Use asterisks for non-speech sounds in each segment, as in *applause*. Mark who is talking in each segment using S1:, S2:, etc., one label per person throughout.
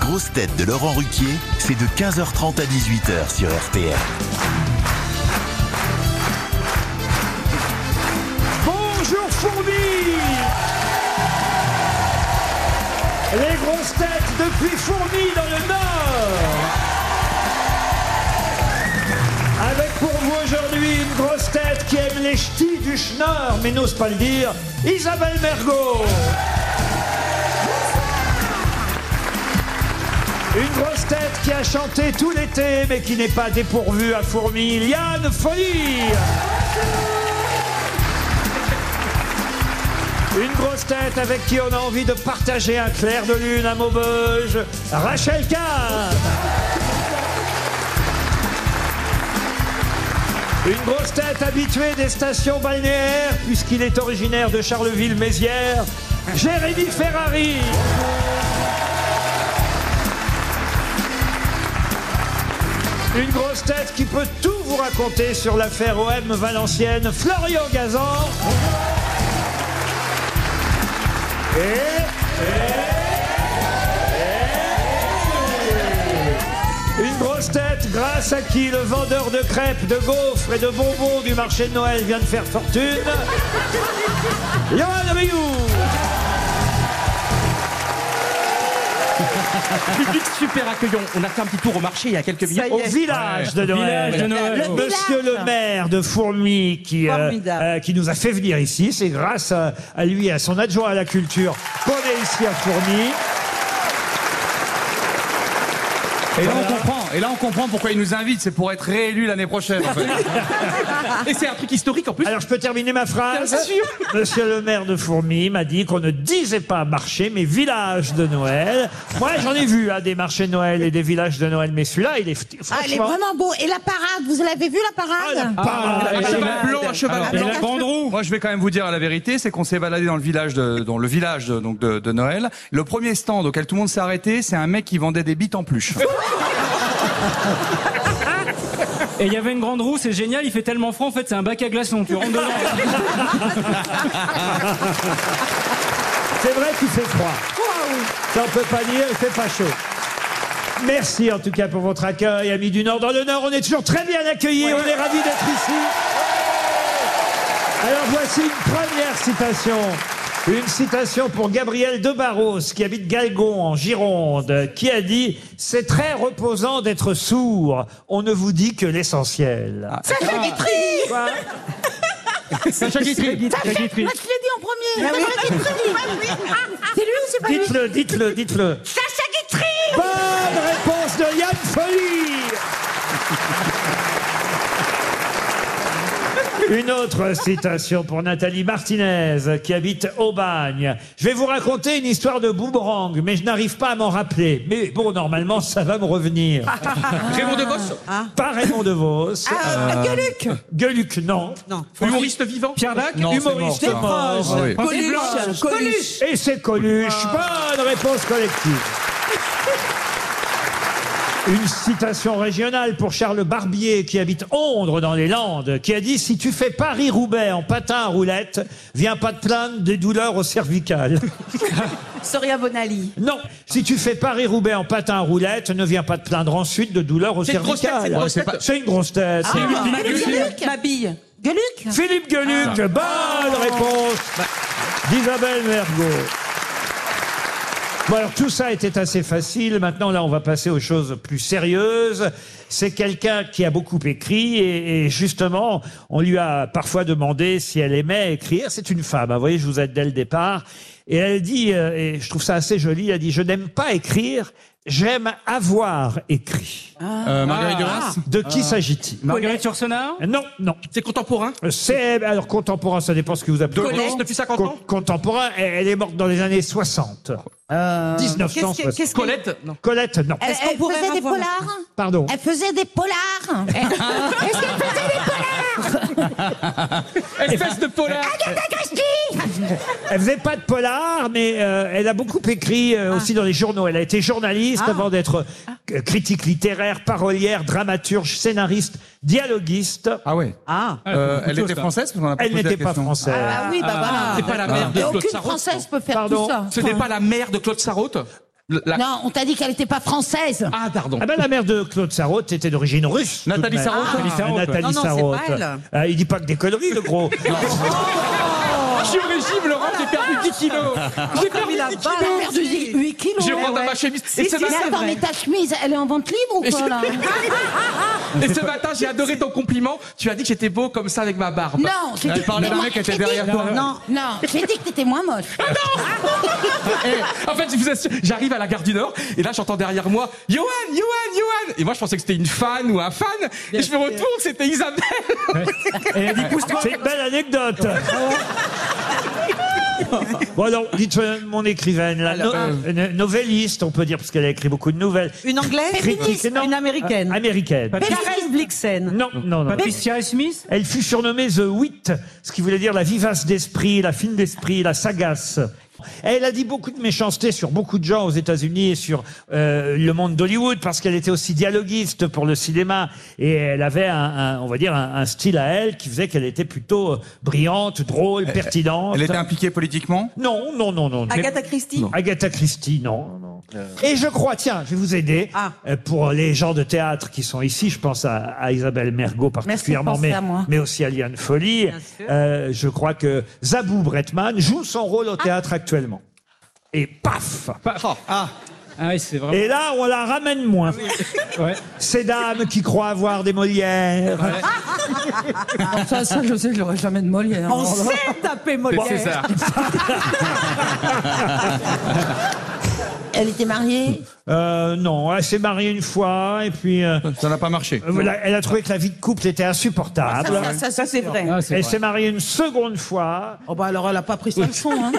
S1: grosses têtes de Laurent Ruquier, c'est de 15h30 à 18h sur RTL.
S2: Bonjour Fourni Les grosses têtes depuis Fourni dans le Nord Avec pour vous aujourd'hui une grosse tête qui aime les ch'tis du schnorr, mais n'ose pas le dire, Isabelle Mergot Une grosse tête qui a chanté tout l'été, mais qui n'est pas dépourvue à Fourmi, Liane Folie Une grosse tête avec qui on a envie de partager un clair de lune à Maubeuge, Rachel Kahn. Une grosse tête habituée des stations balnéaires, puisqu'il est originaire de Charleville-Mézières, Jérémy Ferrari. Une grosse tête qui peut tout vous raconter sur l'affaire OM Valenciennes, Florian Gazan. Et- et- et- Une grosse tête grâce à qui le vendeur de crêpes, de gaufres et de bonbons du marché de Noël vient de faire fortune. Yoann Rioux
S3: *laughs* Public super accueillant. On a fait un petit tour au marché il y a quelques minutes.
S2: Au village de Noël. Monsieur le maire de Fourmi qui, euh,
S3: Formidable.
S2: euh, qui nous a fait venir ici. C'est grâce à, à lui et à son adjoint à la culture qu'on est ici à Fourmi.
S4: Et là, on comprend. Et là, on comprend pourquoi il nous invite. C'est pour être réélu l'année prochaine. En fait.
S2: Et c'est un truc historique en plus. Alors je peux terminer ma phrase.
S4: Bien sûr.
S2: Monsieur le maire de Fourmi m'a dit qu'on ne disait pas marché, mais village de Noël. Moi j'en ai vu hein, des marchés de Noël et des villages de Noël, mais celui-là il est f-
S5: Ah,
S2: franchement. Ah,
S5: elle est vraiment beau. Et la parade, vous l'avez vu la parade
S2: parade.
S4: Un cheval blanc, *laughs* un cheval
S5: Alors,
S4: blanc.
S5: la
S4: Moi, je vais quand même vous dire la vérité, c'est qu'on s'est baladé dans le village, de, dans le village de, donc de, de Noël. Le premier stand auquel tout le monde s'est arrêté, c'est un mec qui vendait des bites en pluche.
S6: Et il y avait une grande roue, c'est génial, il fait tellement froid, en fait, c'est un bac à glaçons, tu rentres dedans.
S2: C'est vrai qu'il fait froid. Ça on peut pas dire, il fait pas chaud. Merci en tout cas pour votre accueil, amis du Nord. Dans le Nord, on est toujours très bien accueillis. On est ravis d'être ici. Alors voici une première citation. Une citation pour Gabriel de Barros, qui habite Galgon, en Gironde, qui a dit « C'est très reposant d'être sourd. On ne vous dit que l'essentiel.
S5: Sacha Guitry
S2: Quoi Sacha Guitry.
S5: Sacha-
S2: Sacha Guitry.
S5: Moi, je l'ai dit en premier.
S2: Ah oui.
S5: Sacha Guitry. Ah, C'est lui ou c'est pas lui
S2: Dites-le, dites-le, dites-le.
S5: Sacha Guitry
S2: Bonne réponse de Yann Folie Une autre citation pour Nathalie Martinez, qui habite Aubagne. Je vais vous raconter une histoire de boomerang, mais je n'arrive pas à m'en rappeler. Mais bon, normalement, ça va me revenir.
S3: Raymond Devos
S5: Ah.
S2: Pas
S3: *laughs*
S2: Raymond DeVos.
S3: Ah, Gueuluc
S2: Gueuluc, euh, non.
S3: Humoriste vivant
S2: Pierre Dac
S3: Non, c'est
S2: Humoriste
S3: mort, c'est
S2: mort.
S3: mort. Ah oui. Coluche,
S2: Blanche.
S3: Coluche. Ah.
S2: Et c'est Coluche. Bonne réponse
S3: *laughs*
S2: collective. Une citation régionale pour Charles Barbier, qui habite Ondre dans les Landes, qui a dit Si tu fais Paris-Roubaix en patin à roulette, viens pas te plaindre des douleurs au cervical.
S7: Soria Bonali.
S2: Non, si tu fais Paris-Roubaix en patin à roulette, ne viens pas te plaindre ensuite de douleurs au
S7: C'est une grosse tête,
S2: cervical.
S7: c'est une grosse
S2: Ouais,
S7: tête.
S2: c'est une grosse tête.
S7: Ah, Philippe Gueluc. Ma bille. Gueluc
S2: Philippe Gueluc,
S7: Ah. Bah.
S2: bonne réponse d'Isabelle Mergot. Bon alors tout ça était assez facile. Maintenant là on va passer aux choses plus sérieuses. C'est quelqu'un qui a beaucoup écrit et, et justement on lui a parfois demandé si elle aimait écrire. C'est une femme. hein. vous voyez je vous aide dès le départ. Et elle dit euh, et je trouve ça assez joli. Elle dit je n'aime pas écrire. J'aime avoir écrit.
S3: Euh, Marguerite Duras
S2: De qui
S3: Ah.
S2: s'agit-il Euh,
S6: Marguerite Yourcenar
S2: Non, non. Euh,
S3: C'est contemporain
S2: C'est eh, alors contemporain, ça dépend ce que vous appelez.
S3: Colette, depuis 50 ans
S2: Contemporain, elle elle est morte dans les années 60.
S5: Euh, qu'est-ce que-
S2: 1960.
S5: qu'est-ce que- Colette,
S3: non.
S2: Colette, non.
S5: Elle, elle faisait des polars
S2: Pardon.
S5: Elle faisait des polars *laughs* Est-ce qu'elle faisait des
S3: Espèce de polar
S2: Elle faisait pas de polar, mais euh, elle a beaucoup écrit
S5: Ah.
S2: euh, aussi dans les journaux. Elle a été journaliste avant d'être euh, critique littéraire, parolière, dramaturge, scénariste, dialoguiste.
S4: Ah ouais.
S5: Ah.
S4: *laughs* Euh, elle était française parce qu'on a pas
S2: Elle
S4: posé la
S2: n'était pas
S4: question.
S2: française.
S5: Ah oui, bah voilà.
S3: C'est pas la mère de
S5: Et
S3: Claude
S5: aucune
S3: Sarraute
S5: Française peut faire
S2: Pardon
S5: tout ça.
S3: Ce n'est pas la mère de Claude Sarraute
S4: Le- la-
S5: Non, on t'a dit qu'elle n'était pas française.
S3: Ah, pardon.
S2: Ah ben, la mère de Claude Sarraute était d'origine russe. tout de
S4: Nathalie
S2: même.
S4: Sarraute.
S2: Ah,
S4: Nathalie Sarraute.
S2: Nathalie
S7: Non, non, c'est
S2: Sarraute.
S7: pas elle.
S2: Ah, il dit pas que des conneries, le gros.
S3: J'ai régime,
S5: Oh
S3: Laurent, j'ai perdu 10 kilos. J'ai perdu
S7: Il a
S3: 10
S7: pas
S5: Elle Ah, a
S3: kilos.
S5: perdu 8 kilos.
S3: J'ai rendu
S5: Ouais,
S3: dans ma
S5: ouais.
S3: chemise.
S7: Si,
S3: Et
S7: si,
S3: ce
S7: si,
S5: Mais
S3: matin,
S5: attends, mais ta chemise, elle est en vente libre ou quoi là
S3: et ce matin, j'ai adoré ton compliment. Tu as dit que j'étais beau comme ça avec ma barbe.
S5: Non, j'ai dit
S4: Elle
S5: que
S4: parlait
S5: t'étais
S4: d'un
S5: moins-
S4: mec qui était
S5: j'ai dit-
S4: derrière toi.
S5: Non, non, j'ai dit que t'étais moins moche.
S3: Eh, en fait, je vous assure, j'arrive à la gare du Nord et là, j'entends derrière moi Johan, Johan, Johan. Et moi, je pensais que c'était une fan ou un fan. et je me retourne, c'était Isabelle.
S6: Et elle a dit pousse-toi.
S2: C'est une belle anecdote. Bon alors, dites euh, mon écrivaine, la no- euh, novelliste, on peut dire, parce qu'elle a écrit beaucoup de nouvelles.
S7: Une anglaise
S2: Critique, non.
S7: Une américaine
S2: Ah, américaine.
S7: Karen Blixen.
S2: Non, non, non.
S6: Patricia Smith
S2: Elle fut surnommée The Wit, ce qui voulait dire la vivace d'esprit, la fine d'esprit, la sagace. Elle a dit beaucoup de méchanceté sur beaucoup de gens aux États-Unis et sur euh, le monde d'Hollywood parce qu'elle était aussi dialoguiste pour le cinéma et elle avait un, un- on va dire un, un style à elle qui faisait qu'elle était plutôt euh, brillante, drôle, pertinente.
S4: Elle était impliquée politiquement
S2: Non, non, non, non.
S7: Agatha Christie.
S2: Agatha Christie, non. non. Et je crois, tiens, je vais vous aider.
S7: Ah.
S2: Euh, Pour les gens de théâtre qui sont ici, je pense à, à Isabelle Mergot particulièrement,
S5: penser
S2: mais,
S5: à moi.
S2: mais aussi à Liane Folly. Euh, je crois que Zabou Bretman joue son rôle au théâtre actuellement. Et paf
S6: Ah oui, c'est vraiment.
S2: Et là, on la ramène moins.
S6: Ouais.
S2: Ces dames qui croient avoir des Molières.
S7: *laughs*
S8: Ah. Ça, ça, je sais que j'aurais jamais de Molière.
S7: On sait taper Molière.
S3: ça.
S5: Elle était mariée
S2: Euh, non, elle s'est mariée une fois et puis euh,
S4: Ça n'a pas marché.
S2: voilà, elle a trouvé que la vie de couple était insupportable.
S7: Ça, ça, ça, c'est vrai.
S6: Ah, c'est
S2: elle
S6: vrai.
S2: s'est mariée une seconde fois.
S8: Oh bah alors, elle a pas pris sa leçon. Hein.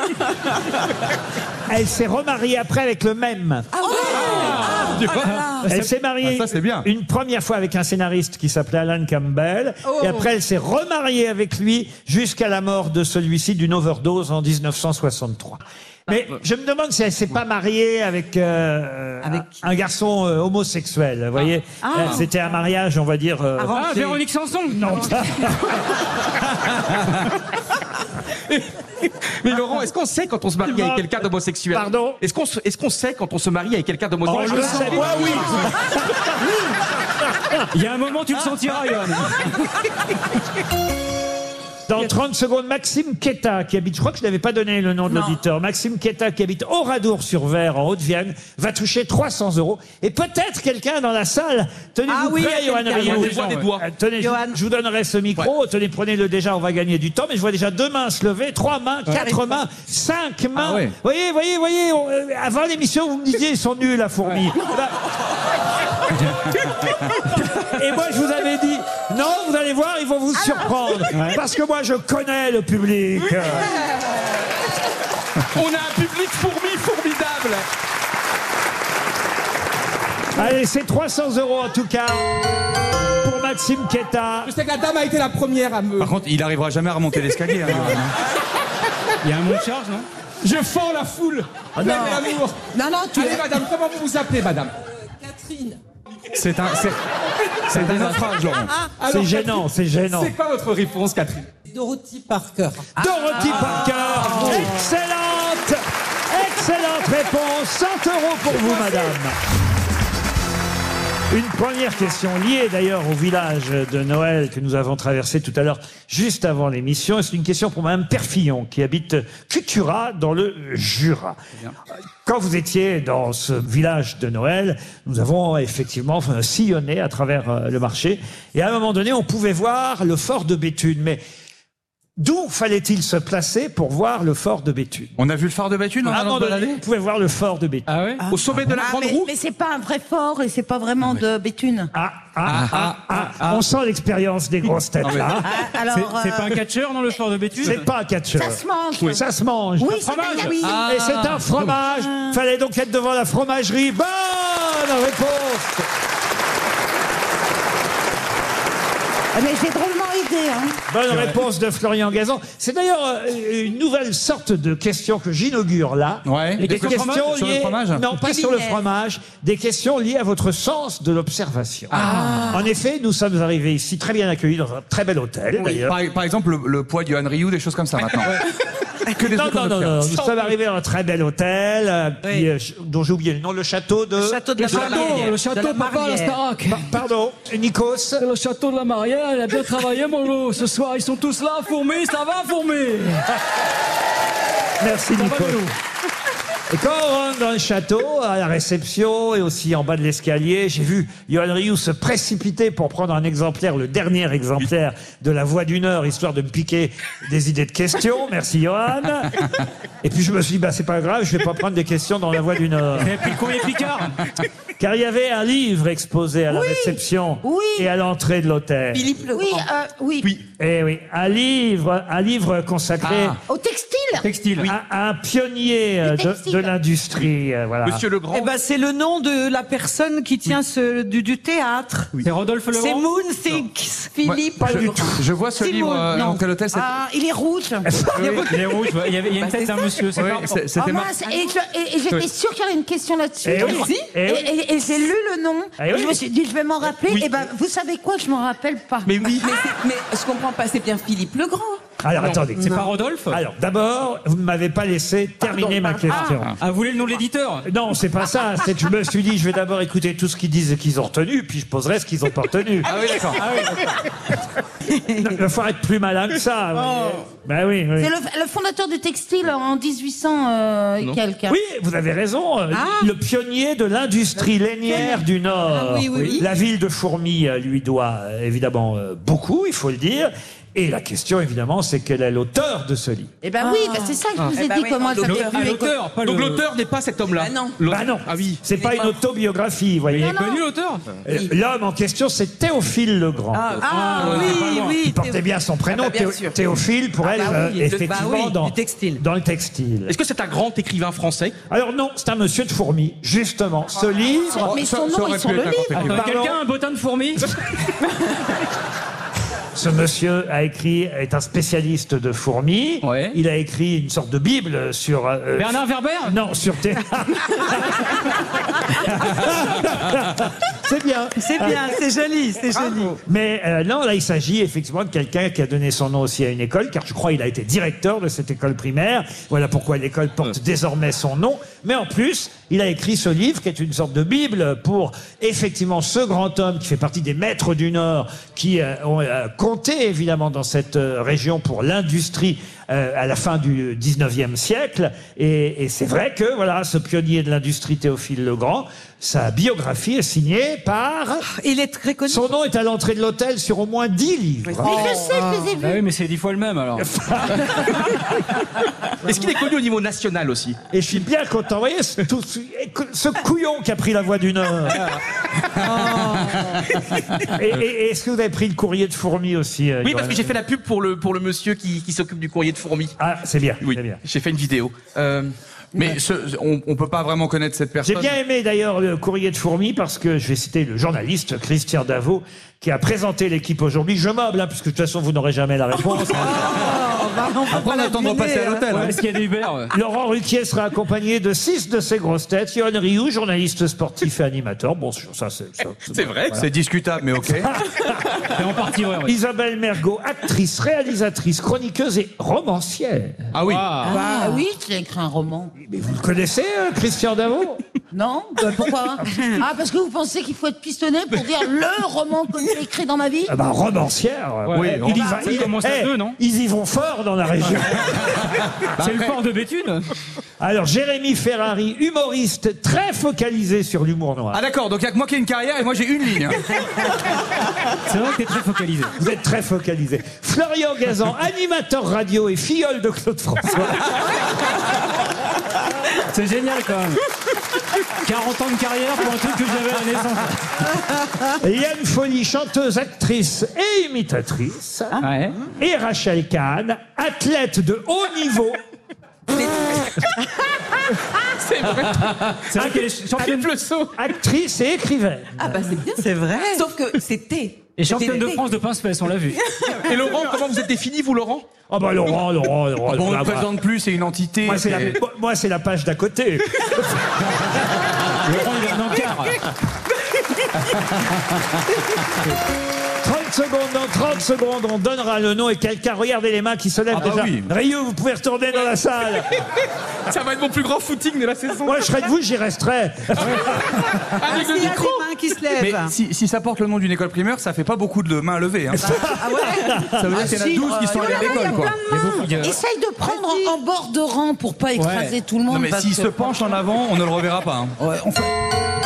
S2: Elle s'est remariée après avec le même.
S4: Ah Tu vois
S2: elle s'est mariée
S4: Ah, ça, c'est bien.
S2: une première fois avec un scénariste qui s'appelait Alan Campbell.
S4: Oh.
S2: Et après, elle s'est remariée avec lui jusqu'à la mort de celui-ci d'une overdose en 1963. Mais
S4: Ah, bah.
S2: je me demande si elle s'est pas mariée avec, euh, un garçon euh, homosexuel.
S4: Ah.
S2: Vous voyez, Euh, c'était un mariage, on va dire. euh,
S6: Ah, Véronique Sanson Non.
S3: *laughs* Mais Laurent, est-ce qu'on sait quand on se marie avec quelqu'un d'homosexuel
S2: Pardon
S3: Est-ce qu'on se- est-ce qu'on sait quand on se marie avec
S6: Oh,
S3: quelqu'un
S2: on
S3: d'homosexuel Ah
S2: le sait.
S5: *laughs*
S6: Il y a un moment, tu le sentiras, Johan.
S2: Dans 30 secondes, Maxime Quetta, qui habite, je crois que je n'avais pas donné le nom de l'auditeur, Maxime Quetta, qui habite Oradour-sur-Ver, en Haute-Vienne, va toucher 300 euros. Et peut-être quelqu'un dans la salle, tenez-vous
S7: Ah oui,
S2: prêts,
S7: il y a
S2: Johan
S7: quelqu'un.
S2: Rioux.
S3: Des doigts, des doigts.
S2: Euh, tenez, je-
S7: Johan.
S2: je vous donnerai ce micro. Tenez, prenez-le déjà, on va gagner du temps. Mais je vois déjà deux mains se lever, trois mains, quatre mains, cinq mains.
S4: ouais.
S2: Voyez, voyez, voyez. on- euh, avant l'émission, vous me disiez, ils sont nuls, la fourmi. Bah, et moi, je vous avais dit, non, vous allez voir, ils vont vous surprendre. Parce que moi, je connais le public.
S3: On a un public fourmi formidable.
S2: Allez, c'est 300 euros en tout cas pour Maxime Quetta.
S3: Je sais que la dame a été la première à me.
S4: Par contre, il n'arrivera jamais à remonter l'escalier. hein.
S6: *laughs* Il y a un monte charge, non
S3: Je fends la foule.
S4: Ah
S8: non.
S3: Pleine d'amour.
S8: Non, non, tu
S3: Allez, madame, comment vous vous appelez, madame
S8: Catherine.
S4: C'est un, c'est- c'est un naufrage, Laurent.
S8: Ah,
S2: C'est
S3: Alors,
S2: gênant, c'est gênant.
S3: C'est quoi votre réponse, Catherine
S8: Dorothy Parker.
S2: Dorothy Parker,
S8: Ah.
S2: excellente, excellente réponse. 100 euros pour vous, madame. Une première question liée d'ailleurs au village de Noël que nous avons traversé tout à l'heure, juste avant l'émission. C'est une question pour Madame Perfillon qui habite Cutura dans le Jura. Quand vous étiez dans ce village de Noël, nous avons effectivement euh, sillonné à travers euh, le marché et à un moment donné, on pouvait voir le fort de Béthune. Mais D'où fallait-il se placer pour voir le fort de Béthune
S4: On a vu le phare de Béthune en
S2: À un
S4: allant
S2: moment
S4: se
S2: donné,
S4: balader
S2: vous pouvez voir le fort de Béthune.
S6: Ah ouais
S3: Au sommet de la
S5: Ah,
S3: grande
S5: mais,
S3: roue
S5: mais c'est pas un vrai fort et c'est pas vraiment de Béthune.
S2: Ah, ah, ah, ah, On sent l'expérience des grosses têtes là.
S5: Ah, alors,
S6: C'est
S5: euh,
S6: c'est pas un catcheur dans le fort de Béthune
S2: C'est pas un catcheur.
S5: ça se mange.
S2: Oui, ça se mange.
S5: Oui,
S2: Un
S5: c'est un Ah.
S2: fromage. Ah.
S5: oui.
S2: Et c'est un fromage. Fallait donc être devant la fromagerie. Bonne réponse.
S5: Ah, Mais j'ai drôlement aidé. Hein.
S2: Bonne réponse de Florian Gazan. C'est d'ailleurs euh, une nouvelle sorte de question que j'inaugure là.
S4: Ouais.
S2: Des
S4: Sur le
S2: questions
S4: fromage Sur le
S2: liées-
S4: fromage
S2: Non, pas sur le fromage. Des questions liées à votre sens de l'observation.
S7: Ah.
S2: En effet, nous sommes arrivés ici très bien accueillis dans un très bel hôtel, d'ailleurs. *laughs*
S4: Par, par exemple, le, le poids de Johan Rioux, des choses comme ça maintenant.
S3: Que des
S2: Non,
S3: trucs
S2: non,
S3: comme
S2: non,
S3: ça.
S2: non, Nous sommes arrivés à un très bel hôtel, euh,
S7: Oui.
S2: qui, euh, ch- dont j'ai oublié le nom, le château de.
S7: Château de la
S8: Château,
S7: Marlière.
S8: le
S7: De la
S8: château, papa, la
S7: Marlière.
S8: Starac.
S2: Pardon, Nikos.
S8: Le château de la Marlière, il a bien travaillé, mon loup. Ce soir, ils sont tous là, fourmis, ça va, fourmis
S2: Merci,
S8: Ça va,
S2: Nikos.
S8: le loup
S2: Et quand on rentre dans le château, à la réception et aussi en bas de l'escalier, j'ai vu Johan Rioux se précipiter pour prendre un exemplaire, le dernier exemplaire de La Voix d'une heure, histoire de me piquer des idées de questions. Merci Johan. Et puis je me suis dit, bah, c'est pas grave, je vais pas prendre des questions dans La Voix d'une heure.
S6: Et puis le courrier Picard.
S2: Car il y avait un livre exposé à la réception
S5: oui.
S2: et à l'entrée de l'hôtel.
S7: Philippe le
S5: Oui,
S7: Grand.
S5: euh, oui.
S2: Eh oui, un livre, un livre consacré
S3: Ah.
S5: Au textile. Ah.
S6: Textile.
S2: à, à un pionnier euh, de,
S5: textile.
S2: de l'industrie. euh, Voilà.
S4: Monsieur Legrand.
S7: Eh ben, c'est le nom de la personne qui tient ce, du, du théâtre.
S6: C'est Rodolphe
S7: C'est
S6: Legrand.
S7: Moon Six, Philippe.
S4: je,
S7: Legrand.
S4: je vois ce
S7: Simon,
S4: livre euh,
S7: non.
S4: dans quel hôtel c'était
S5: Ah, il est rouge.
S6: Les rouges. ouais. Il y avait il y a une
S7: Bah,
S6: tête
S7: c'est
S6: d'un
S7: ça.
S6: monsieur. c'est
S4: Oui,
S6: pas-
S4: c'est-
S5: Ah,
S4: c'était mar-
S5: mince, et je- et- et j'étais sûre qu'il y avait une question là-dessus.
S2: Eh oui.
S5: Merci.
S2: Eh
S5: Et,
S2: oui.
S5: et- et j'ai lu le nom.
S2: Eh oui.
S5: Je me suis dit, je vais m'en rappeler. Et ben, vous savez quoi Je m'en rappelle pas.
S3: Mais oui.
S9: Mais, c'est- mais je comprends pas, c'est bien Philippe le Grand.
S2: Alors attendez.
S6: C'est pas Rodolphe
S2: Alors, d'abord, vous ne m'avez pas laissé terminer ma question.
S6: Ah, vous voulez le nom de l'éditeur
S2: Non, c'est
S9: *laughs*
S2: pas ça. C'est que je me suis dit, je vais d'abord écouter tout ce qu'ils disent et qu'ils ont retenu, puis je poserai ce qu'ils ont pas retenu.
S4: Ah oui, d'accord.
S2: Non, Il va falloir être plus malin que ça. vous
S6: Oh.
S2: voyez. Ben oui, oui.
S5: C'est le, le fondateur du textile en 1800 euh, et quelques.
S2: Oui, vous avez raison.
S9: Ah.
S2: euh, Le pionnier de l'industrie lainière du Nord.
S9: Ah oui, oui, oui.
S2: La ville de Fourmi euh, lui doit euh, évidemment euh, beaucoup, il faut le dire. Et la question, évidemment, c'est quel est l'auteur de ce livre
S5: Eh ben oui, bah, c'est ça que je
S2: Ah.
S5: vous ai
S9: Eh ben
S5: dit.
S9: oui,
S5: comment elle
S9: l'auteur.
S5: s'appelle
S6: Ah, l'auteur, pas le.
S3: Donc l'auteur n'est pas cet homme-là.
S9: Ah non.
S2: Bah non,
S3: Ah oui.
S2: c'est pas une autobiographie, vous voyez.
S6: Il est connu l'auteur
S2: Euh, L'homme en question, c'est Théophile le Grand.
S7: Ah oui,
S2: Il
S7: oui.
S2: portait bien son prénom,
S9: Ah bah, bien
S2: Théo-
S9: sûr.
S2: Théophile,
S6: Ah,
S2: pour elle,
S9: bah
S2: euh,
S9: oui, de- bah
S2: effectivement,
S9: oui,
S2: dans,
S7: du textile.
S2: dans le textile.
S3: Est-ce que c'est un grand écrivain français
S2: Alors non, c'est un monsieur de fourmi, justement. Ce livre,
S5: Mais
S4: Ça-
S5: son
S4: ça
S5: nom
S4: aurait
S5: est
S4: pu
S5: sur le
S4: être n'importe
S5: livre.
S2: Ah,
S6: Euh,
S2: pardon.
S6: Quelqu'un, un bottin de fourmis
S2: ce monsieur a écrit, est un spécialiste de fourmis.
S3: Ouais.
S2: Il a écrit une sorte de bible sur... euh,
S6: Bernard Werber
S2: Non, sur...
S6: *laughs*
S2: Thé- c'est bien.
S7: C'est
S4: Ah.
S7: bien, c'est joli, c'est joli.
S2: Mais euh, non, là, il s'agit effectivement de quelqu'un qui a donné son nom aussi à une école, car je crois qu'il a été directeur de cette école primaire. Voilà pourquoi l'école porte désormais son nom. Mais en plus, il a écrit ce livre qui est une sorte de Bible pour effectivement ce grand homme qui fait partie des maîtres du Nord, qui euh, ont euh, compté évidemment dans cette euh, région pour l'industrie euh, à la fin du 19e siècle. Et, et c'est vrai que voilà, ce pionnier de l'industrie Théophile Legrand, sa biographie est signée par...
S7: Il est très connu.
S2: Son nom est à l'entrée de l'hôtel sur au moins 10 livres.
S5: Mais je sais, je les ai
S6: Bah
S5: vus.
S6: oui, mais c'est dix fois le
S3: *laughs*
S6: même alors.
S3: Est-ce qu'il est connu au niveau national aussi
S2: Et je suis bien content. Vous voyez, ce, tout ce- ce couillon qui a pris la voie du Nord. Ah. Et, et- est-ce que vous avez pris le courrier de fourmis aussi euh,
S3: Oui, parce
S2: Johan
S3: que j'ai fait la pub pour le, pour le monsieur qui, qui s'occupe du courrier de fourmis.
S2: Ah, *laughs* c'est bien.
S3: Oui,
S2: c'est bien.
S3: j'ai fait une vidéo. Euh,
S4: Mais ce- on, on peut pas vraiment connaître cette
S2: J'ai
S4: personne.
S2: bien aimé d'ailleurs le courrier de fourmis parce que je vais citer le journaliste Christian Davot qui a présenté l'équipe aujourd'hui. Je meuble, hein, puisque de toute façon vous n'aurez jamais la réponse.
S4: Après, Oh, bah, on attend de repasser à l'hôtel. hein.
S6: Est-ce qu'il y a des Uber ouais.
S2: Laurent Ruquier sera accompagné de six de ses grosses têtes. Johan Rioux, journaliste sportif et animateur. Bon, ça, c'est. ça,
S3: c'est vrai.
S4: C'est discutable, mais
S9: *laughs*
S4: ok.
S6: C'est en partie vrai. ouais.
S2: Isabelle Mergot, actrice, réalisatrice, chroniqueuse et romancière.
S3: Ah oui.
S6: Ah.
S9: Ah, oui, j'ai écrit un roman.
S2: Mais vous le connaissez, euh, Christian Davot
S9: Non
S5: Euh, Pourquoi Ah, parce que vous pensez qu'il faut être pistonné pour dire le roman que j'ai écrit dans ma vie
S2: ah bah, Romancière.
S6: Ouais,
S2: il y
S6: romancière,
S2: va-
S6: ça
S2: il-
S6: commence à
S2: eh,
S6: deux, non Eh ben,
S2: Ils y vont fort dans la région.
S6: C'est le fort de Béthune
S2: Alors, Jérémy Ferrari, humoriste très focalisé sur l'humour noir.
S4: Ah d'accord, donc il y a que moi qui ai une carrière et moi j'ai une ligne. hein. *laughs*
S6: Ah, C'est vrai que t'es très focalisé.
S2: Vous êtes très focalisé. Florian
S6: *laughs*
S2: Gazan, animateur radio et filleul de Claude François.
S6: C'est génial quand même. 40 ans de carrière pour un truc que j'avais à la naissance.
S2: Yann Folly, chanteuse, actrice et imitatrice.
S6: Ouais.
S2: Et Rachel Kahn, athlète de haut niveau.
S6: C'est vrai qu'elle est championne,
S3: Ah, Philippe Le Sceau.
S2: actrice et écrivaine.
S9: Ah bah c'est bien.
S7: C'est vrai.
S9: Sauf que c'était.
S6: et championne de France de pince-fesse, on l'a vu.
S3: *laughs* Et Laurent, comment vous êtes défini, vous, Laurent
S2: Ah bah Laurent, Laurent,
S6: Ah,
S2: Laurent.
S4: Ah Bon, on
S2: Laurent,
S4: ne
S2: Laurent.
S4: présente plus, c'est une entité.
S2: Moi, c'est
S4: c'est-
S2: la, moi, c'est la page d'à côté.
S6: Laurent, il a un encart.
S2: 30 secondes, dans 30 secondes, on donnera le nom et quelqu'un, regardez les mains qui se lèvent
S4: Ah bah
S2: déjà.
S4: oui.
S2: Ryu, vous pouvez retourner dans la salle.
S3: Ça va être mon plus grand footing de la saison.
S2: Moi, je serais de vous, j'y resterais.
S6: Ah,
S3: Avec
S7: Il
S3: Ah, le
S7: y a des
S3: micro.
S7: mains qui se lèvent.
S4: Mais si, si ça porte le nom d'une école primaire, ça fait pas beaucoup de mains levées. Hein.
S7: Ah ouais
S4: Ça veut dire qu'il euh, y en a 12 qui sont
S5: Ah,
S4: allés à l'école. quoi.
S5: Essaye de prendre en bord de rang pour pas écraser tout le monde.
S4: Non mais
S5: parce
S4: s'il
S5: que-
S4: se penche en avant, on ne le reverra pas. hein.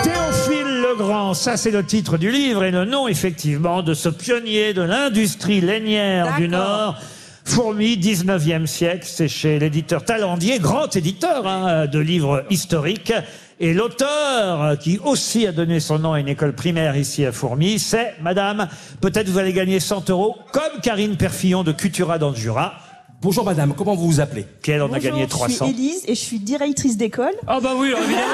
S2: Théophile Legrand, ça c'est le titre du livre et le nom effectivement de ce pionnier de l'industrie lainière du Nord. Fourmi, 19e siècle, c'est chez l'éditeur Talandier, grand éditeur hein, de livres historiques. Et l'auteur euh, qui aussi a donné son nom à une école primaire ici à Fourmi, c'est Madame, peut-être vous allez gagner 100 euros, comme Karine Perfillon de Cultura dans le Jura,
S3: Bonjour madame, comment vous vous appelez
S2: qui elle en a gagné 300.
S10: Je suis Élise et je suis directrice d'école,
S6: Ah bah oui, alors évidemment.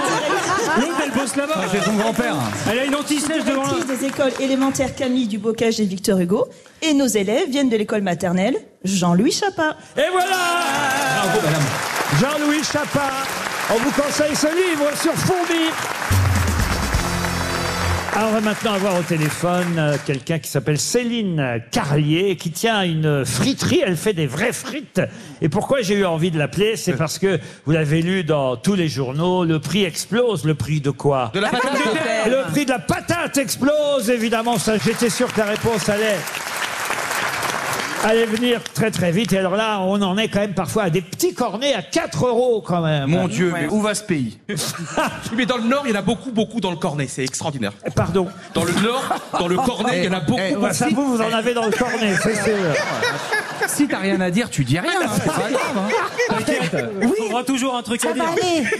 S6: L'autre, elle bosse là-bas.
S4: Ah, C'est ton grand-père.
S6: Elle a une anti-sèche devant
S10: directrice des écoles élémentaires Camille Dubocage et Victor Hugo. Et nos élèves viennent de l'école maternelle Jean-Louis Chapin.
S2: Et voilà
S3: Bravo madame.
S2: Jean-Louis Chapin. On vous conseille ce livre sur Fourmi. Alors, on va maintenant avoir au téléphone euh, quelqu'un qui s'appelle Céline Carlier, qui tient une friterie. Elle fait des vraies frites. Et pourquoi j'ai eu envie de l'appeler C'est parce que vous l'avez lu dans tous les journaux. Le prix explose. Le prix de quoi
S3: De la patate.
S2: Le prix de la patate explose, évidemment. Ça, j'étais sûr que la réponse allait. allait venir très très vite. Et alors là, on en est quand même parfois à des petits cornets à 4 euros quand même.
S4: Mon Dieu, mais où va ce *laughs* pays
S3: Mais dans le nord, il y en a beaucoup, beaucoup dans le cornet. C'est extraordinaire.
S6: Eh,
S2: Pardon.
S3: Dans le nord, dans le cornet, il y en a beaucoup.
S4: eh,
S2: Ouais, ça, vous, vous en avez dans le cornet, c'est sûr.
S4: *laughs* Si t'as rien à dire, tu dis rien.
S6: Ah,
S4: hein, c'est pas grave, hein. *laughs*
S6: Il faudra toujours un truc à dire.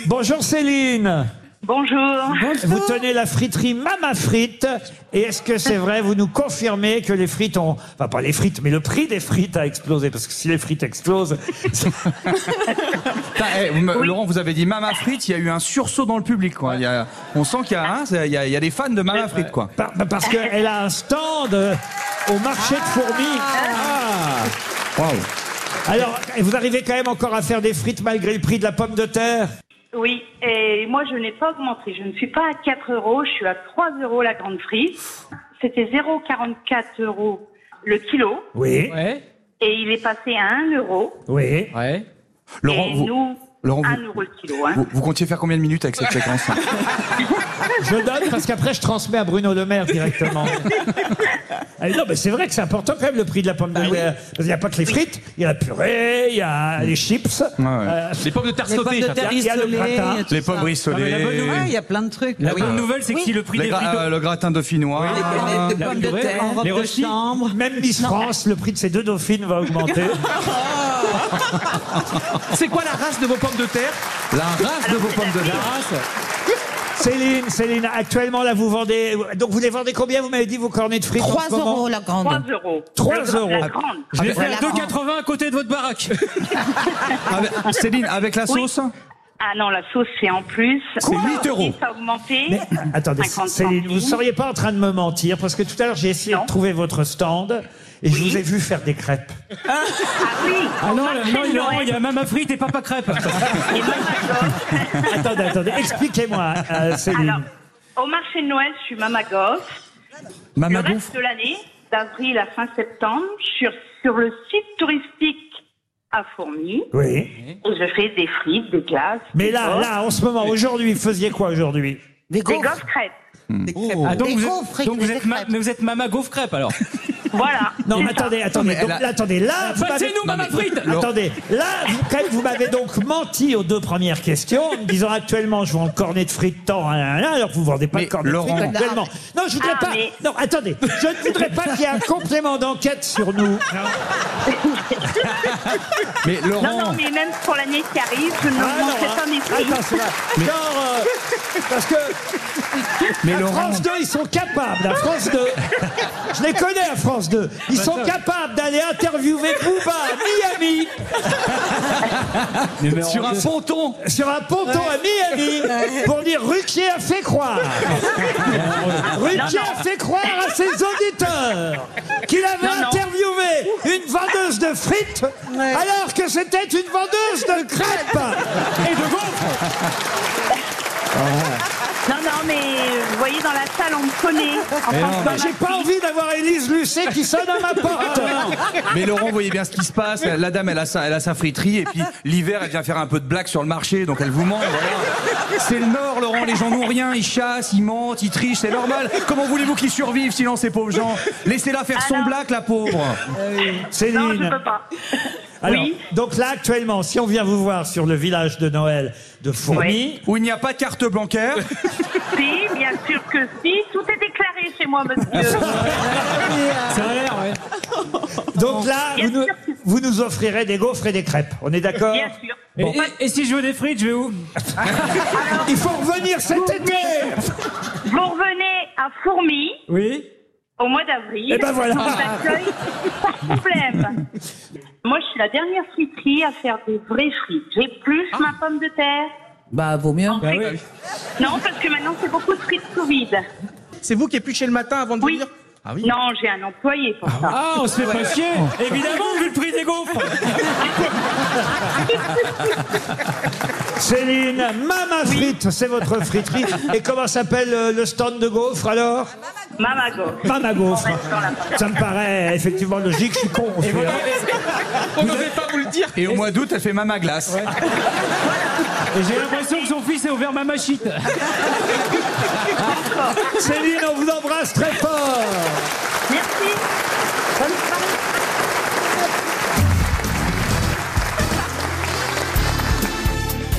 S2: Bonjour Céline.
S10: Bonjour.
S2: Vous tenez la friterie Mama Frites. Et est-ce que c'est vrai Vous nous confirmez que les frites ont. Enfin, pas les frites, mais le prix des frites a explosé. Parce que si les frites explosent. *laughs* c'est-
S4: Putain, eh, vous me- Laurent, vous avez dit Mama Frites, il y a eu un sursaut dans le public. Quoi. Il y a- on sent qu'il y, a, hein, c'est- il y a- il y a des fans de Mama Frites. Quoi.
S2: par- Parce qu'elle a un stand euh, au marché de fourmis. Ah. Alors, et vous arrivez quand même encore à faire des frites malgré le prix de la pomme de terre
S10: Euh, Oui, et moi je n'ai pas augmenté. Je ne suis pas à 4 euros, je suis à 3 euros la grande frite. C'était 0,44 euros le kilo
S2: Oui,
S8: Ouais.
S10: et il est passé à 1 euro.
S2: oui.
S8: Ouais.
S4: Laurent,
S10: et
S4: vous,
S10: nous,
S4: Laurent,
S10: 1
S4: vous-
S10: euro le kilo. Hein.
S4: vous, vous comptiez faire combien de minutes avec cette séquence hein
S2: Je donne parce qu'après je transmets à Bruno Le
S3: *laughs*
S2: Maire directement. Ah, non, mais c'est vrai que c'est important quand même le prix de la pomme
S3: Ah
S2: de terre. Il n'y a pas que les frites, il y a la purée, il y a les chips.
S9: hein.
S4: Ouais, ouais.
S2: Euh,
S3: Ah Les pommes de terre
S7: Les pommes
S3: sautées.
S7: de
S3: j'adore.
S7: terre
S2: Il y a le
S7: isolées, il y a
S2: gratin,
S7: tout
S4: Les
S7: ça.
S4: pommes rissolées,
S7: Ah, ouais, Il y a plein de trucs.
S6: La
S7: Ah oui.
S6: bonne nouvelle, c'est que si le prix
S4: les
S6: des
S4: gra-
S6: frites
S4: euh, le gratin dauphinois.
S7: Les,
S2: Ah,
S7: les- les
S6: La
S7: pommes de
S6: purée,
S7: terre en
S6: hein.
S7: robe
S6: Les
S7: de
S6: rôtis.
S7: chambre.
S2: même Miss France, le prix de ces deux dauphines va augmenter.
S3: *laughs* C'est quoi la race de vos pommes de terre
S4: La race de vos pommes de terre.
S2: Céline, Céline, actuellement là vous vendez. Donc vous les vendez combien Vous m'avez dit vos cornets de frites
S5: 3
S2: en ce moment
S5: euros la grande.
S10: 3 euros.
S2: 3
S10: Le grand-
S2: euros. Ah,
S10: La grande.
S6: Je l'ai fait
S5: voilà.
S6: à 2,80 à côté de votre baraque.
S4: *laughs* Avec- Céline, avec la
S10: Oui.
S4: sauce
S10: Ah non, la sauce c'est en plus.
S4: C'est 8 euros.
S10: Ça a augmenté.
S2: Mais *coughs* attendez,
S10: 50
S2: Céline, vous ne
S10: centimes.
S2: seriez pas en train de me mentir parce que tout à l'heure j'ai essayé
S10: Non.
S2: de trouver votre stand et je vous ai vu faire des crêpes.
S10: Ah oui.
S6: Ah non, là,
S10: Marché
S6: non,
S10: de
S6: il y a-
S10: Noël.
S6: il y a Mama Frites et Papa Crêpe.
S10: Et même à gauche.
S2: *laughs* attendez, attendez, expliquez-moi, euh, Céline.
S10: Alors, au marché de Noël, je suis Mama Goff.
S4: Mama
S10: le reste de l'année, d'avril à fin septembre, je suis sur le site touristique à Fourmi.
S2: Oui.
S10: Et je fais des frites, des glaces.
S2: Mais
S10: des
S2: là,
S10: gaufres,
S2: là, en ce moment, aujourd'hui, vous faisiez quoi aujourd'hui Hmm.
S5: Des
S10: Des
S5: gaufres.
S10: gaufres crêpes.
S6: Ah, donc
S5: Des
S6: vous
S5: gaufres
S6: êtes,
S5: frites,
S6: donc vous
S5: des
S6: êtes ma-
S5: crêpes.
S6: mais vous êtes Mama Gaufre Crêpe alors.
S10: *laughs* Voilà.
S2: Non,
S10: c'est
S2: mais
S10: ça.
S2: attendez, attendez,
S4: mais
S2: donc,
S4: elle a-
S2: là, attendez, là, vous m'avez-
S6: Passez-nous Mama Frites
S2: Attendez, là, vous, quand même, vous m'avez donc menti aux deux premières questions en me disant actuellement je vends le cornet de frites tant, hein, hein, hein, alors que vous vendez pas
S4: Mais
S2: de cornet
S4: Laurent-
S2: de frites actuellement. Non, je voudrais
S10: Ah,
S2: pas.
S10: mais-
S2: Non, attendez, je ne voudrais pas qu'il y ait un complément d'enquête sur nous.
S4: Mais Laurent,
S10: Non, non, mais même pour l'année qui arrive, je ne
S2: Ah, non,
S10: manquerai
S2: hein.
S10: pas mes frites.
S2: Attends, c'est là. Genre, euh, parce que
S4: mais
S2: à
S4: Laurent,
S2: France 2, ils sont capables. À France 2, je les connais à France 2. Ils
S4: Bah,
S2: sont capables d'aller interviewer Booba à Miami
S4: sur un ponton.
S2: sur un ponton à Miami pour dire Ruquier a fait
S10: *laughs*
S2: croire. Ruquier a fait croire à ses auditeurs qu'il avait
S10: Non, non.
S2: interviewé une vendeuse de frites alors que c'était une vendeuse de crêpes.
S10: Non, non, mais euh, vous voyez, dans la salle, on me connaît.
S2: Mais
S10: Enfin,
S2: non,
S10: je
S2: mais
S10: dois
S2: j'ai pas envie d'avoir Élise Lucet qui sonne
S10: *laughs*
S2: à ma porte.
S4: Mais Laurent, voyez bien ce qui se passe. La dame, elle a sa, elle a sa friterie et puis l'hiver, elle vient faire un peu de blague sur le marché, donc elle vous ment. voilà. C'est le Nord, Laurent. Les gens n'ont rien, ils chassent, ils mentent, ils trichent, c'est normal. Comment voulez-vous qu'ils survivent sinon ces pauvres gens Laissez-la faire son blague,
S10: *laughs*
S4: la pauvre.
S2: Céline.
S10: Ah Non, je peux pas.
S2: *laughs* Alors,
S10: Oui.
S2: donc là, actuellement, si on vient vous voir sur le village de Noël de Fourmi,
S10: Oui.
S4: Où il n'y a pas de carte
S2: *laughs*
S4: bancaire.
S10: *laughs* Si, bien sûr que si. Tout est déclaré chez moi, monsieur.
S8: Ça a l'air,
S10: *laughs*
S8: ouais.
S2: donc là,
S10: Bien
S2: vous nous,
S10: sûr que-
S2: vous nous offrirez des gaufres et des crêpes. On est d'accord
S10: Bien sûr.
S6: Et, et- et si je veux des frites, je vais
S2: *laughs*
S6: où
S2: Il faut revenir cet été
S10: Vous revenez à Fourmi
S6: Oui
S10: au mois d'avril.
S2: Eh ben voilà.
S10: On vous accueille sans
S2: *laughs*
S10: problème. Moi, je suis la dernière friterie à faire des vraies frites. J'ai
S2: Ah.
S10: plus ma pomme de terre.
S9: Bah, vaut mieux.
S10: En fait- Non, parce que maintenant, c'est beaucoup de frites sous vide.
S3: C'est vous qui épluchez le matin avant de
S10: Oui.
S3: venir Ah oui.
S10: Non, j'ai un employé pour ça.
S6: Ah, on se fait pas chier *laughs* Évidemment, vu le prix
S10: *laughs*
S6: des gaufres
S2: Céline, Mama Frites, c'est votre friterie. Et comment s'appelle euh, le stand de gaufres alors
S10: Mamago.
S2: Mama Gaufre.
S10: reste sur la
S2: Ça me paraît Eh, effectivement logique, je suis con. en fait, hein.
S3: On n'osait pas vous le dire.
S4: Et au mois d'août, elle fait mama glace.
S6: Et j'ai l'impression que son fils est ouvert ma machine.
S2: *laughs* Céline, on vous embrasse très fort
S10: Merci.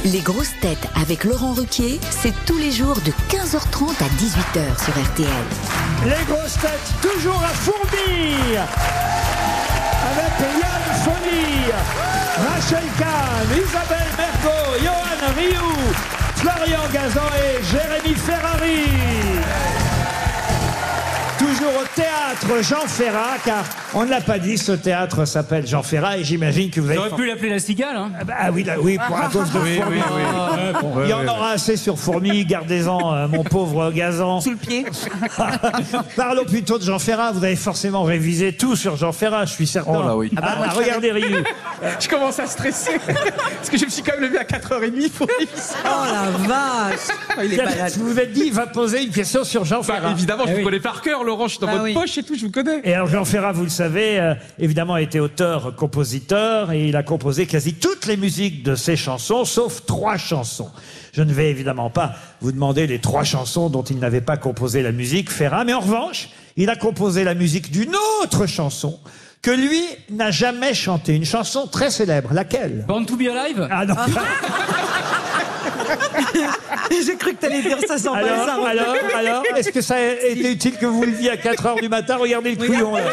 S11: Les grosses têtes avec Laurent Ruquier, c'est tous les jours de 15h30 à 18h sur RTL.
S2: Les grosses têtes toujours à fourbir Avec Yann Folie, Rachel Kahn, Isabelle Mergo, Johan Rioux, Florian Gazan et Jérémy Ferrari. Toujours au théâtre Jean Ferrat, car on ne l'a pas dit, ce théâtre s'appelle Jean Ferrat et j'imagine que vous avez...
S6: J'aurais pu l'appeler la cigale, hein.
S2: Ah bah, ah oui, là, oui,
S6: *laughs*
S2: pour à cause de Fourmi. Il y en aura assez sur Fourmi, gardez-en, euh, mon pauvre Gazan.
S7: Sous le pied.
S2: Parlons plutôt de Jean Ferrat. Vous avez forcément révisé tout sur Jean Ferrat, je suis certain.
S4: Oh là oui.
S3: bah,
S2: Ah, ah, regardez Ryu.
S3: *laughs* Je commence à stresser. Parce que je me suis quand même levé à 4h30 pour réviser.
S7: Oh la vache Oh, Il est malade.
S2: Je vous ai dit, il va poser une question sur Jean
S3: Bah,
S2: Ferrat.
S3: évidemment, je
S6: Eh
S3: vous
S6: oui.
S3: connais par cœur, Laurent. Je suis dans
S7: Bah
S3: votre
S7: oui.
S3: poche et tout, je vous connais.
S2: Et alors Jean Ferrat, vous le savez, euh, évidemment a été auteur, compositeur, et il a composé quasi toutes les musiques de ses chansons, sauf trois chansons. Je ne vais évidemment pas vous demander les trois chansons dont il n'avait pas composé la musique, Ferrat, mais en revanche, il a composé la musique d'une autre chanson que lui n'a jamais chantée, une chanson très célèbre. Laquelle
S6: Born to be alive
S2: Ah non. *laughs*
S7: J'ai cru que t'allais dire ça sans
S2: Alors,
S7: pas ça.
S2: alors, alors, est-ce que ça a été utile que vous le disiez à 4h du matin Regardez le couillon, là.
S3: *laughs*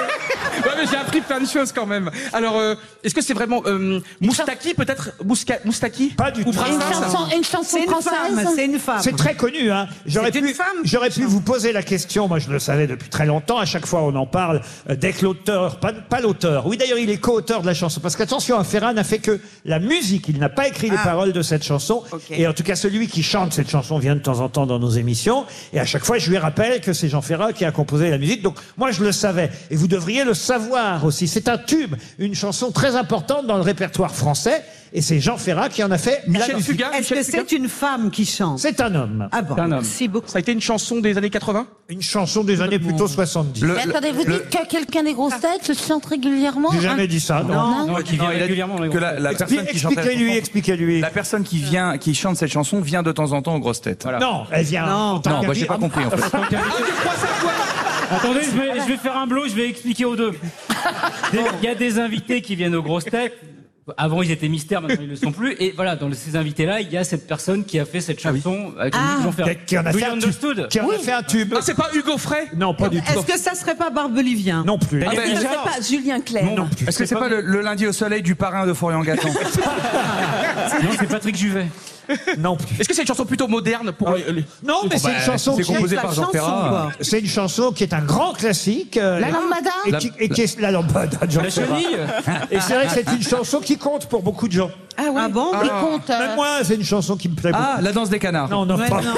S3: Ouais, mais j'ai appris plein de choses quand même. Alors, euh, est-ce que c'est vraiment euh, Moustaki, peut-être Mousca- Moustaki
S2: Pas du
S3: Ou
S2: tout.
S5: Une
S3: Brassens
S5: chanson, une chanson
S7: C'est une
S5: française.
S7: femme, c'est une femme.
S2: C'est très connu, hein. J'aurais
S7: C'est une
S2: pu,
S7: femme.
S2: j'aurais pu vous poser la question. Moi, je le savais depuis très longtemps. À chaque fois, on en parle. euh, Dès que l'auteur, pas, pas l'auteur. Oui, d'ailleurs, il est co-auteur de la chanson. Parce qu'attention, hein, Ferrat n'a fait que la musique. Il n'a pas écrit
S7: Ah.
S2: les paroles de cette chanson. Et en tout cas, celui qui chante cette chanson vient de temps en temps dans nos émissions. Et à chaque fois, je lui rappelle que c'est Jean Ferrat qui a composé la musique. Donc, moi, je le savais. Et vous devriez le savoir aussi. C'est un tube, une chanson très importante dans le répertoire français. Et c'est Jean Ferrat qui en a fait. la
S3: Michel
S2: musique.
S3: Fugain
S7: Est-ce que
S3: Michel Fugain
S7: c'est une femme qui chante
S2: C'est un homme.
S7: Ah bon,
S6: un homme.
S7: merci beaucoup.
S3: Ça a été une chanson des années 80
S2: Une chanson des années plutôt 70.
S4: Le-
S5: Mais attendez, vous
S4: le-
S5: dites que quelqu'un des grosses têtes chante régulièrement
S2: J'ai
S5: hein
S2: jamais dit ça, non.
S6: Non, qui vient
S4: Ah. Non, il a dit
S6: régulièrement. dans les
S4: que
S6: grosses
S4: la, la
S2: Expli-
S4: personne qui chante la
S2: Expliquez-lui,
S4: chanson-
S2: expliquez-lui.
S4: la personne qui vient, qui chante cette chanson vient de temps en temps aux grosses têtes.
S2: Non, elle vient.
S7: Non.
S2: en tant
S4: Non,
S2: que-
S4: bah, j'ai pas compris en
S2: *laughs*
S4: fait.
S6: têtes. Donc, Attendez, je vais, je vais faire un blow, je vais expliquer aux deux. Des- Il y a des invités qui viennent aux grosses têtes. Avant, ils étaient mystères, maintenant, ils ne le sont plus. Et voilà, dans ces invités-là, il y a cette personne qui a fait cette chanson euh, avec
S7: Ah.
S6: le Jean Ferrat.
S2: Ah Qui- Qui en a
S6: Do
S2: fait
S6: you
S2: un tube.
S6: understood
S2: Qui en a fait un tube.
S3: Ah, c'est pas Hugo Frey Ah,
S2: Non, pas du tout.
S7: Est-ce que ça serait pas Barbelivien
S2: Non plus.
S7: Est-ce que ça serait pas Julien Clerc
S2: Non plus.
S4: Est-ce que c'est pas le, le lundi au soleil du parrain de Florian
S6: *laughs*
S4: Gazan
S6: Non, c'est Patrick Juvet.
S2: Non plus. Ah
S3: Est-ce que c'est une chanson plutôt moderne pour les- les-
S2: Non, mais c'est une chanson
S4: C'est
S2: qui
S4: composé
S7: la
S4: par Jean
S7: chanson,
S4: Ferrat.
S7: quoi.
S2: c'est une chanson qui est un grand classique. euh,
S5: La
S2: et-
S5: lambada
S2: et qui, et qui est la lambada de Jean
S6: La
S2: Ferrat.
S6: chenille
S2: Et c'est vrai que c'est une chanson qui compte pour beaucoup de gens.
S7: Ah, bon
S5: Les contes. euh,
S2: Même moi, c'est une chanson qui me plaît
S4: Ah, la danse des canards.
S2: beaucoup. Non, non,
S7: Ouais,
S2: pas.
S7: non.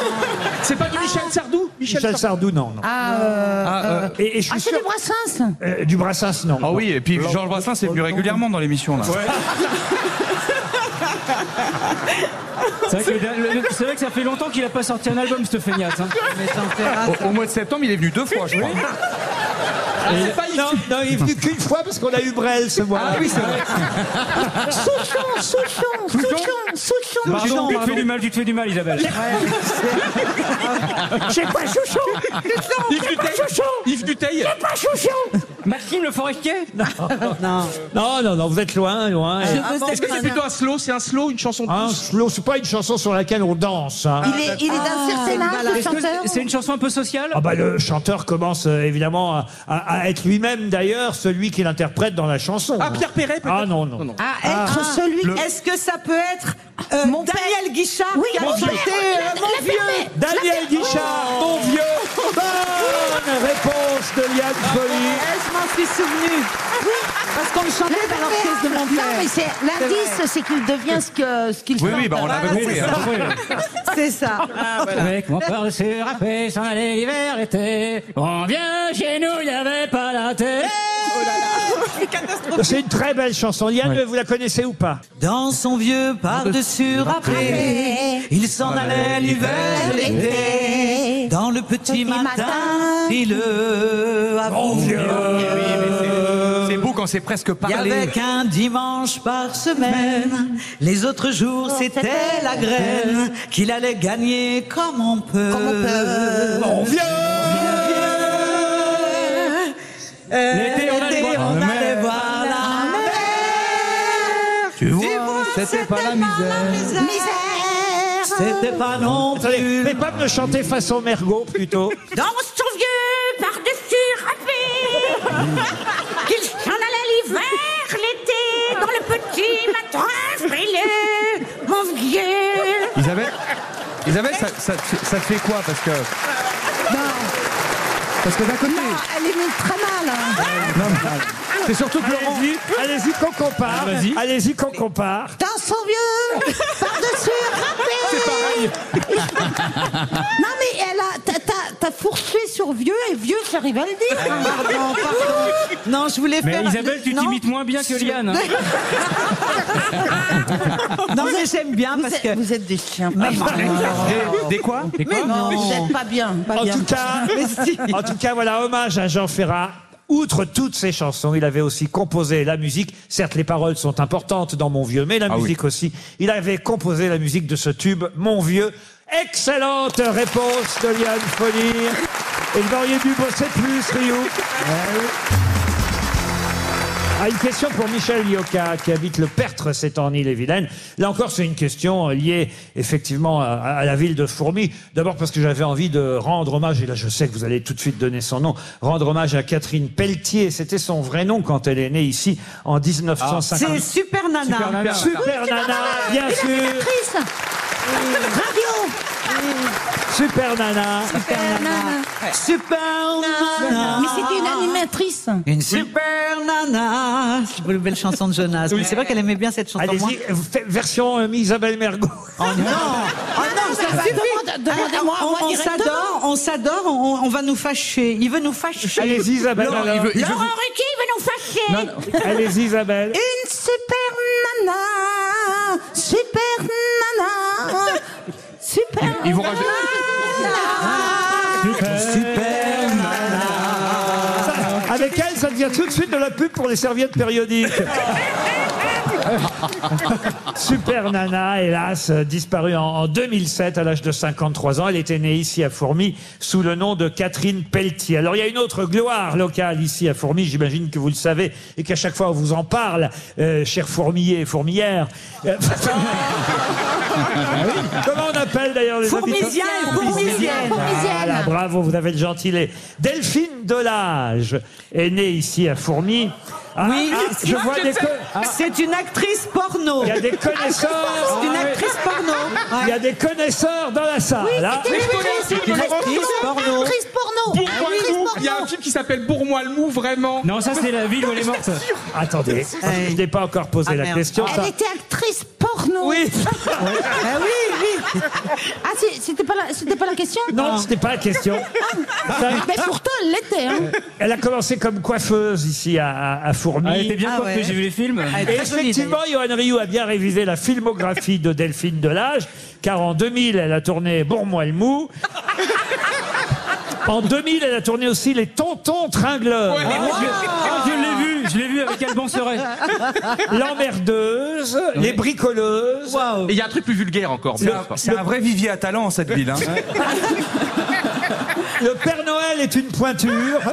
S3: C'est pas du Michel Sardou
S2: Michel Sardou, non, non.
S5: Ah, euh,
S4: Ah, euh,
S2: Et, et je suis
S5: ah, c'est
S2: sûr-
S5: du Brassens.
S2: euh,
S6: Oh
S2: du Brassens, non.
S4: ah oui, et puis Georges Brassens est venu régulièrement dans l'émission là.
S6: *laughs* C'est vrai, que le- le- c'est vrai que ça fait longtemps qu'il a pas sorti un album, ce feignasse. hein.
S4: Au, au mois de septembre, il est venu deux fois, je crois.
S5: Ah,
S2: Et- non, non, il est venu qu'une fois parce qu'on a eu Brel ce mois-là.
S4: Ah oui, c'est vrai.
S5: *laughs* Souchon, Souchon, Souchon, Souchon.
S6: Pardon, tu te fais du mal, tu te fais du mal, Isabelle. *laughs*
S5: J'ai pas Souchon.
S3: Yves Duteil Yves Duteil
S5: Pas Souchon.
S6: Maxime le forestier
S2: Non. non, non, non, vous êtes loin, loin.
S5: Je veux
S2: Ah,
S5: cette
S3: Est-ce que c'est
S5: nana.
S3: plutôt un slow C'est un slow, une chanson de
S6: Ah,
S2: Un slow, Hein, c'est pas une chanson sur laquelle on danse. hein.
S5: Il est, il est d'un certain âge, le
S6: Ah. Est-ce que
S5: chanteur.
S6: C'est une chanson un peu sociale
S2: Ah bah le chanteur commence euh, évidemment à, à- à être lui-même d'ailleurs celui qu'il interprète dans la chanson.
S3: Ah, Pierre Perret, peut-être
S2: Ah non, non.
S9: À être celui. Est-ce que ça peut être euh,
S5: Mon père.
S9: Daniel Guichard
S5: Oui,
S9: qui a
S5: mon
S9: chanté,
S5: vieux.
S9: euh,
S5: La-
S9: Mon
S5: la Oh.
S9: vieux
S5: fermée.
S2: Daniel Guichard,
S9: Oh.
S2: mon vieux Bonne réponse de Liane
S9: Eh,
S2: Folie
S9: Je m'en suis souvenu. Parce qu'on le chantait dans l'orchestre de mon
S5: Non, Ah, mais
S9: père.
S5: c'est l'indice, c'est qu'il devient ce que ce qu'il
S4: Oui,
S5: chante.
S4: oui, bah on l'avait compris. hein.
S9: C'est ça.
S6: Avec mon corps sur râpé, s'en aller l'hiver, l'été. On vient chez nous, il n'y avait pas la télé.
S9: Oh *laughs*
S2: C'est une très belle chanson. Liane, vous la connaissez ou pas
S8: Dans son vieux par-dessus râpé, il s'en
S2: Ah,
S8: allait l'hiver, l'été. Dans le petit matin, frileux, à bon vieux.
S4: C'est beau quand c'est presque
S8: Il y avait
S4: parlé.
S8: qu'un dimanche par semaine. Les autres jours, Oh, c'était la graine qu'il allait gagner comme on peut. Comme on peut.
S2: On vient
S8: L'été, on allait voir la mer.
S4: Tu vois, c'était pas la misère.
S8: C'était pas non
S2: Attendez,
S8: plus
S2: mais pas me chanter façon Mergot plutôt.
S9: Dans son vieux par-dessus *laughs* râpé, qu'il s'en allait l'hiver, l'été, dans le petit matin frileux, mon vieux.
S4: Isabelle, Isabelle ça, ça, te fait- ça te fait quoi Parce que. Parce que d'un côté.
S9: Elle est mise très mal. hein.
S4: C'est surtout que Laurent.
S2: Allez-y, allez-y qu'on compare.
S6: vas-y.
S2: Allez-y qu'on
S4: *laughs*
S2: compare.
S9: Dans son vieux par-dessus râpé.
S3: C'est pareil
S5: Non mais elle a, t'as- t'as- t'as fourché sur vieux et vieux, j'arrive à le dire. hein.
S9: Pardon, pardon.
S5: *laughs*
S9: Non, je voulais
S6: Mais
S9: faire.
S6: Isabelle, tu
S9: Non.
S6: t'imites moins bien que *laughs* Liane. hein.
S8: Non, mais j'aime bien
S5: Vous,
S8: parce
S5: êtes,
S8: que.
S5: vous êtes des chiens.
S4: Des, des quoi
S6: C'est quoi
S5: non, vous êtes pas bien. Pas
S2: En
S5: bien. *laughs*
S2: tout cas, en tout cas, voilà, hommage à Jean Ferrat. Outre toutes ses chansons, il avait aussi composé la musique. Certes, les paroles sont importantes dans Mon Vieux, mais la
S4: Ah oui.
S2: musique aussi. Il avait composé la musique de ce tube, Mon Vieux. Excellente réponse de Liane Folie. Et vous auriez dû bosser plus, Rio. Ah, une question pour Michel Yoka, qui habite le Pertre, c'est en Ille-et-Vilaine. Là encore, c'est une question euh, liée effectivement à, à la ville de Fourmi. D'abord parce que j'avais envie de rendre hommage, et là je sais que vous allez tout de suite donner son nom, rendre hommage à Catherine Pelletier. C'était son vrai nom quand elle est née ici en 1950.
S7: Ah, C'est super nana.
S2: Super Nana, bien sûr
S5: Actrice. Radio.
S2: Super Nana
S7: Super nana. Super nana.
S5: Mais c'était une animatrice.
S8: Une super nana. C'est une belle chanson de Jonas. Mais c'est vrai qu'elle aimait bien cette chanson. Moi,
S2: Allez-y, faites version euh, Isabelle Mergo. *laughs*
S8: Oh non
S9: Oh non, ça
S5: Bah,
S9: suffit.
S5: demande- Demandez-moi.
S8: Ah, on,
S5: moi
S8: on
S5: directement.
S8: s'adore, on s'adore, on, on va nous fâcher. Il veut nous fâcher.
S2: Allez-y Isabelle,
S4: Laurent,
S2: alors.
S4: il veut- il veut-
S9: Laurent Ruquier veut nous fâcher.
S2: Allez-y Isabelle.
S9: Une super nana, super nana, super
S4: Ils vont rajouter.
S9: *laughs*
S8: Super
S2: Avec elle, ça devient tout de suite de la pub pour les serviettes périodiques. Super Nana, hélas, euh, disparue en, en 2007 à l'âge de 53 ans. Elle était née ici à Fourmi sous le nom de Catherine Pelletier. Alors il y a une autre gloire locale ici à Fourmi, j'imagine que vous le savez et qu'à chaque fois on vous en parle, euh, chers fourmiers et fourmières. Euh, *laughs* Ah Comment on appelle d'ailleurs les habitants
S7: Fourmisière, fourmisière.
S2: voilà, bravo, vous avez le gentilé. Delphine Delage est née ici à Fourmi. Ah,
S8: Oui,
S2: ah, je vois des co- ah.
S8: C'est une actrice porno.
S2: il y a des connaisseurs, Ah,
S8: C'est une actrice porno.
S2: il y a des connaisseurs dans la salle. hein.
S3: Mais je connais ce
S8: Une
S3: film,
S8: actrice porno.
S5: Actrice porno.
S3: Bourg-moi-le-Mou. Il y a un film qui s'appelle Bourg-moi-le-Mou, vraiment.
S6: Non, ça, c'est la ville où elle est
S5: Ah,
S6: morte.
S2: Attendez, je n'ai pas encore posé
S8: Ah,
S2: la
S8: merde.
S2: question.
S5: Elle *laughs*
S2: ça.
S5: était actrice porno.
S2: Oui,
S8: Ah oui, oui.
S5: Ah, c'est- c'était pas, la- c'était pas la question Ah.
S2: Non, c'était pas la question. Ça-
S5: Mais pourtant, elle l'était. Hein.
S2: *laughs* Elle a commencé comme coiffeuse ici à, à, à Fourmi.
S6: Ah, elle était bien Ah coiffée, ouais. j'ai vu les films. Elle
S2: Et
S6: est très jolie,
S2: effectivement, Johan Rioux a bien révisé la filmographie de Delphine Delage, car en 2000, elle a tourné Bourmois le Mou. En 2000, elle a tourné aussi Les Tontons Tringleurs.
S6: Ouais, mais moi, je- Ah, je l'ai vu, je l'ai vu avec Alban Serret.
S2: L'emmerdeuse, les bricoleuses.
S3: Et il y a un truc plus vulgaire encore.
S4: C'est un- c'est un vrai vivier à talent, cette ville. hein.
S3: *laughs*
S2: Le Père Noël est une pointure.
S6: Ah.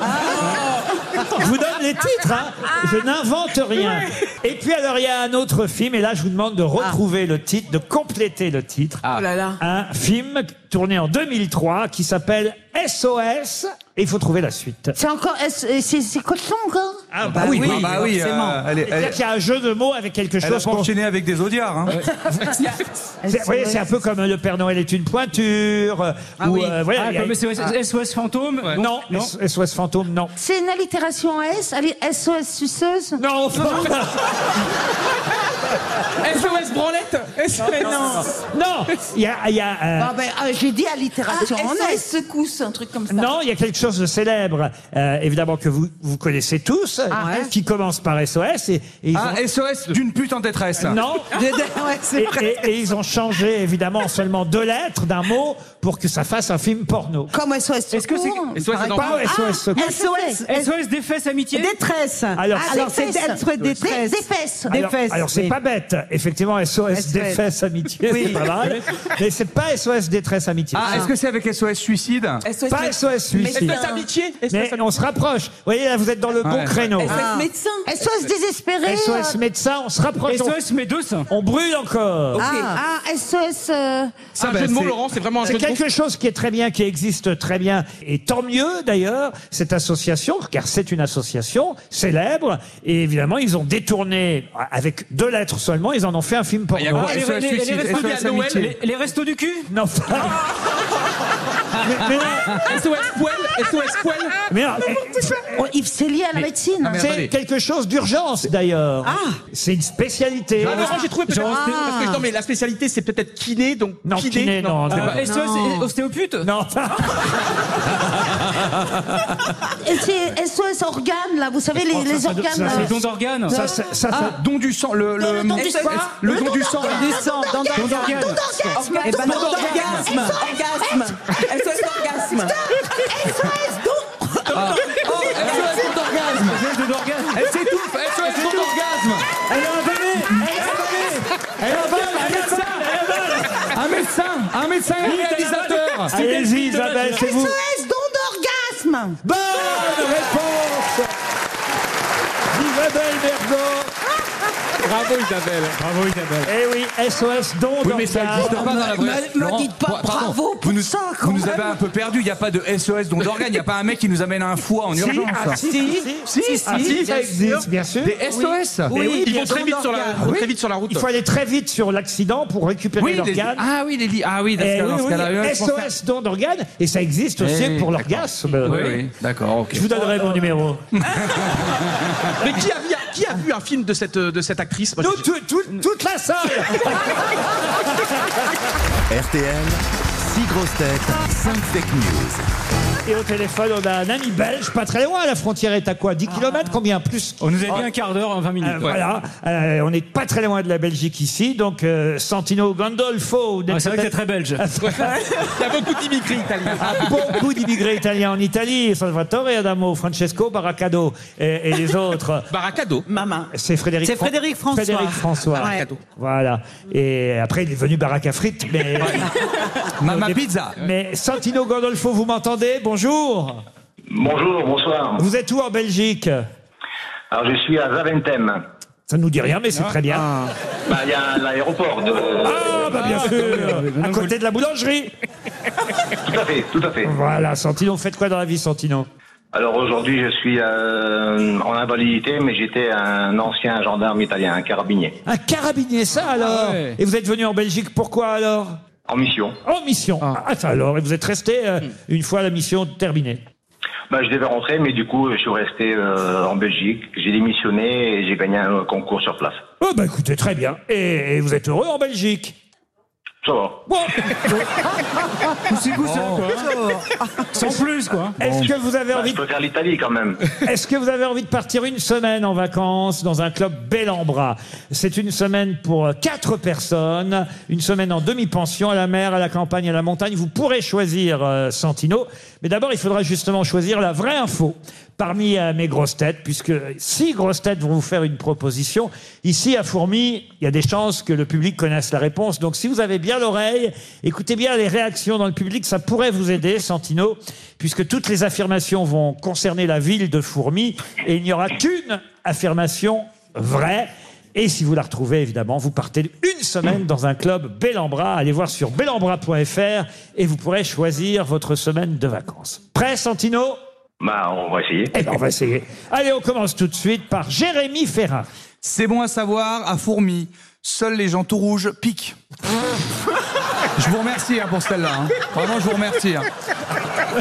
S2: Je vous donne les titres, hein. je n'invente rien. Et puis alors il y a un autre film, et là je vous demande
S4: Ah.
S2: de retrouver le titre, de compléter le titre.
S6: Oh
S2: Un film tourné en 2003 qui s'appelle SOS, et il faut trouver la suite.
S5: C'est encore. est-ce- C'est c'est cochon encore
S2: Ah
S4: bah oui, bah oui,
S2: forcément.
S4: euh, elle est-
S2: C'est-à-dire
S4: elle-
S2: qu'il y a un jeu de mots avec quelque
S4: Elle a
S2: chose
S4: pas
S2: qu'on-
S4: enchaîné avec des Audiards. hein.
S2: C'est- Vous voyez, c'est un peu comme le Père Noël est une pointure. euh,
S6: Ah
S2: ou,
S6: oui.
S2: euh, voilà,
S6: Ah,
S2: il y a-
S6: comme SOS
S2: Ah.
S6: SOS fantôme.
S2: Non,
S6: non.
S2: SOS fantôme, non.
S5: C'est une allitération en S allez, SOS suceuse
S2: Non,
S5: *laughs*
S3: SOS branlette
S5: non. ben,
S2: Non, il y a. il y a, euh,
S5: J'ai dit allitération
S12: Ah,
S5: en S. secousse, un truc comme ça.
S2: Non, il y a quelque chose de célèbre, euh, évidemment que vous, vous connaissez tous,
S5: Ah,
S2: euh,
S5: ouais.
S2: qui commence par SOS. Et, et ils
S4: Ah,
S2: ont- Euh,
S4: SOS d'une pute en détresse.
S2: Non.
S5: *laughs*
S4: Des- des-
S2: et, et- et ils ont changé évidemment seulement deux lettres d'un mot pour que ça fasse un film porno.
S12: Comme SOS
S6: Est-ce que c'est
S2: SOS Pas SOS
S5: Ah,
S2: secours.
S6: SOS des fesses amitié
S12: Détresse.
S2: Ah, Alors,
S12: Alors, c'est
S2: détresse.
S12: détresse. détresse.
S5: Ah, Des fesses.
S12: Des
S2: alors,
S12: fesses,
S2: alors, c'est
S12: oui.
S2: pas bête, effectivement SOS
S4: SOS.
S2: défesse amitié,
S4: Oui.
S2: c'est
S5: *laughs*
S2: pas mal, mais c'est pas SOS détresse amitié.
S4: Ah, est-ce que c'est avec SOS suicide
S12: SOS
S2: pas SOS suicide.
S12: amitié.
S2: Mais on se rapproche. Vous voyez, là, vous êtes dans le bon
S4: Ouais.
S2: créneau. Ah.
S5: Ah.
S12: médecin.
S5: SOS désespéré.
S2: SOS médecin, on se rapproche. on-
S6: SOS mes deux seins.
S2: On brûle encore. Ah, bah,
S5: Ah, ah, SOS. euh,
S3: C'est un jeu de mots, Laurent, c'est vraiment un
S2: ben, C'est
S3: jeu de mots.
S2: quelque chose qui est très bien, qui existe très bien. Et tant mieux, d'ailleurs, cette association, car c'est une association célèbre. Et évidemment, ils ont détourné, avec deux lettres seulement, ils en ont fait un film
S3: Il y a
S2: porno.
S3: quoi,
S6: les,
S3: SOS
S6: les- les
S3: suicide,
S6: restos du-
S3: SOS
S6: les-
S3: amitié.
S6: les- les restos du cul
S2: Non, enfin, mais, mais non,
S3: SOS poêle SOS poêle
S2: mais non,
S5: oh, Yves, c'est lié à la médecine.
S2: c'est
S3: attendez.
S2: quelque chose d'urgence, d'ailleurs. Ah. C'est une spécialité.
S3: Ah, Laurent, j'ai trouvé peut-être.
S2: Genre,
S3: parce que, non, mais la spécialité, c'est peut-être kiné, donc
S2: Non, kiné, non, c'est
S6: Euh,
S2: pas-
S6: SOS ostéopute
S3: *laughs*
S2: Non,
S5: Et c'est SOS organes, là, vous savez, les, les
S2: Oh, ça,
S5: organes. euh, Ah.
S2: ça,
S5: là.
S6: Les dons d'organes
S2: ça, ça, ça, ça-
S6: Ah.
S4: Don du sang. Le,
S5: Non, le don du sang.
S4: le don du sang.
S12: Du sang, dans
S6: Dons d'organes
S12: d'orgasme. Eh ben, non, d'orgasme. Orgasme. SOS d'orgasme.
S9: Ah.
S12: Oh,
S4: SOS d'orgasme.
S6: Dons d'organes
S4: Elle s'étouffe. SOS d'orgasme.
S2: Elle a avalé Elle a avalé Elle avale Elle avale
S4: Un médecin. Un médecin et un réalisateur.
S2: Allez-y, Isabelle, c'est vous.
S12: SOS don d'orgasme.
S2: Bonne réponse Isabelle Mergo
S3: Bravo, Isabelle.
S6: Bravo Isabelle
S2: Eh oui, SOS don
S4: Oui, mais ça
S2: d'orgasme.
S4: n'existe pas dans la vraie.
S12: me
S4: Laurent,
S12: dites pas
S4: pa- pardon,
S12: bravo
S4: vous
S12: pour
S4: nous,
S12: ça, quand
S4: Vous nous
S12: même.
S4: avez un peu perdu. Il n'y a pas de SOS don d'organes. Il n'y a pas un mec qui nous amène un foie en
S2: Si,
S4: urgence.
S2: ah, si, si, si,
S12: si,
S2: ah, si,
S12: bien
S2: ça existe, bien sûr.
S4: Des SOS.
S12: Oui,
S3: Ils
S12: les
S3: vont très
S12: dons
S3: vite, sur la,
S12: d'organes.
S3: très vite sur la route.
S2: Il faut aller très vite sur l'accident pour récupérer
S4: Oui, les-
S2: l'organe.
S4: ah oui, les lits. Ah oui, dans ce
S2: Eh
S4: cas-là,
S2: oui,
S4: dans ce
S2: oui,
S4: cas-là, oui, je pense que-
S2: SOS don d'organes, et ça existe aussi
S4: Eh,
S2: pour
S4: d'accord.
S2: l'orgasme.
S4: Oui, oui, d'accord, ok.
S2: Je vous donnerai mon
S3: *laughs*
S2: numéro.
S3: Mais qui a, vu, qui a vu un film de cette, de cette actrice Moi,
S2: Nous,
S3: j'ai-
S2: tout- tout- toute la salle
S3: *laughs*
S1: RTL, 6 grosses têtes, 5 fake news.
S2: Et au téléphone, on a un ami belge, pas très loin. La frontière est à quoi
S12: Ah.
S2: 10 km Combien Plus
S6: On nous a dit un quart d'heure, hein, 20 minutes.
S2: Euh, Voilà, Euh, on n'est pas très loin de la Belgique ici, donc euh, Santino Gandolfo.
S6: Ah, c'est vrai que c'est très
S2: *laughs*
S6: belge.
S3: Il y a beaucoup d'immigrés italiens.
S2: Beaucoup d'immigrés italiens en Italie, Salvatore Adamo, Francesco Baracado et, et les *laughs* autres.
S3: Baracado.
S12: Maman.
S2: C'est Frédéric,
S12: C'est
S2: Fran-
S12: Frédéric François.
S2: Frédéric François.
S12: Ouais.
S2: Voilà. Et après, il est venu Baraka Frites, *laughs* mais,
S4: Mama Pizza.
S2: mais Santino Gandolfo, vous m'entendez Bonjour.
S13: Bonjour, bonsoir.
S2: Vous êtes où en Belgique
S13: Alors, je suis à Zaventem.
S2: Ça ne nous dit rien, mais c'est très bien.
S13: Bah, il y a l'aéroport de.
S2: Ah, bah bien sûr À côté de la boulangerie
S13: Tout à fait, tout à fait.
S2: Voilà, Santino, faites quoi dans la vie, Santino
S13: Alors, aujourd'hui, je suis euh, en invalidité, mais j'étais un ancien gendarme italien, un carabinier,
S2: Un carabinier, ça alors
S4: ouais.
S2: Ah. Et vous êtes venu en Belgique, pourquoi alors
S13: en mission.
S2: En mission ah. ça alors, et vous êtes resté euh, une fois la mission terminée
S13: Bah, je devais rentrer, mais du coup, je suis resté euh, en Belgique. J'ai démissionné et j'ai gagné un concours sur place.
S2: Oh bah écoutez, très bien. Et, et vous êtes heureux en Belgique
S13: Ça va.
S2: Poussez-vous
S13: Sans plus, quoi.
S2: Est-ce que vous avez
S13: Bah,
S2: envie
S13: Je préfère l'Italie quand même.
S2: Est-ce que vous avez envie de partir une semaine en vacances dans un club bel en bras C'est une semaine pour euh, quatre personnes, une semaine en demi-pension à la mer, à la campagne, à la montagne. Vous pourrez choisir euh, Santino, mais d'abord il faudra justement choisir la vraie info parmi euh, mes grosses têtes, puisque si grosses têtes vont vous faire une proposition, ici à Fourmi, il y a des chances que le public connaisse la réponse. Donc si vous avez bien l'oreille, écoutez bien les réactions dans le public, ça pourrait vous aider, Santino, puisque toutes les affirmations vont concerner la ville de Fourmi, et il n'y aura qu'une affirmation vraie. Et si vous la retrouvez, évidemment, vous partez une semaine dans un club Bellambra. Allez voir sur bellambra.fr et vous pourrez choisir votre semaine de vacances. Prêt, Santino
S13: Bah, on va essayer.
S2: eh ben, on va essayer. Allez, on commence tout de suite par Jérémy Ferrin.
S4: C'est bon à savoir, à fourmi, seuls les gens tout rouges piquent. je vous remercie hein, pour celle-là. hein. Vraiment, je vous remercie. hein.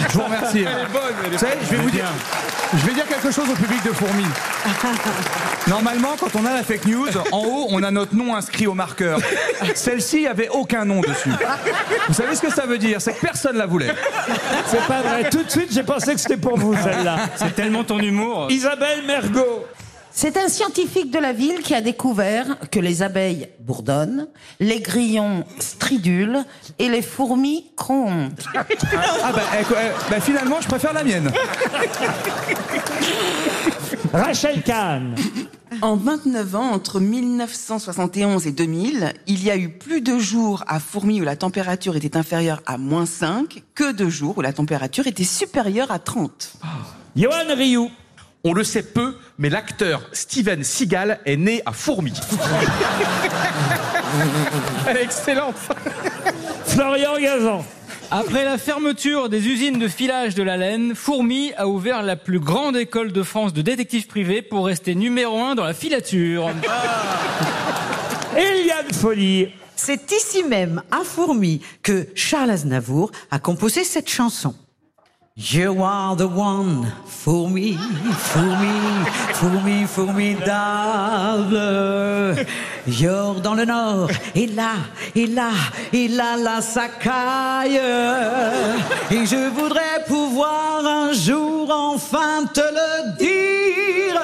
S4: Je vous remercie. hein.
S3: Elle est bonne, elle est
S4: Vous savez,
S3: bonne.
S4: je vais
S3: Elle
S4: vous
S3: est
S4: dire.
S3: bien.
S4: Je vais dire quelque chose au public de Fourmi. Normalement, quand on a la fake news, en haut, on a notre nom inscrit au marqueur. Celle-ci avait aucun nom dessus. Vous savez ce que ça veut dire C'est que personne la voulait.
S2: C'est pas vrai. Tout de suite, j'ai pensé que c'était pour vous, celle-là.
S6: C'est tellement ton humour.
S2: Isabelle Mergot.
S5: C'est un scientifique de la ville qui a découvert que les abeilles bourdonnent, les grillons stridulent et les fourmis grondent.
S4: Ah bah, eh, quoi, eh, bah, finalement, je préfère la mienne.
S2: Rachel Kahn.
S14: En 29 ans, entre 1971 et 2000, il y a eu plus de jours à Fourmi où la température était inférieure à moins 5 que de jours où la température était supérieure à 30.
S2: Ah. Johan Rioux.
S3: On le sait peu, mais l'acteur Steven Seagal est né à
S2: *laughs*
S3: Fourmi. Elle est excellente.
S2: *laughs* Florian Gazan.
S6: Après la fermeture des usines de filage de la laine, Fourmi a ouvert la plus grande école de France de détectives privés pour rester numéro un dans la filature.
S2: Eliane Folie.
S8: C'est ici même, à Fourmi, que Charles Aznavour a composé cette chanson. You are the one for me, for me, for me, formidable. You're dans le nord, et là, et là, et là, là, ça caille. Et je voudrais pouvoir un jour enfin te le dire,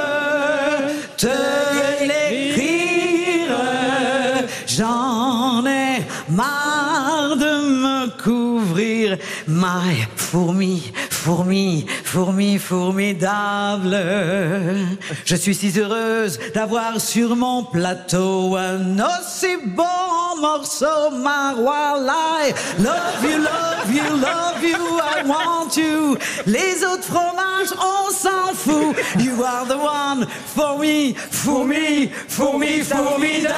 S8: te l'écrire. J'en ai marre de me couvrir. My fourmi, fourmi, fourmi formidable. Je suis si heureuse d'avoir sur mon plateau un aussi bon morceau. My wild I love you, love you, love you, I want you. Les autres fromages, on s'en fout. You are the one for me, for me, for me, formidable.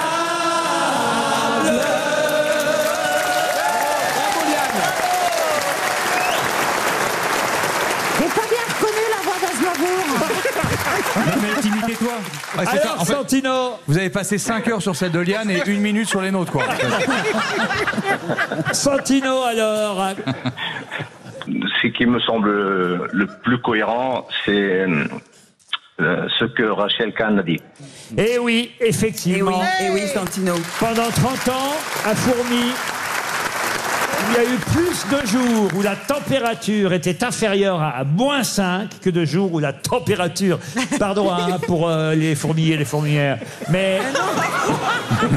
S5: J'ai pas bien reconnu la voix d'Aznavour.
S4: toi
S2: Alors, Santino
S4: Vous avez passé 5 heures sur celle de Liane et une minute sur les nôtres, quoi.
S2: Santino, alors.
S13: Ce qui me semble le plus cohérent, c'est euh, ce que Rachel Kahn a dit.
S2: Eh oui, effectivement.
S14: Eh oui, Santino.
S2: Pendant 30 ans, à Fourmi, il y a eu plus de jours où la température était inférieure à moins 5 que de jours où la température. Pardon hein, pour euh, les fourmis et les fourmilières. Mais.
S14: Ah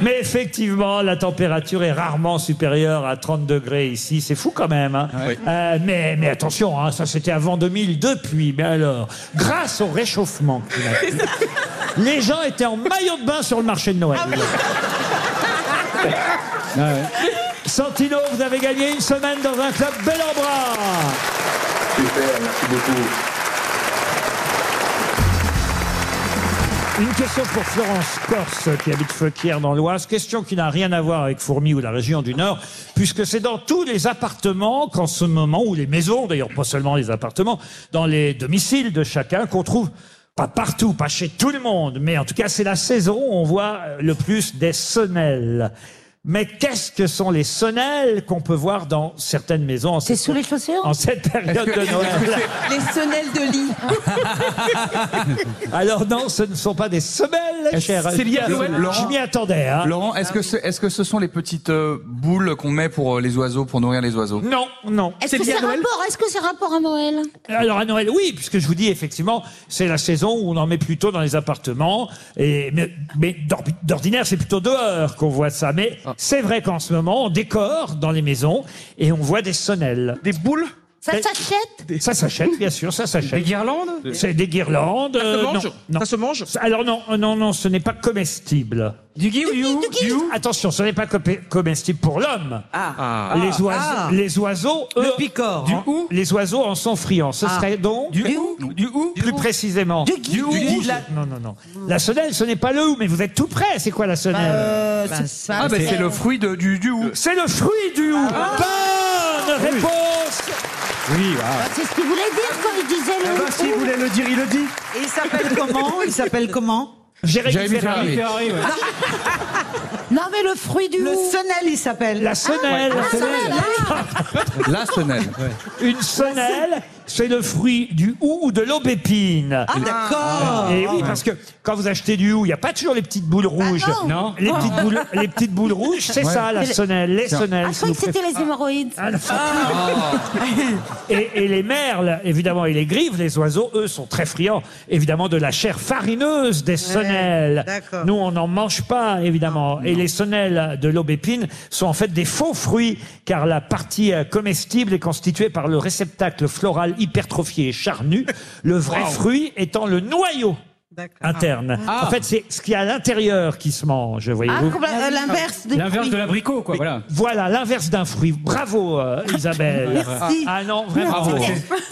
S2: Mais effectivement, la température est rarement supérieure à 30 degrés ici. C'est fou quand même. hein. Euh, mais, mais attention, hein, ça c'était avant 2000. Depuis, mais alors, grâce au réchauffement climatique, les gens étaient en maillot de bain sur le marché de Noël. Santino, vous avez gagné une semaine dans un club bel en bras.
S13: Super, merci beaucoup.
S2: Une question pour Florence Corse, qui habite Feuquières dans l'Oise. Question qui n'a rien à voir avec Fourmi ou la région du Nord, puisque c'est dans tous les appartements qu'en ce moment, ou les maisons, d'ailleurs pas seulement les appartements, dans les domiciles de chacun qu'on trouve pas partout, pas chez tout le monde, mais en tout cas c'est la saison où on voit euh, le plus des sonnelles. Mais qu'est-ce que sont les sonnelles qu'on peut voir dans certaines maisons C'est sous les chaussures En cette période de Noël.
S12: Les sonnelles de lit.
S2: Alors non, ce ne sont pas des semelles la chair.
S4: C'est lié à Noël
S2: Je m'y attendais. hein.
S4: Laurent, est-ce que, ce, est-ce que ce sont les petites euh, boules qu'on met pour euh, les oiseaux, pour nourrir les oiseaux
S2: Non, non.
S15: Est-ce que c'est rapport, est-ce que c'est rapport à Noël
S2: Alors à Noël, oui, puisque je vous dis effectivement, c'est la saison où on en met plutôt dans les appartements. Et mais, mais d'or- d'ordinaire, c'est plutôt dehors qu'on voit ça. Mais c'est vrai qu'en ce moment, on décore dans les maisons et on voit des sonnelles. Des boules.
S15: Ça s'achète
S2: Ça s'achète, bien sûr, ça s'achète. Des
S3: guirlandes
S2: C'est des guirlandes.
S16: Ça se
S2: euh,
S16: mange
S2: non, non. Ça se mange Alors non, euh, non, non, ce n'est pas comestible. Du gui Attention, ce n'est pas copé- comestible pour l'homme.
S16: Ah.
S2: Les, oiseaux,
S16: Ah.
S2: les oiseaux, eux,
S16: Le picore.
S2: en- les oiseaux en sont friands. Ce
S16: Ah.
S2: serait donc
S16: Du
S2: ou plus précisément. Du, ou
S16: de la-
S2: Non, non, non. La sonnelle, ce n'est pas le ou, mais vous êtes tout près. C'est quoi la sonnelle
S16: euh, Bah, c'est pas-
S4: Ah, ben c'est le fruit de- du, du ou.
S2: C'est le fruit du ou.
S4: Ah.
S9: Ah.
S2: Bonne réponse.
S16: Oui,
S5: Bah,
S15: C'est ce qu'il voulait dire quand il disait le.
S16: bah, s'il voulait le dire, il le dit.
S8: Et il s'appelle comment Il s'appelle comment
S2: Jérémy
S16: Jérémy
S2: Ferrari.
S16: Ferrari, ouais.
S8: Non mais le fruit du Le sonnel il s'appelle.
S2: La sonnelle.
S8: Ah, la sonnelle.
S4: La sonnelle.
S2: Une sonnelle, c'est le fruit du hou ou de l'aubépine.
S16: Ah, d'accord.
S2: Et oui,
S16: Ah,
S2: parce que quand vous achetez du hou, il n'y a pas toujours les petites boules rouges.
S15: non. Ah Non.
S5: Oh.
S2: Les petites boules, les petites boules rouges, c'est
S16: Ouais.
S2: ça, la
S15: C'est le-
S2: sonnelle. Les
S15: Ah,
S2: sonnelles. Ah,
S15: je croyais que
S2: s'il vous
S15: c'était
S2: plaît.
S15: les hémorroïdes.
S2: et, et les merles, évidemment, et les grives, les oiseaux, eux, sont très friands, évidemment, de la chair farineuse des sonnelles. Nous, on n'en mange pas, évidemment. et les sonnelles de l'aubépine sont en fait des faux fruits, car la partie euh, comestible est constituée par le réceptacle floral hypertrophié et charnu, le vrai
S16: Wow.
S2: fruit étant le noyau. Interne.
S16: Ah.
S2: En fait, c'est ce qui est à l'intérieur qui se mange, voyez-vous.
S5: complètement- euh, l'inverse des
S6: L'inverse
S5: fruits.
S6: de l'abricot, quoi, voilà.
S2: Voilà, l'inverse d'un fruit. Bravo, euh,
S5: *laughs*
S2: Isabelle.
S6: Merci.
S2: Ah non, vraiment.
S6: Bravo.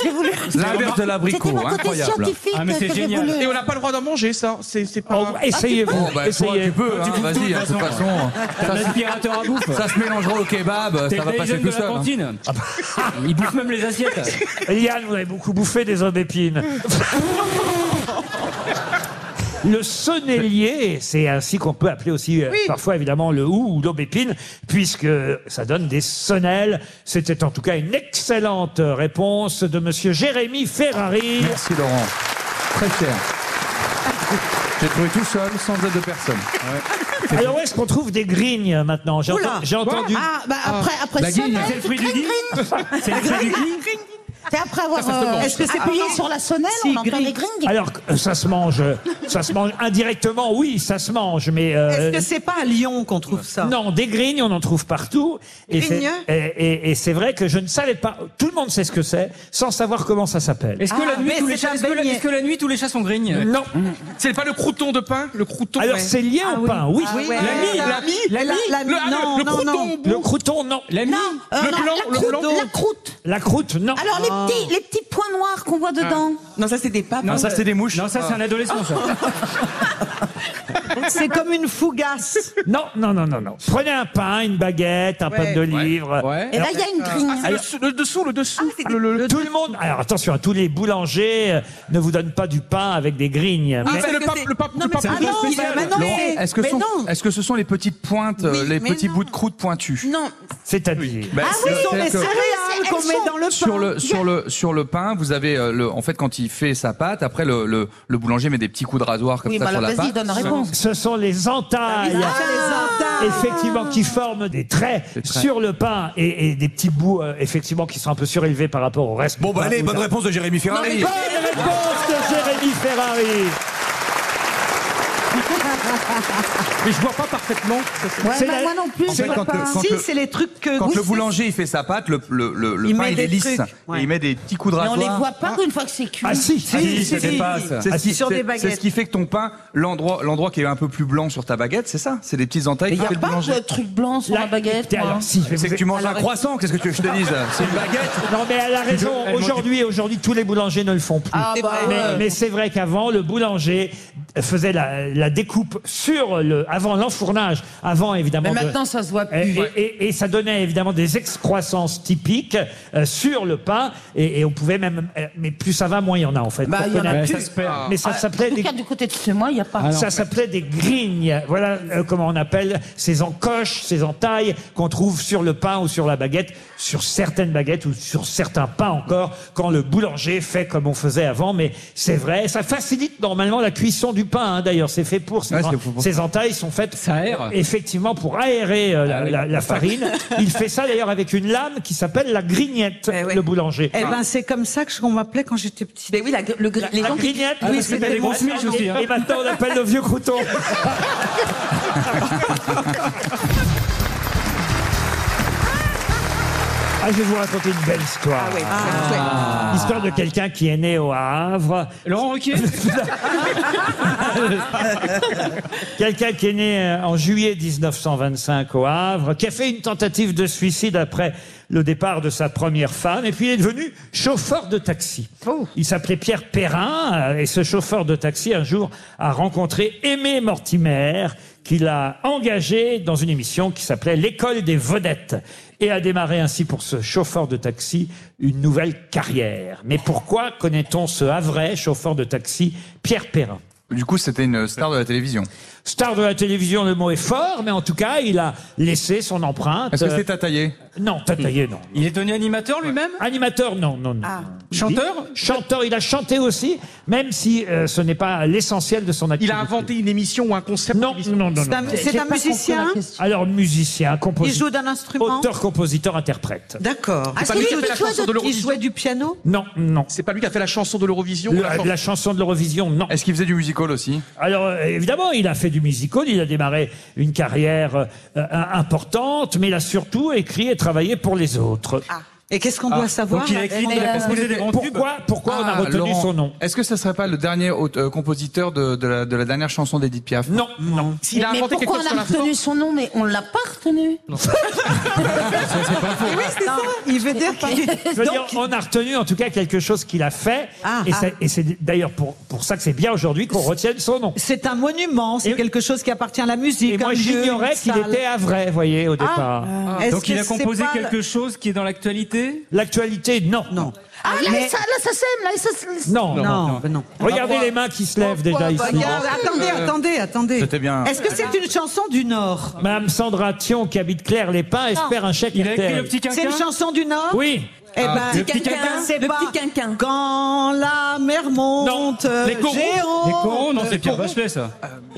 S5: J'ai voulu-
S4: L'inverse de l'abricot, C'était mon côté incroyable. scientifique Ah, mais que c'est j'ai génial. voulu.
S16: Et
S14: on n'a pas le droit d'en manger, ça. C'est c'est
S6: Oh,
S14: pas. Ah,
S2: essayez-vous.
S4: Bon, bah, toi,
S2: essayez.
S4: tu peux, hein,
S2: Tu bouffes tout,
S4: vas-y,
S2: de
S4: hein, de toute façon.
S6: T'as
S4: Ça
S6: un
S4: se-
S6: aspirateur à bouffe.
S4: Ça se mélangera au kebab,
S6: T'es
S4: ça va
S6: le
S4: passer
S6: Dyson
S4: tout
S6: de la
S4: seul. hein.
S6: cantine. Il bouffe même les assiettes.
S2: Yann, vous avez beaucoup bouffé des aubépines.
S4: *laughs*
S2: Le sonnelier, c'est ainsi qu'on peut appeler aussi euh, parfois évidemment le hou ou l'aubépine, puisque ça donne des sonnelles. C'était en tout cas une excellente réponse de Monsieur Jérémy Ferrari.
S4: Merci Laurent. Très fier. J'ai trouvé tout seul, sans aide de personne.
S2: Alors où est-ce qu'on trouve des grignes euh, maintenant J'ai
S8: Oula.
S2: enten- j'ai entendu.
S8: Ah, bah après, après
S2: La guigne.
S8: sonnelle,
S2: C'est le fruit du
S8: gring,
S2: gui
S8: gring.
S2: C'est le fruit du gui
S8: C'est après avoir.
S2: Ça, ça se
S8: euh,
S2: mange.
S8: Est-ce que c'est
S5: Ah,
S8: payé
S5: non.
S8: sur la sonnelle
S5: Si,
S8: On entend
S5: gring.
S8: les grings.
S2: Alors que ça se mange, euh, ça se mange indirectement, oui, ça se mange, mais euh,
S8: Est-ce que c'est pas à Lyon qu'on trouve ça
S2: Non, des grignes, on en trouve partout. Et c'est,
S8: Grignes
S2: et, et- et c'est vrai que je ne savais pas. Tout le monde sait ce que c'est, sans savoir comment ça s'appelle.
S6: Est-ce que,
S8: Ah,
S6: la nuit, tous les chats, est-ce que la- est-ce que la nuit, tous les chats sont grignes
S2: Non.
S14: Mm.
S6: C'est pas le crouton de pain Le crouton
S2: Alors c'est lié au pain, oui.
S6: Ah oui.
S2: La
S6: Ah
S2: mie,
S6: ouais.
S2: la mie,
S6: La-
S2: la mie,
S6: la-
S2: le- ah,
S6: non,
S2: le
S6: non,
S2: crouton,
S6: non.
S2: le crouton, non.
S6: La mie
S5: Euh,
S2: le
S5: non,
S2: blanc,
S5: la croûte,
S2: le blanc.
S5: La croûte.
S2: La croûte, non.
S5: Alors les petits, les petits points noirs qu'on voit dedans.
S14: Ah. Non, ça c'est des papes.
S4: Non, ça c'est des mouches.
S6: Ah.
S4: Ah.
S6: Non, ça, c'est un adolescent, ça.
S8: *laughs* C'est comme une fougasse.
S2: Non, non, non, non, non. Prenez un pain, une baguette, un
S8: Ouais.
S2: pain de livre.
S8: Et là, il y a une grigne.
S2: Ah, alors,
S14: le dessous, le dessous.
S2: tout le monde. Alors attention, hein, tous les boulangers euh, ne vous donnent pas du pain avec des grignes.
S14: Ah,
S2: mais-
S14: c'est le pape, le pape, le pape.
S4: Ça veut dire spécial. Laurent, est-ce que,
S14: mais
S4: sont-
S14: non.
S4: est-ce que ce sont les petites pointes, euh,
S14: Oui,
S4: les
S14: mais
S4: petits
S14: non.
S4: bouts de croûte pointus
S14: Non.
S2: C'est-à-dire
S4: Bah,
S8: Ah oui,
S4: c'est-
S8: ce sont les
S4: c'est-à-dire que-
S8: céréales qu'on met dans le pain.
S4: sur le Euh, sur le sur le pain, vous avez euh, le en fait quand il fait sa pâte, après le le, le boulanger met des petits coups de rasoir comme
S8: Oui,
S4: ça
S8: bah,
S4: sur la
S8: vas-y,
S4: pâte.
S8: donne la réponse.
S2: Ce sont les entailles, effectivement, qui forment des traits, sur le pain et, et des petits bouts, euh, effectivement, qui sont un peu surélevés par rapport au reste.
S16: Bon, bah, allez, bonne réponse
S4: de Jérémy
S16: Ferrari.
S2: Bonne réponse de Jérémy Ferrari.
S3: Mais je vois pas parfaitement.
S8: Ouais, bah, moi non plus.
S4: en
S8: je
S4: fait,
S8: vois
S4: quand
S8: pas.
S4: le- quand
S8: si,
S4: le-
S8: c'est les trucs que.
S4: Quand
S8: Oui,
S4: le
S8: c'est-
S4: boulanger il fait sa pâte, le le le, le
S8: Il
S4: pain
S8: met
S4: il
S8: des
S4: est lisse
S8: trucs, ouais.
S4: et il met des petits coups de
S5: Mais on
S4: rasoir.
S5: les voit pas qu'une fois que c'est cuit.
S4: Ah si,
S5: Ah,
S4: ça dépasse. C'est
S2: Ah,
S4: ce qui-
S5: sur
S4: c'est-
S5: des
S4: C'est
S5: baguettes.
S4: ce qui fait que ton pain, l'endroit, l'endroit qui est un peu plus blanc sur ta baguette, c'est ça C'est les petites entailles
S5: Il
S4: qui
S5: n'y a
S4: fait le
S5: pas
S4: boulanger.
S5: de truc blanc sur la baguette.
S2: Écoutez,
S5: moi.
S2: alors, si, je vais
S4: C'est
S2: vous-
S4: que tu manges un
S2: Alors,
S4: croissant, qu'est-ce que tu veux que je te dise C'est une baguette.
S2: Non mais elle a raison.
S4: Elle mange-
S2: Aujourd'hui, aujourd'hui, tous les boulangers ne le font plus.
S5: Ah, bah,
S2: mais
S5: ouais.
S2: mais c'est vrai qu'avant, le boulanger faisait la, la découpe sur le, avant l'enfournage, avant évidemment.
S5: Mais
S2: de-
S5: maintenant, ça se voit plus.
S2: Et, et- et- et ça donnait évidemment des excroissances typiques euh, sur le pain. Et, et on pouvait même. euh, mais plus ça va, moins il y en a en fait.
S5: Bah,
S2: Pour
S5: il y en a
S2: connaître.
S5: plus. Ça se perd.
S2: Mais ça
S5: Ah,
S2: s'appelait
S5: En tout
S2: des
S5: cas, du côté de chez moi, il n'y a pas.
S2: ça s'appelait des grignes. Voilà euh, comment on appelle ces encoches, ces entailles qu'on trouve sur le pain ou sur la baguette, sur certaines baguettes ou sur certains pains encore, quand le boulanger fait comme on faisait avant. Mais c'est vrai, ça facilite normalement la cuisson du du pain, hein, d'ailleurs. C'est fait pour. Ces,
S4: Ouais, c'est pour-
S2: ces entailles sont faites effectivement pour aérer euh, la,
S4: Ah
S2: la-
S4: *laughs*
S2: la farine. Il fait ça d'ailleurs avec une lame qui s'appelle la grignette, le boulanger.
S8: Eh
S15: Ah.
S8: ben, c'est comme ça que qu'on m'appelait quand j'étais petite. Mais oui, la,
S2: La- la grignette,
S15: Ah,
S8: oui,
S2: parce que t'as
S8: c'était
S2: des
S8: moi.
S2: grosses miches aussi, hein. Et
S15: bah,
S2: maintenant, on appelle le vieux *laughs* crouton. Ah, je vais vous raconter une belle histoire. Histoire de quelqu'un qui est né au Havre. Laurent Ruquier Quelqu'un qui est né euh, en juillet 1925 au Havre, qui a fait une tentative de suicide après le départ de sa première femme, et puis il est devenu chauffeur de taxi. Il s'appelait Pierre Perrin, euh, et ce chauffeur de taxi, un jour, a rencontré Aimé Mortimer, qu'il a engagé dans une émission qui s'appelait L'école des vedettes, et a démarré ainsi pour ce chauffeur de taxi une nouvelle carrière. Mais pourquoi connaît-on ce Havrais chauffeur de taxi, Pierre Perrin
S4: Du coup, c'était une star de la télévision.
S2: Star de la télévision, le mot est fort, mais en tout cas, il a laissé son empreinte.
S4: Est-ce que
S2: Euh,
S4: c'était Tataillé
S2: Non, Tataillé, non. Il est devenu animateur lui-même Animateur, non, non, non.
S8: Ah.
S2: Chanteur Chanteur, il a chanté aussi, même si euh, ce n'est pas l'essentiel de son activité. Il a inventé une émission ou un concept Non, non, non. non,
S8: C'est un-
S2: non.
S8: c'est J'ai un pas compris musicien la question.
S2: Alors, musicien, compositeur.
S8: joue d'un instrument
S2: Auteur, compositeur, interprète.
S8: D'accord. Ah,
S2: C'est pas lui qui a fait la chanson de
S8: Il
S2: l'Eurovision
S8: jouait du piano
S2: Non, non.
S4: C'est pas lui qui a fait la chanson de l'Eurovision
S2: Le- la, chanson de l'Eurovision, non.
S4: Est-ce qu'il faisait du musical aussi
S2: Alors euh, évidemment, il a fait du musical, il a démarré une carrière euh, euh, importante, mais il a surtout écrit et travaillé pour les autres.
S8: Ah. Et qu'est-ce
S2: Ah.
S8: qu'on doit savoir euh,
S2: Pourquoi, pourquoi on a retenu son nom
S4: Est-ce que ça serait pas le dernier aute- euh, compositeur de, de la, de la dernière chanson d'Edith Piaf
S2: Non,
S4: non.
S5: mais pourquoi on a retenu son nom, mais on l'a pas retenu
S4: c'est pas faux.
S5: Non, Il veut dire *laughs*
S2: Je veux dire, on a retenu en tout cas quelque chose qu'il a fait, et,
S8: ah.
S2: ça- et c'est d'ailleurs pour, pour ça que c'est bien aujourd'hui qu'on retienne son nom.
S8: C'est un monument, c'est quelque chose qui appartient à la musique.
S2: Et moi, j'ignorais qu'il était à vrai, voyez, au départ.
S8: Ah. Est-ce Donc, il que a c'est composé pas le- quelque
S2: chose qui est dans l'actualité L'actualité, non. Non.
S15: Ah, là,
S8: Mais-
S15: ça, là, ça sème, là, ça sème.
S2: Non,
S8: Non, bah non.
S2: Regardez
S8: Ah,
S2: les mains qui se lèvent déjà ici.
S8: Regarde, attendez,
S4: Euh,
S8: attendez, attendez.
S2: Euh, C'était bien.
S8: Est-ce que c'est une chanson du Nord
S2: Madame Sandra Thion, qui habite Claire-les-Pins, Ah, espère un chèque RTL.
S8: C'est une chanson du Nord
S2: Oui.
S8: Eh ben,
S2: Ah, le petit quinquin.
S8: c'est pas Quand la mer monte,
S4: Euh,
S6: Les corons,
S8: j'ai
S6: les corons,
S8: honte.
S6: non, c'est Pierre Bachelet, ça.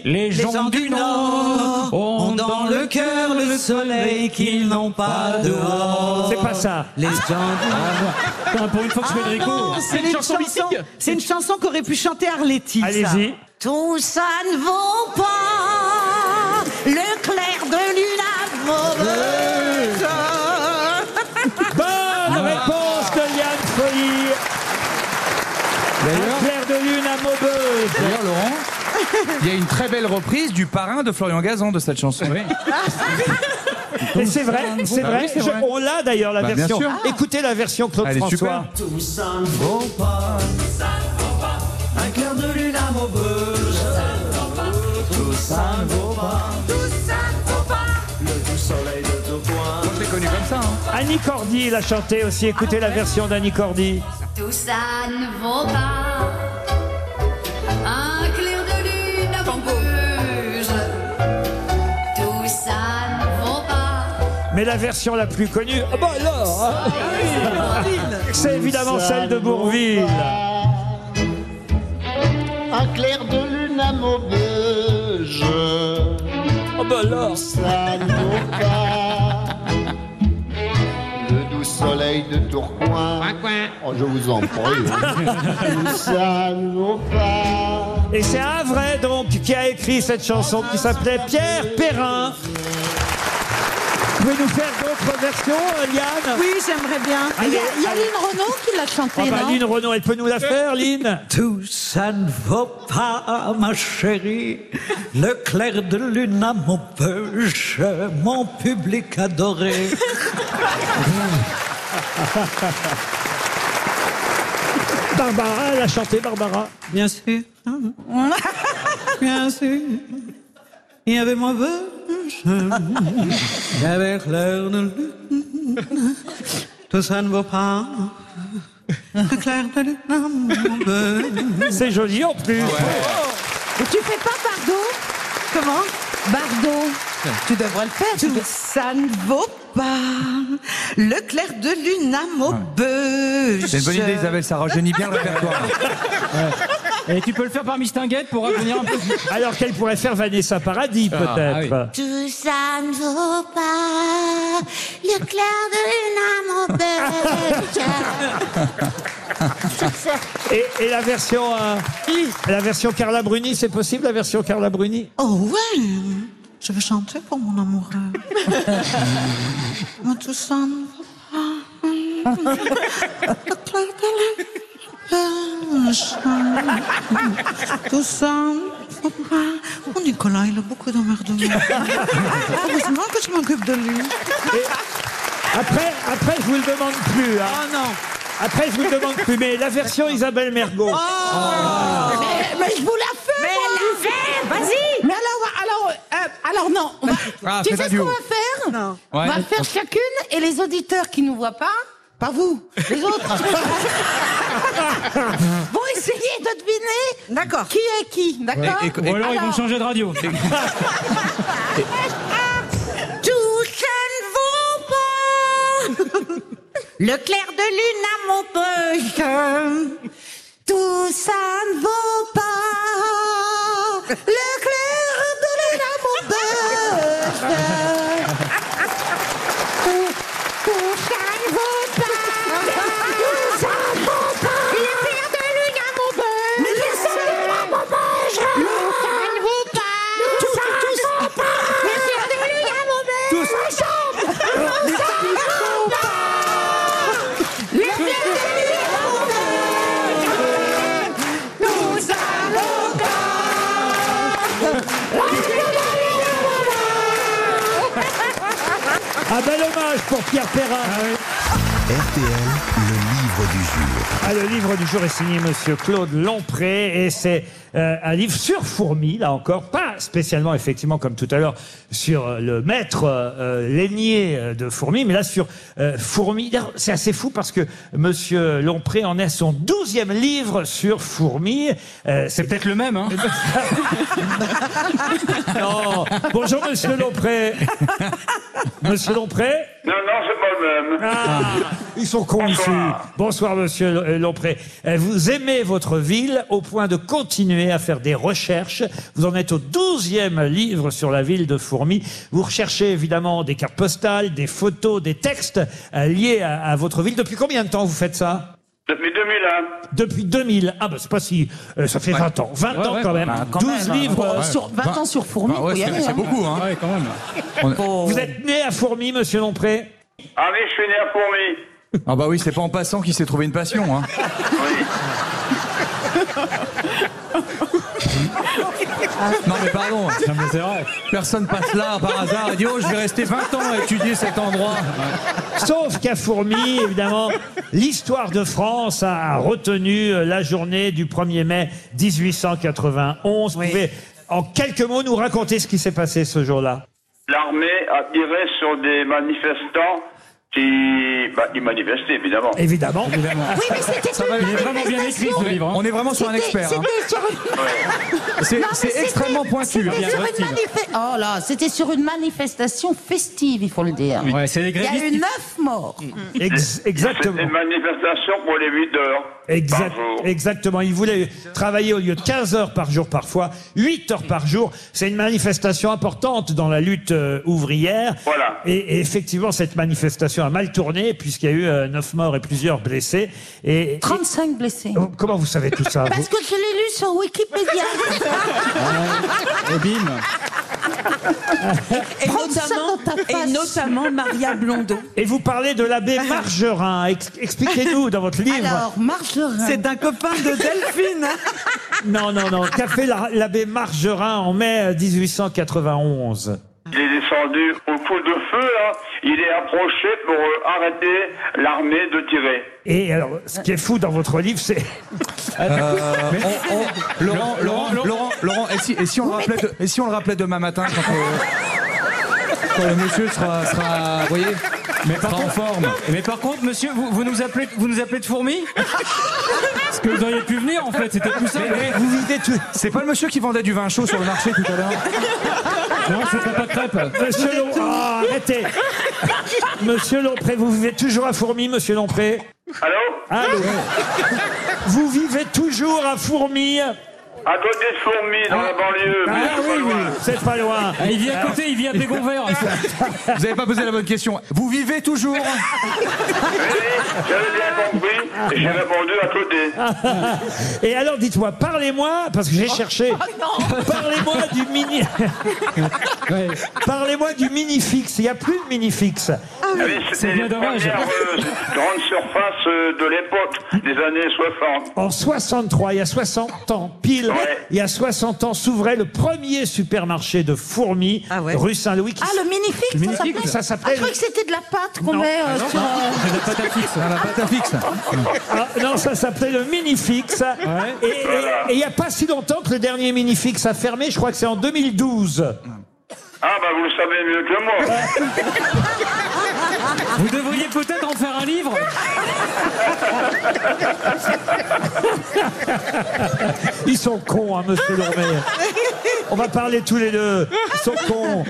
S6: Les
S8: Les
S6: gens, du Nord
S8: ont dans le cœur le soleil qu'ils n'ont pas dehors. Ah.
S2: C'est pas ça.
S8: Les gens du Nord.
S6: pour une fois que je fais le
S8: Ah
S6: rico.
S8: non, c'est une chanson C'est une chanson qu'aurait pu chanter Arletty. ça.
S2: Allez-y.
S15: Tout ça ne vaut pas le clair de lune à mauvaise.
S2: Bonne réponse de Yann Folie. Un clair de lune à Maubeuge.
S4: D'ailleurs, Laurent, il y a une très belle reprise du parrain de Florian Gazan de cette chanson.
S2: Et c'est vrai, c'est
S4: Ah
S2: vrai.
S4: oui, c'est
S2: Je-
S4: vrai.
S2: on l'a d'ailleurs la
S4: Bah, bien
S2: version.
S4: sûr.
S2: Écoutez la version Claude
S4: Ah, Elle est
S2: François.
S4: super.
S1: Tout ça ne vaut pas. Un clair de lune à Maubeuge. Tout ça ne vaut pas. Le doux soleil de Tourcoing.
S4: Je l'ai connu comme ça. hein.
S2: Annie Cordy l'a chanté aussi.
S8: Ah,
S2: Écoutez la version d'Annie Cordy.
S17: Tout ça ne vaut pas un clair de lune à Bourges. Tout ça ne vaut pas.
S2: Mais la version la plus connue, ah bah alors, hein. c'est évidemment celle
S9: *laughs*
S2: de Bourville.
S15: Un clair de lune à Maubeuge.
S2: Oh bah alors
S15: Ça ne vaut pas *laughs* le doux soleil de Tourcoing. Oh, je vous en prie. hein. Tout ça ne vaut pas.
S2: Et c'est un vrai donc qui a écrit cette chanson qui s'appelait Pierre Perrin. Vous pouvez nous faire d'autres versions, euh, Liane
S8: Oui, j'aimerais bien.
S5: Il y a, il y a Lynn Renault qui l'a chanté,
S2: Ah bah,
S5: non
S2: Lynn Renaud, elle peut nous la faire, Lynn
S8: Tout ça ne vaut pas, ma chérie. Le clair de lune à mon peuge, mon public adoré.
S2: Barbara, elle a chanté Barbara.
S8: Bien sûr. Bien sûr. Il y avait mon peuge. *laughs* Il y avait clair de lune. Tout ça ne vaut pas. Le clair de lune à mon peuge.
S2: C'est joli en plus.
S5: Et tu fais pas Bardot
S8: Comment
S5: Bardot.
S8: Tu devrais le faire. Tout ça ne vaut pas le clair de lune à Maubeuge.
S4: euh, *laughs* C'est une bonne idée, Isabelle, ça rajeunit bien le répertoire.
S6: Et tu peux le faire par Mistinguette
S4: *laughs*
S6: pour revenir un peu.
S2: Alors qu'elle pourrait faire Vanessa Paradis,
S6: Ah,
S2: peut-être.
S6: ah
S17: Tout ça ne vaut pas le clair de lune à mon
S2: et, et la version, euh, la version Carla Bruni, c'est possible la version Carla Bruni
S8: Oh ouais, je vais chanter pour mon amoureux.
S2: *laughs*
S8: Mais tout ça ne va pas. Tout ça ne va pas. Oh, Nicolas, il a beaucoup d'emmerdements. Heureusement que je m'occupe de lui.
S2: Après, après, je vous le demande plus. Oh non. Après, je vous le demande plus. Mais la version Isabelle Mergot. Ah. Eh,
S12: Mais, mais je vous la fais Mais
S9: la fais, vas-y.
S12: Mais alors, alors, euh, alors non. on va-
S4: Ah,
S12: tu
S4: fais
S12: sais
S4: pas
S12: ce qu'on
S4: duo.
S12: va faire On
S4: Ouais.
S12: va faire chacune et les auditeurs qui nous voient pas, pas vous, les
S18: *laughs*
S12: autres, vont essayer de deviner D'accord. qui est qui, d'accord
S6: Ou alors, ils vont changer de radio.
S9: Tout ça ne vaut pas le clair de lune à mon poche. Tout ça ne vaut pas le clair de lune à mon poche. Tout, tout ça ne vaut pas. Tout ça ne vaut pas. Le clair de lune à mon poche. Le clair de lune à mon poche. Tout ça ne vaut pas. Tout ça ne vaut pas. Le clair de lune à mon poche. Tout ça ne vaut pas. Le clair de lune à mon poche. Tout ça ne vaut pas. Le clair de lune à mon poche.
S2: Un Ah, bel hommage pour Pierre Perrin.
S19: RTL, le livre du jour.
S2: Ah, le livre du jour est signé Monsieur Claude Lompré et c'est euh, un livre sur fourmis, là encore, pas spécialement effectivement comme tout à l'heure sur euh, le maître euh, euh, l'aîné euh, de fourmis, mais là sur euh, fourmis. D'ailleurs, C'est assez fou parce que Monsieur Lompré en est à son douzième livre sur fourmis. Euh, c'est peut-être le même. Hein *laughs* non. Bonjour Monsieur Lompré. Monsieur Lompré.
S18: Non, Ah non, c'est pas le même.
S2: Ah. Ils sont cons ici. Bonsoir, monsieur L- euh, Lompré. Euh, Vous aimez votre ville au point de continuer à faire des recherches. Vous en êtes au 12e livre sur la ville de Fourmi. Vous recherchez évidemment des cartes postales, des photos, des textes euh, liés à, à votre ville. Depuis combien de temps vous faites ça
S18: Depuis 2001.
S2: depuis 2000, ah bah c'est pas si, euh, ça fait 20 ans, 20
S18: Ouais,
S2: ans
S18: ouais,
S2: quand même,
S18: bah, quand
S2: 12
S18: même, hein.
S2: livres.
S18: Ouais, Sur- 20
S2: ans sur Fourmi,
S18: ouais, faut y c'est- aller, c'est hein. beaucoup, hein.
S2: Ouais, quand même. Vous êtes né à Fourmi, monsieur Lompré
S18: Ah oui, je suis né à Fourmi.
S4: Ah bah oui, c'est pas en passant qu'il s'est trouvé une passion. Hein. *laughs* non mais pardon, personne passe là par hasard et dit oh je vais rester 20 ans à étudier cet endroit.
S2: Sauf qu'à Fourmi, évidemment, l'histoire de France a retenu euh, la journée du 1er mai 1891. Vous pouvez, en quelques mots, nous raconter ce qui s'est passé ce jour-là.
S18: L'armée a tiré sur des manifestants qui. Bah, ils manifestaient, évidemment.
S2: Évidemment.
S18: Oui, mais c'était
S4: Ça va,
S18: une
S4: il est vraiment bien
S18: manifestation.
S4: écrit ce livre. hein. On est vraiment sur un expert. hein. C'est-
S5: Non, mais
S4: C'est
S5: c'était-
S4: extrêmement pointu.
S5: c'était sur une manifesta- Oh là, c'était sur une manifestation festive, il faut le dire.
S6: Ouais, c'est les
S5: Il y a
S6: grévistes
S5: eu
S6: qui-
S5: neuf morts. Mm.
S18: C'était une manifestation pour les 8 heures.
S2: Exact-
S18: par jour.
S2: exactement. Il voulait travailler au lieu de 15 heures par jour parfois, 8 heures par jour. C'est une manifestation importante dans la lutte euh, ouvrière.
S18: Voilà.
S2: Et, et effectivement, cette manifestation a mal tourné puisqu'il y a eu 9 morts et plusieurs blessés. Et, Oh,
S5: 35 blessés.
S2: Comment vous savez tout ça vous
S5: Parce que je l'ai lu sur Wikipédia.
S2: Et bim
S12: Et notamment, et notamment Maria Blondeau.
S2: Et vous parlez
S12: *laughs*
S2: de l'abbé Margerin. Ex- Expliquez-nous dans votre livre.
S12: Alors, Margerin.
S2: C'est un copain de Delphine. hein. *laughs* non, non, non. Qu'a fait la- l'abbé Margerin en mai euh, 1891
S18: Il est descendu au coup de feu, là. Il est approché pour euh, arrêter l'armée de tirer.
S2: Et alors, ce qui est fou dans votre livre, c'est. *laughs*
S4: Euh, on- on- Laurent, Laurent, Laurent, Laurent, et si, et si on le rappelait, de- et si on le rappelait demain matin quand, euh, quand le monsieur sera, sera vous voyez,
S6: Mais par,
S4: sera en
S6: contre,
S4: forme.
S6: *laughs* mais par contre, monsieur, vous, vous nous appelez, vous nous appelez de fourmis Parce que vous auriez pu venir en fait, c'était tout simple.
S4: Mais, eh, vous videz tout. C'est pas le monsieur qui vendait du vin chaud sur le marché tout à l'heure
S6: *laughs* Non, c'était pas de crêpes.
S2: Monsieur Lom- Ah, arrêtez Monsieur Lompré, vous vivez toujours à Fourmi, monsieur Lompré
S18: Allô
S2: Allô Vous vivez toujours à Fourmi
S18: À côté de Fourmi, dans la banlieue.
S2: Ah
S18: mais c'est pas
S2: oui, oui,
S18: loin.
S2: c'est pas loin.
S6: Ah, il vit à côté, il vit à Bégonvert.
S4: *laughs* Vous avez pas posé la bonne question. Vous vivez toujours
S2: *laughs*
S18: J'avais bien compris, j'ai répondu à côté.
S2: Ah. *laughs* Et alors, dites-moi, parlez-moi, parce que j'ai cherché. Parlez-moi du mini. Parlez-moi du minifix. Il n'y a plus de minifix.
S18: Ah oui, C'était les premières euh, grandes surfaces euh, de l'époque, des années 60.
S2: En 63, il y a 60 ans, pile, il y a 60 ans, s'ouvrait le premier supermarché de fourmis, rue Saint-Louis. qui
S5: Ah,
S2: s-
S5: le minifix,
S2: Le
S5: ça s'appelait
S2: minifix, ça Ah,
S5: Ah,
S2: s'appelait.
S5: je croyais que c'était de la pâte qu'on met euh, sur... euh,
S4: la pâte à fixe. La pâte à fixe.
S2: Ah, non, ça s'appelait le minifix. Et- Et et il n'y a pas si longtemps que le dernier minifix a fermé, je crois que c'est en 2012.
S18: Ah bah vous le savez mieux que moi.
S6: Vous devriez peut-être en faire un livre.
S2: Ils sont cons, hein, monsieur Lormet. On va parler tous les deux. Ils sont cons.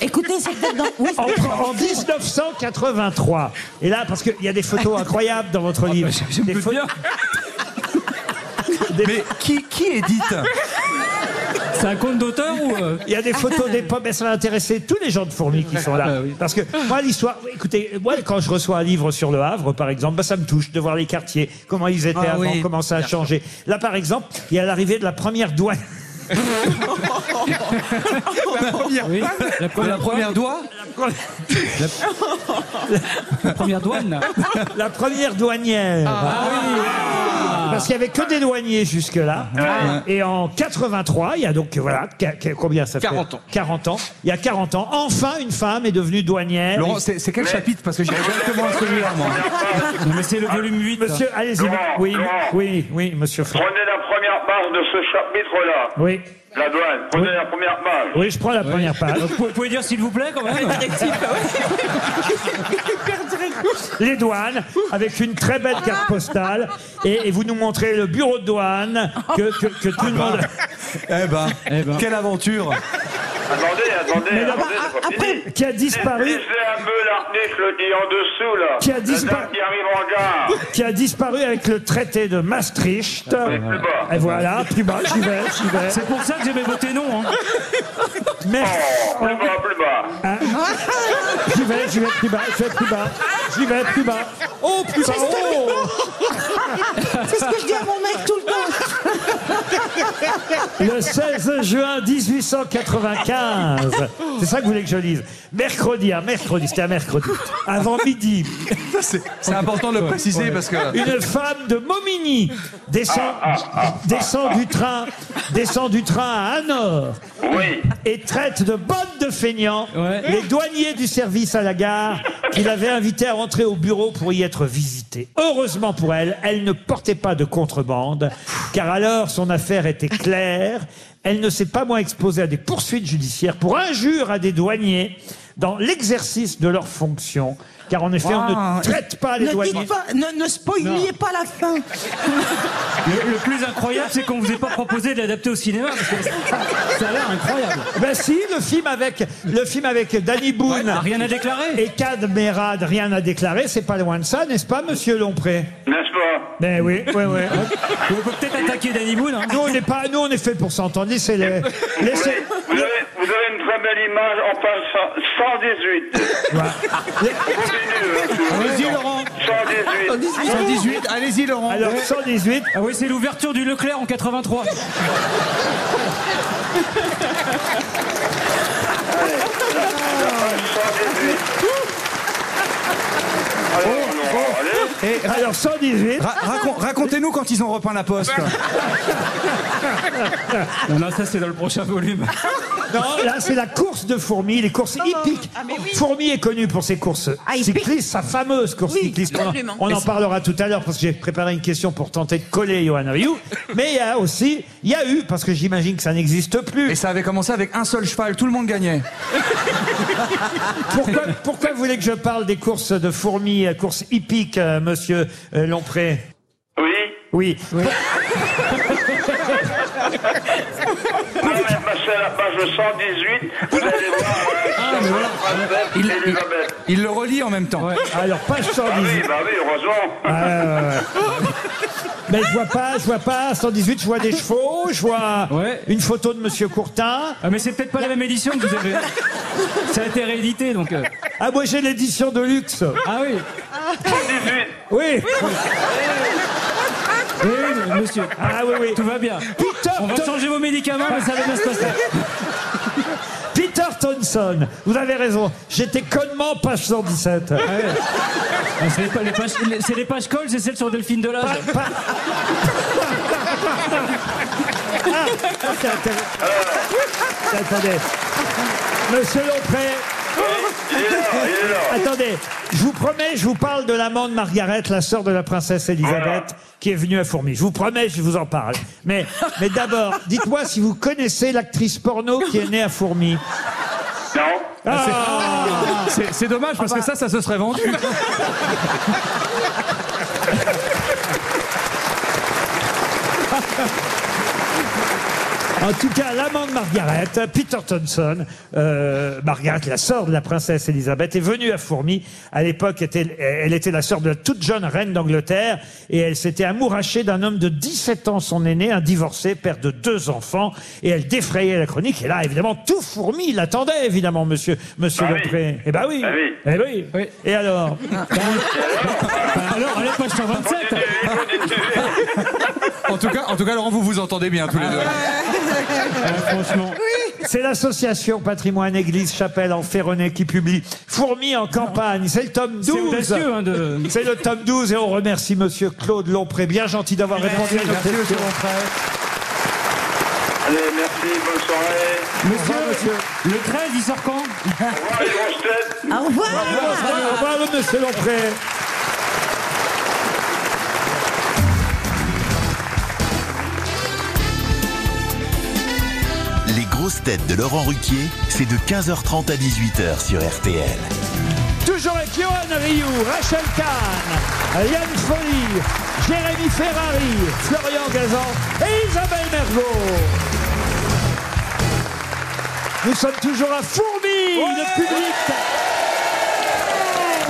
S5: Écoutez, c'est peut-être dans... Oui, c'est peut-être
S2: En,
S5: dans-
S2: en 1983. Et là, parce qu'il y a des
S5: Ah,
S2: photos incroyables dans
S4: Ah,
S2: votre
S4: bah,
S2: livre. Des pho-
S4: Mais qui, qui édite
S6: C'est un compte d'auteur ou euh,
S2: Il y a des photos des pommes, mais ça va intéresser tous les gens de fourmis qui sont
S6: Ah,
S2: là. Parce que moi, l'histoire, écoutez, moi, quand je reçois un livre sur le Havre, par exemple, bah, ça me touche de voir les quartiers, comment ils étaient
S4: Ah
S2: avant,
S4: oui.
S2: comment ça a changé. Là, par exemple, il y a l'arrivée de la première
S4: *laughs*
S2: douane.
S4: La première,
S6: oui,
S4: la première, doigt
S6: la première douane Ah.
S2: La première douanière. Ah Parce qu'il n'y avait que des douaniers jusque-là.
S6: Ah.
S2: Et en 83, il y a donc, voilà, qu- qu- combien ça
S4: 40
S2: fait
S4: ans.
S2: 40 ans. Il y a 40 ans, enfin, une femme est devenue douanière.
S4: Laurent, c'est c'est quel
S2: Mais-
S4: chapitre Parce que j'irai directement à celui-là, moi.
S6: Mais c'est le volume 8.
S2: Monsieur, allez-y.
S18: Laurent,
S2: Oui,
S18: Laurent.
S2: oui, oui, monsieur Faure.
S18: Prenez la première page de ce chapitre-là.
S2: Oui.
S18: La douane, prenez la première page.
S2: Oui, je prends la première page.
S6: *laughs* Vous pouvez- pouvez dire s'il vous plaît quand même
S2: *laughs* Les douanes, avec une très belle carte postale. Et, et vous nous montrez le bureau de douane que, que- que tout le monde.
S4: Ah Eh ben, quelle aventure
S18: Attendez, attendez,
S2: Mais là-
S18: attendez, c'est pas
S2: après,
S18: fini.
S2: qui a disparu-
S18: Laissez un peu l'article qui est en dessous, là.
S2: Qui a
S18: La
S2: disparu-
S18: dame qui arrive en gare.
S2: qui a disparu avec le traité de Maastricht.
S18: Ah, plus bas.
S2: Et voilà, plus bas, Bah, j'y vais, j'y vais.
S6: C'est pour ça que j'aimais
S12: *laughs*
S6: voter non. hein.
S2: Mais
S18: Plus Oh, bas, plus bas.
S2: Ah, j'y vais, j'y vais plus bas, j'y vais plus bas, j'y vais plus bas. Oh, plus bas, oh
S12: *laughs* C'est ce que je dis à mon mec tout le
S2: *laughs*
S12: temps.
S2: Le 16 juin 1895. C'est ça que vous voulez que je lise. Mercredi, un mercredi, c'était un mercredi. Avant midi.
S4: C'est c'est important de le préciser parce que.
S2: Une femme de Momigny descend, descend du train, descend du train à Hanovre
S18: Oui.
S2: et traite de bottes de feignants les douaniers du service à la gare qui l'avaient invitée à rentrer au bureau pour y être visitée. Heureusement pour elle, elle ne portait pas de contrebande, car alors son affaire était claire. Elle ne s'est pas moins exposée à des poursuites judiciaires pour injures à des douaniers dans l'exercice de leurs fonctions. Car en effet, on
S12: Wow.
S2: ne traite pas les
S12: Ne,
S2: douaniers.
S12: dites pas, ne, ne spoiliez pas la fin.
S6: Le, le plus incroyable, c'est qu'on vous ait pas proposé de l'adapter au cinéma. Parce que ça a l'air incroyable.
S2: Ben si, le film avec le film avec Danny Boone.
S6: Rien à déclarer.
S2: Et Cadmerade, rien à déclarer, c'est pas loin de ça, n'est-ce pas, monsieur Lompré
S18: N'est-ce pas
S2: Ben oui, oui, oui.
S6: On peut peut-être attaquer Danny Boone. hein.
S2: Nous, on est pas, nous, on est fait pour s'entendre. Laissez-les.
S18: Vous
S2: Laissez,
S18: avez, vous avez- vous avez une très belle image en page 118.
S2: voilà.
S18: On continue, hein, si vous voulez.
S4: Allez-y, Laurent
S18: 118.
S4: 118, allez-y, Laurent
S2: Alors, 118.
S6: Ah oui, c'est l'ouverture du Leclerc en 83.
S4: Et ra-
S2: Alors, 118.
S4: ra- racon- racontez-nous quand ils ont repeint la poste.
S6: Non, non, ça c'est dans le prochain volume.
S2: Non, là, c'est la course de fourmis, les courses hippiques. Fourmis est connu pour ses courses cyclistes, sa fameuse course cycliste. On en-
S12: absolument.
S2: On en parlera tout à l'heure parce que j'ai préparé une question pour tenter de coller Johan Rioux. Mais il y a aussi, il y a eu, parce que j'imagine que ça n'existe plus.
S4: Et ça avait commencé avec un seul cheval, tout le monde gagnait.
S2: Pourquoi, pourquoi vous voulez que je parle des courses de fourmis, euh, courses hippiques, euh, monsieur euh, Lompré
S18: Oui
S2: Oui.
S18: Ah ouais, bah, c'est la page 118. Vous allez voir. euh, François
S4: Il-
S18: Elisabeth.
S4: Il le relit en même temps.
S2: Alors, page
S18: Ah oui, bah oui, heureusement.
S2: Ah, Mais je vois pas, je vois pas 118, je vois des chevaux, je vois une photo de Monsieur Courtin.
S6: Ah, mais c'est peut-être pas la même édition que vous
S2: *laughs*
S6: avez. Ça a été réédité donc. euh.
S2: Ah, moi j'ai l'édition de luxe.
S6: Ah oui.
S2: Oui.
S6: Oui, oui, monsieur.
S2: Ah oui, oui.
S6: Tout va bien.
S2: Peter
S6: On va
S2: Tom-
S6: changer vos médicaments, mais ça va bien se passer.
S2: Peter Thompson, vous avez raison. J'étais connement page 117.
S6: Ah, c'est pas les pages, les- c'est les pages colle, c'est celle sur Delphine
S2: *laughs*
S6: Delage.
S2: Attendez. Monsieur Lompré. Attendez, je vous promets, je vous parle de l'amende Margaret, la sœur de la princesse Elisabeth, qui est venue à Fourmi. Je vous promets, je vous en parle. Mais, mais d'abord, dites-moi si vous connaissez l'actrice porno qui est née à Ah. Fourmi.
S18: Non.
S4: C'est c'est dommage parce
S2: Ah bah.
S4: que ça, ça se serait vendu.
S2: En tout cas, l'amant de Margaret, Peter Thompson, euh, Margaret, la sœur de la princesse Elisabeth, est venue à Fourmi. À l'époque, était- elle était la sœur de la toute jeune reine d'Angleterre et elle s'était amourachée d'un homme de 17 ans, son aîné, un divorcé, père de deux enfants. Et elle défrayait la chronique. Et là, évidemment, tout Fourmi l'attendait, évidemment, monsieur, monsieur
S6: Bah oui.
S2: Lompré. Eh ben oui.
S6: Bah oui.
S2: Eh oui. Et alors
S6: Alors, allez, page 127.
S4: En tout cas, en tout cas, Laurent, vous vous entendez bien
S6: Ah
S4: tous les deux.
S2: franchement. C'est l'association Patrimoine Église Chapelle en Ferronnet qui publie Fourmis en campagne. C'est le tome 12.
S6: C'est audacieux, hein, de-
S2: C'est le tome 12 et on remercie monsieur Claude Lompré. Bien gentil d'avoir répondu à notre question.
S18: *laughs* Allez, merci, bonne soirée.
S2: Monsieur,
S6: le 13, il sort quand
S18: Au revoir, les grosses têtes.
S2: Au revoir. Au revoir, monsieur Lompré.
S19: Les grosses têtes de Laurent Ruquier, c'est de 15h30 à 18h sur RTL.
S2: Toujours avec Johan Rioux, Rachel Kahn, Yann Folly, Jérémy Ferrari, Florian Gazan et Isabelle Mergot. Nous sommes toujours à Fourmi, le public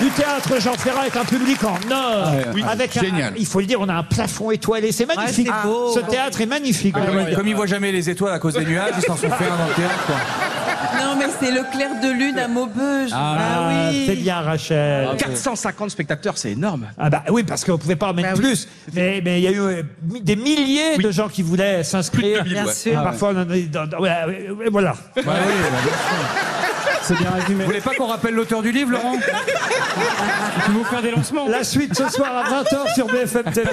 S2: du théâtre Jean Ferrat est un public en or.
S4: Ah ouais, ouais.
S2: avec un-
S4: Génial.
S2: il faut le dire, on a un plafond étoilé, c'est magnifique.
S4: Ouais, c'est beau.
S2: Ce théâtre est magnifique.
S4: Ah, Comme,
S2: je dois
S4: il-
S2: dire.
S4: comme il voit jamais les étoiles à cause des nuages, ils s'en sont fait un dans le théâtre. quoi.
S12: Non, mais c'est le clair de lune à Maubeuge.
S2: Ah, c'est bien Rachel.
S6: Ah,
S3: 450 spectateurs, c'est énorme.
S2: Ah bah oui, parce qu'on ne pouvait pas en mettre plus. Mais mais il y a eu euh, des milliers de gens qui voulaient s'inscrire.
S3: Bien ouais. sûr.
S2: Ah, Parfois, on en est dans- dans- ouais, ouais, ouais, voilà.
S9: Bah
S4: C'est bien résumé. Vous voulez pas qu'on rappelle l'auteur du livre,
S2: *laughs*
S4: Laurent
S6: vous faire des lancements.
S2: La suite ce soir à 20h sur BFM TV.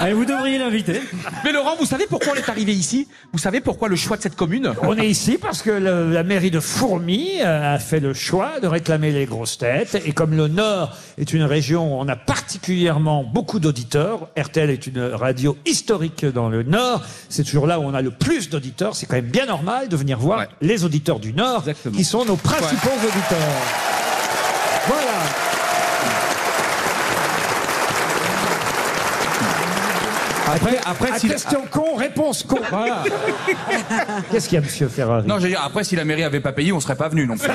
S6: Allez, vous devriez l'inviter.
S3: Mais Laurent, vous savez pourquoi on est arrivé ici Vous savez pourquoi le choix de cette commune
S2: On est ici parce que le- la mairie de Fourmi euh, a fait le choix de réclamer les grosses têtes. Et comme le Nord est une région où on a particulièrement beaucoup d'auditeurs, RTL est une radio historique dans le Nord, c'est toujours là où on a le plus d'auditeurs. C'est quand même bien normal de venir voir les auditeurs du Nord qui sont nos principaux auditeurs. Voilà.
S4: Après, après,
S2: À
S4: si-
S2: question con, réponse con.
S4: Voilà.
S2: Qu'est-ce qu'il y a, monsieur Ferrari
S4: Non, je veux dire, après, si la mairie avait pas payé, on serait pas venu non plus.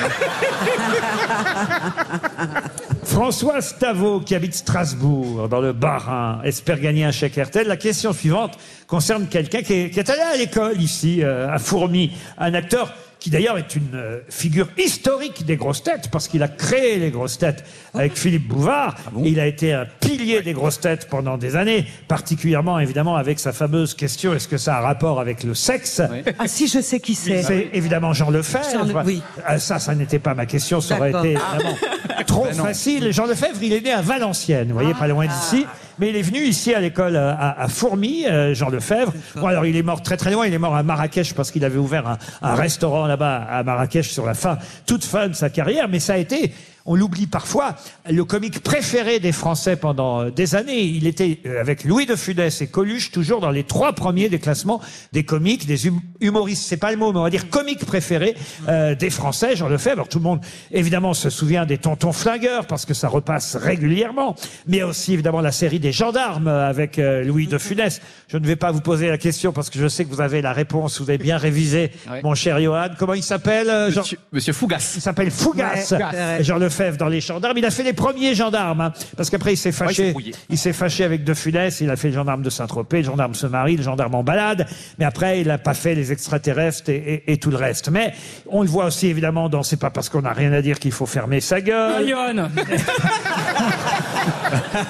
S2: François Stavot, qui habite Strasbourg, dans le Bas-Rhin, espère gagner un chèque RTL. La question suivante concerne quelqu'un qui, est- qui est allé à l'école ici, euh, à Fourmi, un acteur qui d'ailleurs est une euh, figure historique des grosses têtes, parce qu'il a créé les grosses têtes avec Philippe Bouvard. Et il a été un pilier des grosses têtes pendant des années, particulièrement évidemment avec sa fameuse question, est-ce que ça a un rapport avec le sexe
S7: Ah si, je sais qui c'est.
S2: C'est évidemment Jean Lefebvre.
S7: Jean Le- oui.
S2: Ah, ça, ça n'était pas ma question, ça aurait
S7: D'accord.
S2: été
S7: Ah.
S2: vraiment *laughs* trop
S7: Ben non.
S2: facile. Jean Lefebvre, il est né à Valenciennes, vous voyez, pas loin d'ici. Mais il est venu ici à l'école à, à- à Fourmi, euh, Jean Lefebvre. Bon, alors il est mort très très loin, il est mort à Marrakech parce qu'il avait ouvert un, un restaurant là-bas à Marrakech sur la fin, toute fin de sa carrière. Mais ça a été, on l'oublie parfois, le comique préféré des Français pendant euh, des années. Il était euh, avec Louis de Funès et Coluche toujours dans les trois premiers des classements des comiques, des hum- humoristes. C'est pas le mot, mais on va dire comique préféré euh, des Français. Jean Lefebvre, tout le monde évidemment se souvient des Tontons Flingueurs parce que ça repasse régulièrement, mais il y a aussi évidemment la série des Gendarmes euh, avec euh, Louis de Funès. Je ne vais pas vous poser la question parce que je sais que vous avez la réponse, vous avez bien révisé,
S3: Ouais.
S2: mon cher Johan. Comment il s'appelle euh, Jean-
S3: Monsieur Fougas.
S2: Il s'appelle Fougas.
S3: Ouais, Fougas.
S2: Jean Lefebvre dans Les Gendarmes. Il a fait les premiers gendarmes, hein, parce qu'après il s'est fâché. il s'est fâché avec De Funès. Il a fait le gendarme de Saint-Tropez, le gendarme se marie, le gendarme en balade. Mais après, il n'a pas fait les extraterrestres et, et- et tout le reste. Mais on le voit aussi évidemment dans C'est pas parce qu'on n'a rien à dire qu'il faut fermer sa
S6: Ah,
S2: gueule.
S6: Johan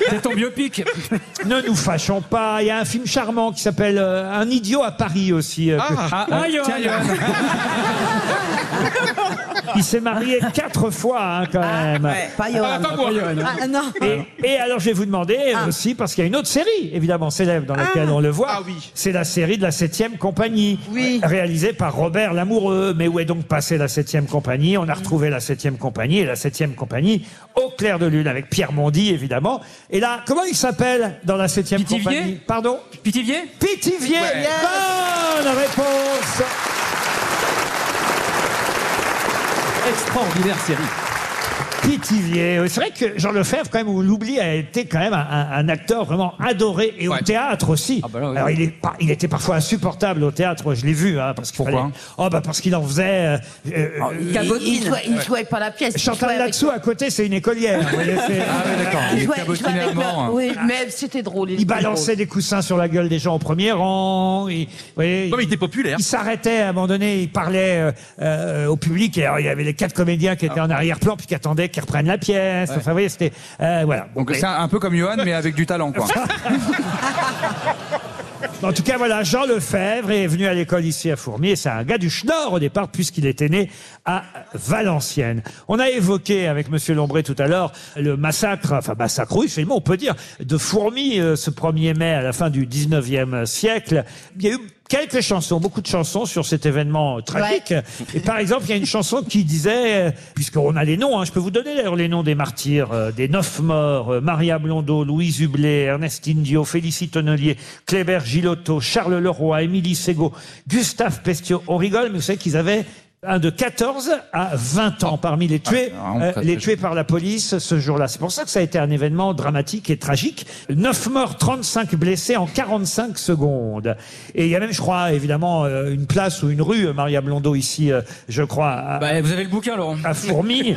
S2: C'est ton biopic. *laughs* ne nous fâchons pas. Il y a un film charmant qui s'appelle euh, Un idiot à Paris aussi. euh, que-
S6: Ah,
S9: Ah,
S2: Il s'est marié quatre fois, hein, quand même.
S12: ouais, pas Johan. Ah, pas moi. Ah, non. Ah.
S2: Et, et alors, je vais vous demander aussi, parce qu'il y a une autre série, évidemment, célèbre, dans laquelle on le voit. C'est la série de la septième compagnie. Réalisée par Robert Lamoureux. Mais où est donc passée la septième compagnie On a retrouvé la septième compagnie et la septième compagnie au clair de lune, avec Pierre Mondy, évidemment. Et là, comment il s'appelle dans la septième compagnie Pardon
S6: Pitivier
S2: Pitivier
S6: Ouais.
S2: Bonne réponse
S3: Extraordinaire série.
S2: Pitivier. C'est vrai que Jean Lefebvre, quand même, on l'oublie, a été quand même un, un- un acteur vraiment adoré et au théâtre aussi.
S3: Ah, bah oui.
S2: Alors il, est pas- il était parfois insupportable au théâtre, je l'ai vu. hein, parce qu'il
S3: Pourquoi
S2: fallait- Oh bah parce qu'il en faisait. euh, euh, euh,
S5: Oh, Il, il, jouait, il jouait pas la pièce. il
S2: Chantal
S5: jouait avec-
S2: Latsou à côté, c'est une écolière. vous voyez, c'est-
S3: Ah,
S5: Il jouait- il jouait avec
S3: hein.
S5: leur- Oui, mais c'était drôle.
S2: hein. Il
S5: était
S2: balançait des coussins sur la gueule des gens au premier rang. Il, vous voyez, il était populaire. Il s'arrêtait à un moment donné, il parlait euh, euh, au public. Et alors, il y avait les quatre comédiens qui étaient en arrière-plan, puis qui attendaient qu'ils reprennent la pièce.
S4: Ouais.
S2: Enfin, vous voyez, c'était. euh, voilà. Bon,
S4: Donc
S2: mais-
S4: c'est un un peu comme Johan, mais avec du talent,
S2: *laughs*
S4: quoi.
S2: En tout cas, voilà, Jean Lefebvre est venu à l'école ici à Fourmier. C'est un gars du Schnorr au départ, puisqu'il était né à Valenciennes. On a évoqué avec Monsieur Lombré tout à l'heure le massacre, enfin massacre, oui, finalement, on peut dire, de Fourmi euh, ce 1er mai à la fin du 19e siècle. Il y a eu quelques chansons, beaucoup de chansons sur cet événement tragique. Et par exemple, il y a une chanson qui disait, euh, puisqu'on a les noms, hein, je peux vous donner d'ailleurs les noms des martyrs, euh, des neuf morts, euh, Maria Blondeau, Louise Hublé, Ernestine Dio, Félicie Tonnelier, Kléber Gilotto, Charles Leroy, Émilie Ségaud, Gustave Pestiot. On rigole, mais vous savez qu'ils avaient un de 14 à 20 ans parmi les tués,
S4: vraiment
S2: euh,
S4: très,
S2: les
S4: très
S2: tués par la police ce jour-là. C'est pour ça que ça a été un événement dramatique et tragique. 9 morts, 35 blessés en 45 secondes. Et il y a même, je crois, évidemment, euh, une place ou une rue, euh, Maria Blondeau, ici, euh, je crois.
S3: Ah
S2: à-
S3: bah,
S6: Vous avez le bouquin, Laurent
S2: à Ah, Fourmi.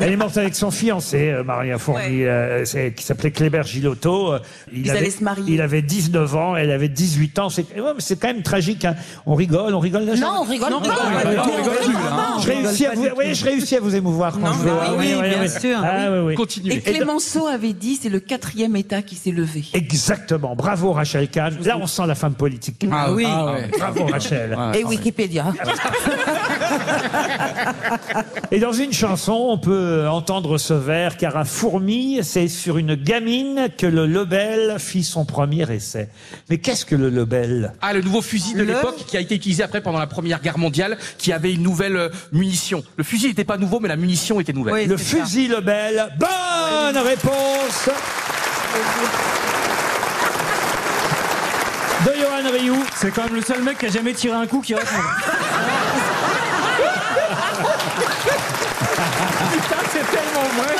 S2: Elle est morte avec son fiancé, euh, Maria Fourmi, euh, c'est- qui s'appelait Kléber Gilotto. Euh, Il
S14: Ils allaient
S2: avait,
S14: se marier.
S2: Il avait 19 ans, elle avait 18 ans. C'est ouais, mais c'est quand même tragique. hein. On rigole, on rigole.
S5: Non, on rigole pas.
S2: bah,
S5: On rigole
S2: plus,
S5: pas,
S2: hein.
S5: on
S2: Je réussis à vous, oui, je réussis à vous émouvoir quand je vois.
S14: oui, oui, bien sûr.
S2: Ah, oui, oui.
S14: Et Clémenceau avait dit c'est le quatrième État qui s'est levé.
S2: Exactement. Bravo Rachel Kahn. Là, on sent la femme politique.
S14: Ah oui. Ah ouais.
S2: Bravo Rachel.
S5: Et Wikipédia.
S2: Et dans une chanson, on peut entendre ce vers, car à Fourmi, c'est sur une gamine que le Lebel fit son premier essai. Mais qu'est-ce que le Lebel
S3: *laughs* Ah, le nouveau fusil de l'époque qui a été utilisé après pendant la Première Guerre mondiale, qui avait une nouvelle euh, munition. Le fusil n'était pas nouveau, mais la munition était nouvelle.
S2: Le fusil Lebel. Bonne réponse de Johan Rioux.
S6: C'est quand même le seul mec qui a jamais tiré un coup qui répond.
S3: Putain, c'est tellement vrai.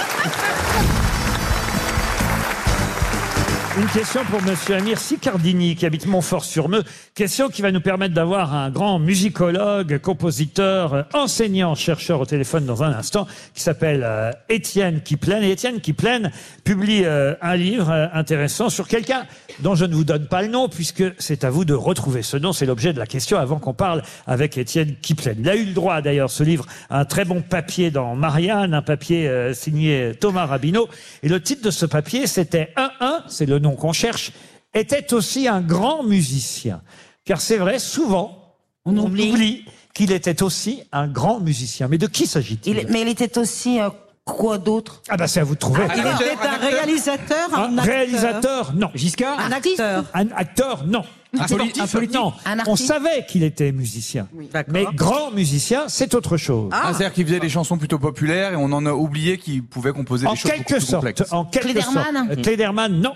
S2: Une question pour Monsieur Amir Sicardini, qui habite Montfort-sur-Meux. Question qui va nous permettre d'avoir un grand musicologue, compositeur, euh, enseignant, chercheur au téléphone dans un instant, qui s'appelle euh, Étienne Kiplen. Et Étienne Kiplen publie euh, un livre euh, intéressant sur quelqu'un dont je ne vous donne pas le nom, puisque c'est à vous de retrouver ce nom. C'est l'objet de la question avant qu'on parle avec Étienne Kiplen. Il a eu le droit, d'ailleurs, ce livre, à un très bon papier dans Marianne, un papier euh, signé Thomas Rabineau. Et le titre de ce papier, c'était 1-1, c'est le nom qu'on cherche, était aussi un grand musicien. Car c'est vrai, souvent, on oublie, qu'il était aussi un grand musicien. Mais de qui s'agit-il
S5: Il- mais il était aussi euh, quoi d'autre
S2: Ah bah c'est à vous de trouver.
S5: Ah, il était
S2: Un
S5: un réalisateur,
S8: un acteur
S2: réalisateur, non.
S6: Giscard
S8: Un acteur.
S2: Un acteur, non. Un poli- un politique. Non, on savait qu'il était musicien. Mais grand musicien, c'est autre chose.
S4: Ah, c'est-à-dire qu'il faisait des chansons plutôt populaires et on en a oublié qu'il pouvait composer
S2: En
S4: des choses beaucoup
S2: quelque
S4: plus
S2: sorte.
S4: complexes.
S2: En quelque
S4: Klederman Mm.
S2: sorte. Klederman, non.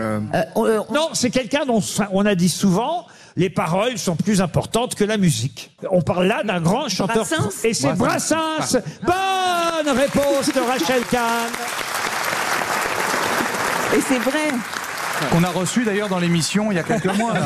S4: Euh,
S2: Non, c'est quelqu'un dont on a dit souvent les paroles sont plus importantes que la musique. On parle là d'un grand chanteur.
S1: Brassens
S2: Et c'est
S1: Brassens.
S2: Brassens. Bonne réponse de Rachel Kahn.
S4: Et c'est vrai. Qu'on a reçu d'ailleurs dans l'émission il y a quelques mois. là.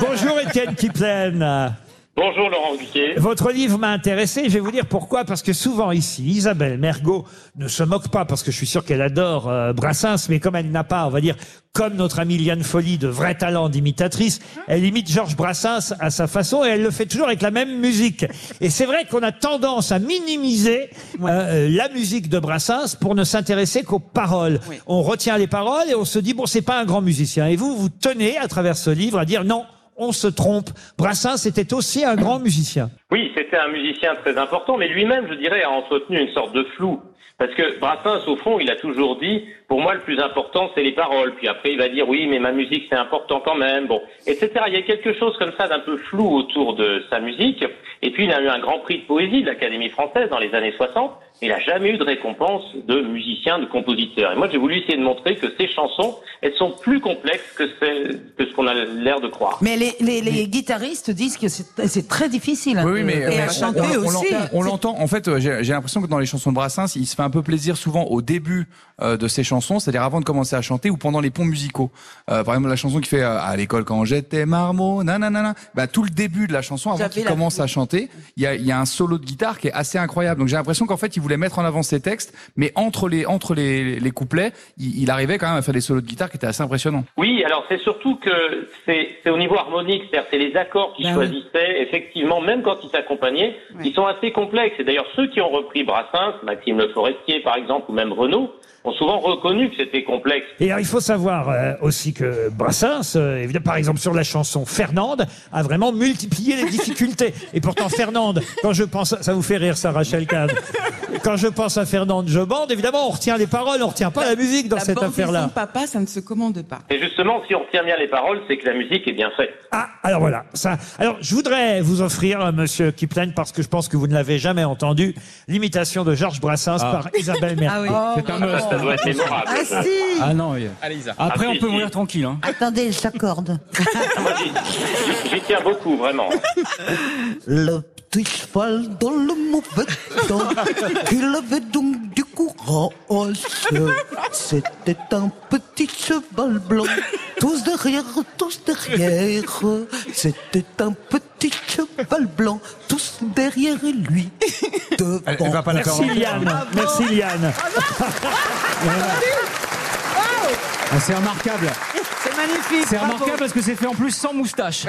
S2: Bonjour Étienne Kiplaine.
S20: Bonjour Laurent Ruquier.
S2: Votre livre m'a intéressé, et je vais vous dire pourquoi, parce que souvent ici, Isabelle Mergot ne se moque pas, parce que je suis sûr qu'elle adore euh, Brassens, mais comme elle n'a pas, on va dire, comme notre amie Liane Folly, de vrai talent d'imitatrice, elle imite Georges Brassens à sa façon, et elle le fait toujours avec la même musique. Et c'est vrai qu'on a tendance à minimiser euh, la musique de Brassens pour ne s'intéresser qu'aux paroles. On retient les paroles et on se dit, bon, c'est pas un grand musicien. Et vous, vous tenez, à travers ce livre, à dire non, on se trompe. Brassens était aussi un grand musicien.
S20: Oui, c'était un musicien très important, mais lui-même, je dirais, a entretenu une sorte de flou. Parce que Brassens, au fond, il a toujours dit, pour moi, le plus important, c'est les paroles. Puis après, il va dire, oui, mais ma musique, c'est important quand même. Bon, etc. Il y a quelque chose comme ça d'un peu flou autour de sa musique. Et puis, il a eu un grand prix de poésie de l'Académie française dans les années 60. mais Il n'a jamais eu de récompense de musicien, de compositeur. Et moi, j'ai voulu essayer de montrer que ces chansons, elles sont plus complexes que, celles- que ce qu'on a l'air de croire.
S5: Mais les, les- les guitaristes disent que c'est c'est très difficile.
S4: Oui, oui, mais
S5: Euh, et à
S4: mais on-
S5: chanter
S4: on- on
S5: aussi.
S4: l'entend- On l'entend. En fait, euh, j'ai j'ai l'impression que dans les chansons de Brassens, il se fait un peu plaisir souvent au début euh, de ses chansons, c'est-à-dire avant de commencer à chanter ou pendant les ponts musicaux. Euh, par exemple, la chanson qui fait euh, à l'école quand j'étais marmot, nanana, bah tout le début de la chanson avant qu'il commence à chanter, il y a, il y a un solo de guitare qui est assez incroyable. Donc j'ai l'impression qu'en fait, il voulait mettre en avant ses textes, mais entre les entre les, les couplets, il, il arrivait quand même à faire des solos de guitare qui étaient assez impressionnants.
S20: Oui, alors c'est surtout que c'est c'est au niveau harmonique, c'est-à-dire c'est les accords
S2: Ben
S20: qui choisissaient, effectivement, même quand ils s'accompagnaient, ils sont assez complexes. Et d'ailleurs, ceux qui ont repris Brassens, Maxime Le Forestier par exemple, ou même Renaud, ont souvent reconnu que c'était complexe.
S2: Et alors, il faut savoir euh, aussi que Brassens, euh, évidemment, par exemple sur la chanson Fernande, a vraiment multiplié les difficultés. Et pourtant, Fernande, quand je pense, à- ça vous fait rire, ça, Rachel Kahn. Quand je pense à Fernande, je bande. Évidemment, on retient les paroles, on retient pas la musique dans
S14: La
S2: cette
S14: bande
S2: affaire-là.
S14: dessinée, papa, ça ne se commande pas.
S20: Et justement, si on retient bien les paroles, c'est que la musique est bien faite.
S2: Alors voilà, ça. Alors je voudrais vous offrir, euh, Monsieur Kipling, parce que je pense que vous ne l'avez jamais entendu, l'imitation de Georges Brassens
S6: Ah.
S2: par
S14: *laughs*
S2: Isabelle Mergo.
S6: Ah oui. Oh, C'est un vraiment. must. Ça doit être mémorable. Ah, si. Ah non, oui.
S3: Allez, Isa.
S6: Après,
S20: Ah,
S6: on
S20: si,
S6: peut
S20: si.
S6: mourir tranquille. Hein.
S5: Attendez, je s'accorde.
S20: Moi, j'y- J'y tiens beaucoup, vraiment.
S1: Le petit cheval dans le mauvais temps, il avait donc du courage. C'était un petit cheval blanc, tous derrière, tous derrière. C'était un petit cheval blanc, tous derrière lui. Devant.
S4: Elle- elle va pas la faire
S2: Merci
S4: en-
S2: Liane.
S4: Bravo.
S2: Merci Liane.
S6: c'est remarquable.
S7: C'est magnifique.
S6: C'est
S7: bravo.
S6: remarquable parce que c'est fait en plus sans moustache.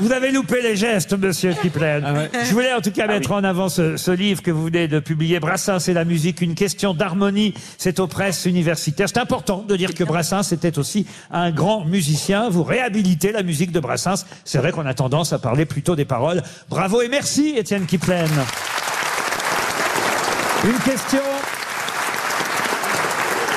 S2: Vous avez loupé les gestes, monsieur Kipling. Je voulais en tout cas mettre en avant ce, ce livre que vous venez de publier, Brassens et la musique, une question d'harmonie. C'est aux presses universitaires. C'est important de dire que Brassens était aussi un grand musicien. Vous réhabilitez la musique de Brassens. C'est vrai qu'on a tendance à parler plutôt des paroles. Bravo et merci, Étienne Kipling. Une question.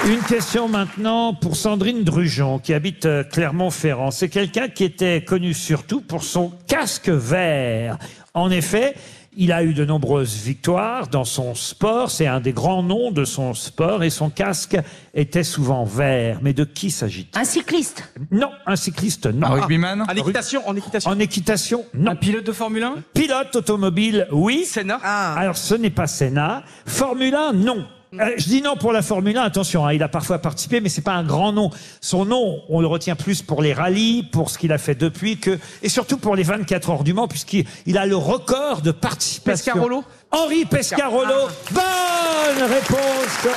S2: Une question maintenant pour Sandrine Drujon, qui habite euh, Clermont-Ferrand. C'est quelqu'un qui était connu surtout pour son casque vert. En effet, il a eu de nombreuses victoires dans son sport. C'est un des grands noms de son sport et son casque était souvent vert. Mais de qui s'agit-il
S5: Un cycliste.
S2: Non, un cycliste, non.
S6: Ah
S4: Un rugbyman
S2: En équitation, en équitation. En équitation, non. Un
S6: pilote de Formule 1
S2: Pilote automobile, oui.
S3: Senna
S2: Alors, ce n'est pas Senna. Formule 1, non. Euh, je dis non pour la Formule 1, attention, hein, il a parfois participé, mais c'est pas un grand nom. Son nom, on le retient plus pour les rallyes, pour ce qu'il a fait depuis, que et surtout pour les 24 heures du Mans, puisqu'il il a le record de participation.
S3: Pescarolo
S2: Henri Pescarolo. Bonne réponse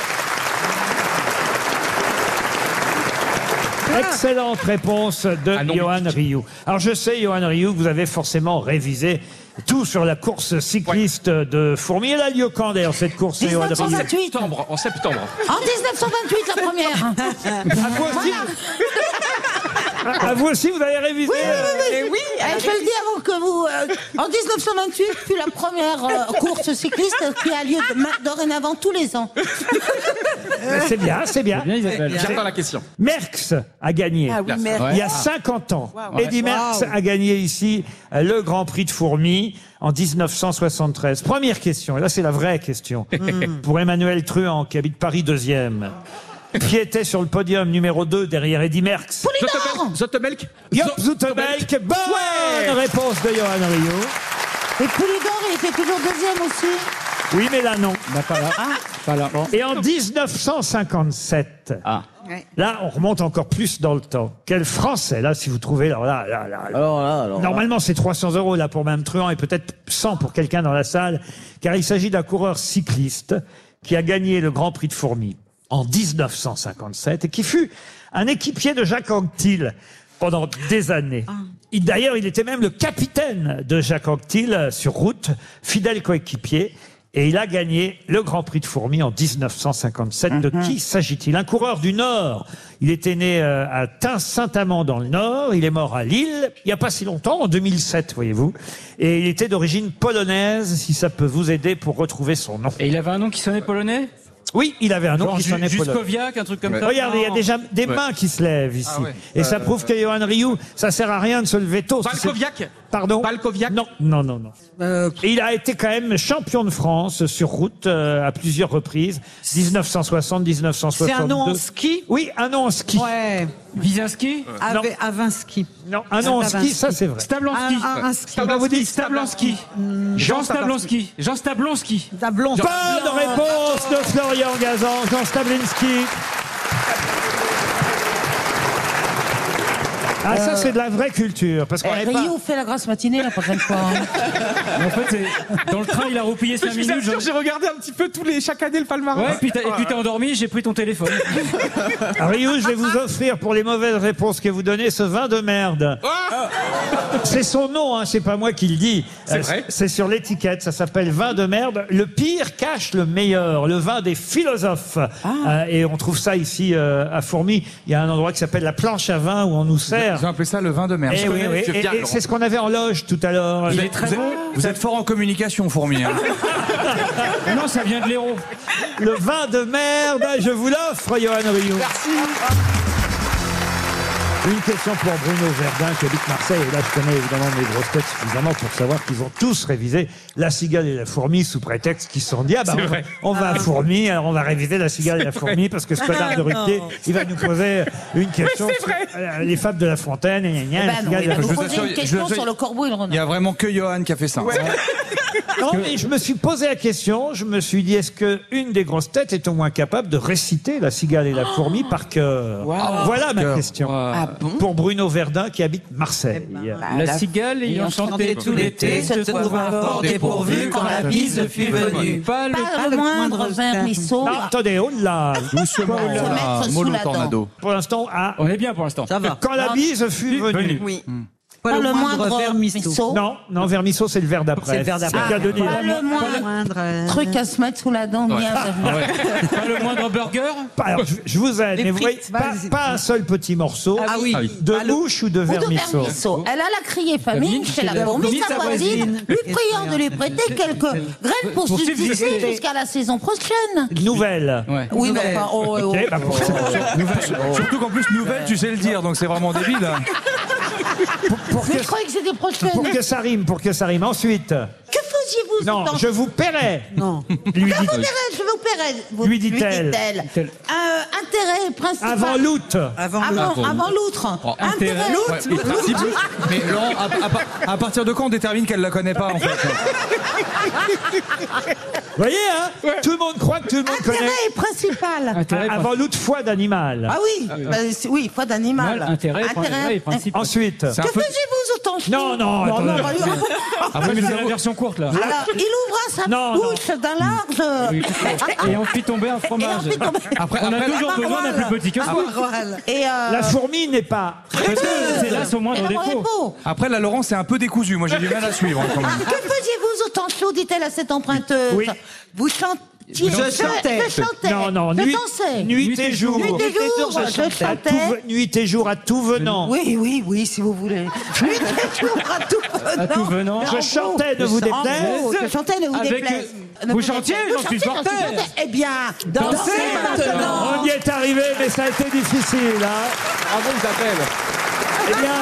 S2: Excellente réponse de
S3: Ah
S2: Johan Rioux. Alors je sais, Johan Rioux, que vous avez forcément révisé tout sur la course cycliste de Fourmi. Elle a lieu quand d'ailleurs cette course, Johan Rioux
S3: En septembre. En septembre.
S5: En 1928, la
S1: *laughs*
S5: première.
S2: Ah, vous aussi, vous avez révisé
S5: Oui, oui, oui.
S2: euh,
S5: oui
S3: Ah,
S5: Eh, je vais le dire avant que vous. euh, en 1928, fut la première euh, course cycliste qui a lieu de- ma- dorénavant tous les ans.
S2: C'est bien, c'est bien.
S3: J'attends la question.
S2: Merckx a gagné.
S3: Ah oui, Merckx.
S2: Il y a
S3: Ouais.
S2: 50 ans.
S3: Waouh.
S2: Eddy
S3: Ouais.
S2: Merckx
S3: Waouh.
S2: a gagné ici euh, le Grand Prix de Fourmi en 1973. Première question, et là c'est la vraie
S3: *laughs*
S2: question,
S3: Hmm.
S1: Mm.
S2: pour Emmanuel Truand qui habite Paris 2e. Qui était sur le podium numéro 2 derrière Eddy Merckx
S3: Zotemelk
S2: Yop Zotemelk Bonne réponse de Johan Rio.
S5: Et Poulidor, il était toujours deuxième aussi.
S2: Oui, mais là non.
S5: Ah.
S2: Et en 1957,
S5: Ah, Ouais.
S2: là on remonte encore plus dans le temps. Quel Français, là si vous trouvez, alors là, là, là, là. normalement c'est 300 euros là pour Mme Truand et peut-être 100 pour quelqu'un dans la salle, car il s'agit d'un coureur cycliste qui a gagné le Grand Prix de Fourmi en 1957 et qui fut un équipier de Jacques Anquetil pendant des années. Il- D'ailleurs, il était même le capitaine de Jacques Anquetil euh, sur route, fidèle coéquipier. Et il a gagné le Grand Prix de Fourmi en 1957. De qui s'agit-il Un coureur du Nord. Il était né euh, à Tain- Saint-Amand dans le Nord. Il est mort à Lille il n'y a pas si longtemps, en 2007, voyez-vous. Et il était d'origine polonaise, si ça peut vous aider pour retrouver son nom. Et il avait un nom qui sonnait polonais Oui, il avait un nom
S6: Genre
S2: qui
S6: Ju-
S2: sonnait polonais.
S6: Juskowiak, un truc comme ça.
S2: Regardez, il y a
S6: Non.
S2: déjà des
S6: Ouais.
S2: mains qui se lèvent ici.
S6: Ah ouais.
S2: Et ça
S6: Euh,
S2: prouve que Johan Rioux, ça sert à rien de se lever tôt.
S3: Balkoviak
S2: Pardon Balkoviak Non, non, non. non.
S8: Euh,
S2: Et il a été quand même champion de France sur route euh, à plusieurs reprises, 1960, 1962.
S8: C'est un nom en ski
S2: Oui, un nom en ski.
S8: Ouais.
S6: Vizinski
S8: Avinski.
S2: Non,
S6: Ah,
S2: un nom en ski, ça c'est vrai.
S8: Stablonski. Un, un- un ski.
S6: Stablonski. Ah, Vous dites Stablonski. Jean Stablonski. Jean Stablonski.
S8: Stablonski.
S2: Bonne réponse de Florian Gazan, Jean Stablinski. Ah, ça,
S5: Euh,
S2: c'est de la vraie culture. Parce qu'on
S5: Eh,
S2: n'est pas...
S5: Rio fait la grasse matinée la prochaine fois. hein.
S3: *laughs*
S6: En fait, c'est- dans le train, il a roupillé
S3: Je
S6: 5
S3: vous
S6: minutes.
S3: assure,
S6: je-
S3: j'ai regardé un petit peu tous les chaque année le palmarès.
S6: Ouais, puis t'as- et puis t'es endormi, j'ai pris ton téléphone.
S2: Rio, je vais vous offrir pour les mauvaises réponses que vous donnez ce vin de merde. C'est son nom, hein, c'est pas moi qui le dis.
S3: C'est
S2: Euh,
S3: vrai
S2: C'est sur l'étiquette, ça s'appelle vin de merde. Le pire cache le meilleur, le vin des philosophes. Euh, et on trouve ça ici euh, à Fourmi. Il y a un endroit qui s'appelle la planche à vin où on nous sert.
S4: Ils ont appelé ça le vin de merde.
S2: Eh oui, oui. Et- et c'est ce qu'on avait en loge tout à l'heure.
S4: Vous êtes- vous êtes- Vous êtes fort en communication, Fourmi. hein.
S6: non, ça vient de l'héros.
S2: Le vin de merde, je vous l'offre, Johan Rioux. Une question pour Bruno Verdun qui habite Marseille. Et là, je connais évidemment mes grosses têtes suffisamment pour savoir qu'ils ont tous révisé la cigale et la fourmi sous prétexte qu'ils se sont dit Ah bah,
S1: C'est
S2: on va,
S1: vrai.
S2: on va à fourmi, alors on va réviser la cigale et la
S1: C'est
S2: fourmi
S1: vrai.
S2: parce que ce connard de
S1: Ah, non.
S2: Ruquier, il va nous poser une question
S1: Mais *laughs* c'est
S2: sur
S1: vrai.
S2: euh, les fables de la fontaine. gna, gna, gna,
S5: Eh
S2: la
S5: ben non,
S2: cigale et
S5: il
S2: la
S5: va nous
S2: fourmi.
S5: poser une question sur le corbeau et le renard.
S4: Il y a vraiment que Johan qui a fait ça. hein.
S2: *laughs* Non, mais je me suis posé la question. Je me suis dit, est-ce que une des grosses têtes est au moins capable de réciter la cigale et la fourmi par cœur Voilà ma question. Pour Bruno Verdun qui habite Marseille.
S6: La cigale ayant chanté tout l'été se trouva fort dépourvue quand la bise fut venue.
S5: Pas le, moindre vin ruisseau.
S2: Non, attendez, oh là
S4: Doucement,
S2: Oh là.
S5: Se mettre sous Mollo la dent. tornado.
S2: Pour l'instant,
S6: On est bien pour l'instant. Ça
S2: va. Quand la bise fut venue.
S5: Oui.
S2: Pas
S5: Pas
S2: le
S5: le moindre vermisseau.
S2: Non, non, vermisseau, c'est le verre d'après.
S5: C'est le verre d'après.
S2: le cas de dire.
S5: Ah, Pas le moindre euh, truc à se mettre sous la dent. ni un
S2: Ah
S5: verre.
S6: Ah Pas le moindre burger
S2: Pas- alors, je, je vous aide,
S5: Les
S2: mais vous voyez,
S5: frites,
S2: pas,
S5: vas-y.
S2: pas un seul petit morceau
S5: Ah oui.
S2: de mouche ou de
S5: Ou de
S2: vermisseau.
S5: vermisseau. Elle a la criée famine
S2: Famine
S5: chez
S2: chez
S5: la
S2: la
S5: fourmi,
S2: fourmi,
S5: sa
S2: sa
S5: voisine,
S2: voisine.
S5: lui priant de lui prêter quelques graines pour
S2: Pour
S5: subsister
S2: subsister.
S5: jusqu'à la saison prochaine.
S2: Nouvelle.
S5: Oui, mais enfin, oh, oh, oh.
S4: Eh ben,
S2: Ok, bah, pour-
S4: *laughs* Surtout qu'en plus, nouvelle, tu sais le dire, donc c'est vraiment débile.
S2: Pour
S5: Mais
S2: que-
S5: je croyais que c'était prochaine.
S2: Pour que ça rime, pour que ça rime. Ensuite.
S5: Que faisiez-vous
S2: Non,
S5: ce temps
S2: je vous paierai. Non. Lui
S5: Je vous
S2: dit.
S5: paierai, je vous paierai. vous-
S2: Lui dit-elle.
S5: Euh, intérêt principal.
S2: Avant l'août.
S5: Avant,
S4: l'outre.
S5: avant l'outre.
S4: Oh,
S5: intérêt.
S4: Ouais, et principe- Mais Laurent, à, à par- à partir de quand on détermine qu'elle la connaît pas en fait
S2: Vous voyez, hein Tout le monde croit que tout le monde connaît.
S5: Intérêt principal.
S2: Avant l'août, foi d'animal.
S5: Ah oui,
S2: euh.
S6: Euh,
S5: bah, c'est- oui, foi d'animal. Eh,
S2: Ensuite.
S5: Que faisiez-vous autant chier
S2: Non, non, Oh, attendez. Ah,
S5: bah, lui-
S6: version courte là.
S5: Alors, Ah, il ouvra sa
S6: Non,
S5: bouche d'un large.
S6: Oui.
S5: *laughs*
S6: Et on fit tomber un fromage.
S5: Et on fit tomber-
S6: Après- On a après- toujours besoin d'un plus petit que soi.
S5: Barbarolle. Et euh,
S2: La fourmi n'est pas.
S6: C'est là son moindre
S5: Et le
S6: défaut.
S5: repos.
S4: Après, la Laurent, c'est un peu décousu. Moi, j'ai du mal à suivre hein, quand même.
S5: Que faisiez-vous autant chaud dit-elle à cette emprunteuse.
S4: Oui.
S5: Vous chan-
S2: Je chantais. Non, non, nuit- nuit et jour.
S5: Nuit et jour,
S2: À
S5: je
S2: tout
S5: chantais.
S2: ve- nuit et jour à tout venant.
S5: Oui, oui, oui, si vous
S2: *laughs*
S5: voulez. Nuit et jour à tout venant.
S2: À tout venant.
S5: Mais
S2: Je
S5: en gros,
S2: chantais, ne
S5: je
S2: vous
S5: sens- en
S2: déplaise.
S5: gros, Je chantais, ne vous
S2: Avec,
S5: déplaise.
S2: euh,
S5: Ne
S2: vous
S5: vous
S2: chantiez,
S5: déplaise.
S2: j'en suis
S5: Vous chantiez,
S2: forte.
S5: chantais. Eh bien, dansez, maintenant.
S2: On y est arrivé, mais ça a été difficile. Hein. Bravo, Isabelle. Eh bien,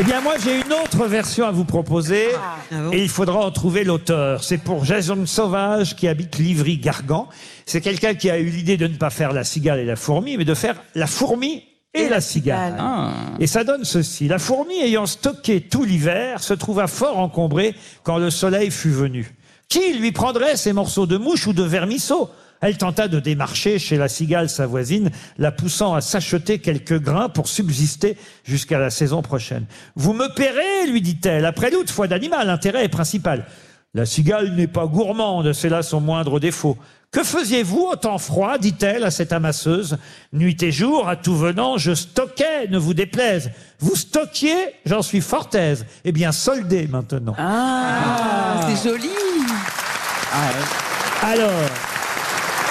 S2: eh bien, moi, j'ai une autre version à vous proposer
S5: Ah.
S2: et il faudra en trouver l'auteur. C'est pour Jason Sauvage qui habite Livry-Gargan. C'est quelqu'un qui a eu l'idée de ne pas faire la cigale et la fourmi, mais de faire la fourmi et, la cigale.
S5: Ah.
S2: Et ça donne ceci. La fourmi ayant stocké tout l'hiver se trouva fort encombrée quand le soleil fut venu. Qui lui prendrait ces morceaux de mouche ou de vermisseau Elle tenta de démarcher chez la cigale sa voisine, la poussant à s'acheter quelques grains pour subsister jusqu'à la saison prochaine. Vous me paierez, lui dit-elle. Après l'août, foi d'animal, l'intérêt est principal. La cigale n'est pas gourmande, c'est là son moindre défaut. Que faisiez-vous au temps froid dit-elle à cette amasseuse. Nuit et jour, à tout venant, je stockais, ne vous déplaise. Vous stockiez, j'en suis fort aise. Eh bien, soldez maintenant.
S14: Ah, c'est joli.
S2: Ah, Alors,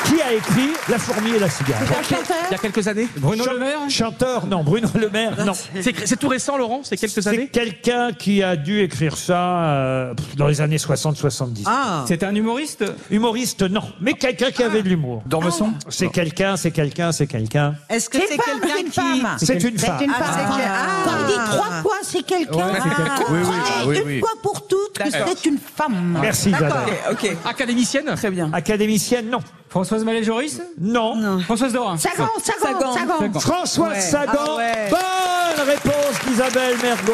S2: qui a écrit La fourmi et la cigale
S3: C'est un chanteur Il y a quelques années Bruno Le Maire
S2: Chanteur, non. Bruno Le Maire, non.
S3: C'est c'est tout récent, Laurent C'est quelques années
S2: Quelqu'un qui a dû écrire ça euh, pff, dans les années 60-70.
S3: Ah. C'est
S2: un humoriste Humoriste, non. Mais quelqu'un
S6: Ah.
S2: qui avait de l'humour. Dormesson C'est quelqu'un, c'est quelqu'un, c'est quelqu'un.
S7: Est-ce que c'est quelqu'un qui...
S2: C'est une femme.
S5: Ah. Quand il dit trois quoi, c'est quelqu'un.
S2: Ouais, c'est quelqu'un.
S5: Comprenez
S2: Oui, Ah oui, oui,
S5: une
S2: oui.
S5: fois pour toutes que
S2: D'accord.
S5: c'est une femme.
S2: Merci, Isabelle.
S3: Académicienne Très
S14: bien.
S2: Académicienne, non.
S6: Françoise Malé-Joris
S2: Non.
S6: Françoise Dorin
S5: Sagan, Sagan, Sagan. Sagan.
S2: François
S5: Ouais.
S2: Sagan.
S5: Ah ouais.
S2: Bonne réponse d'Isabelle Mergot.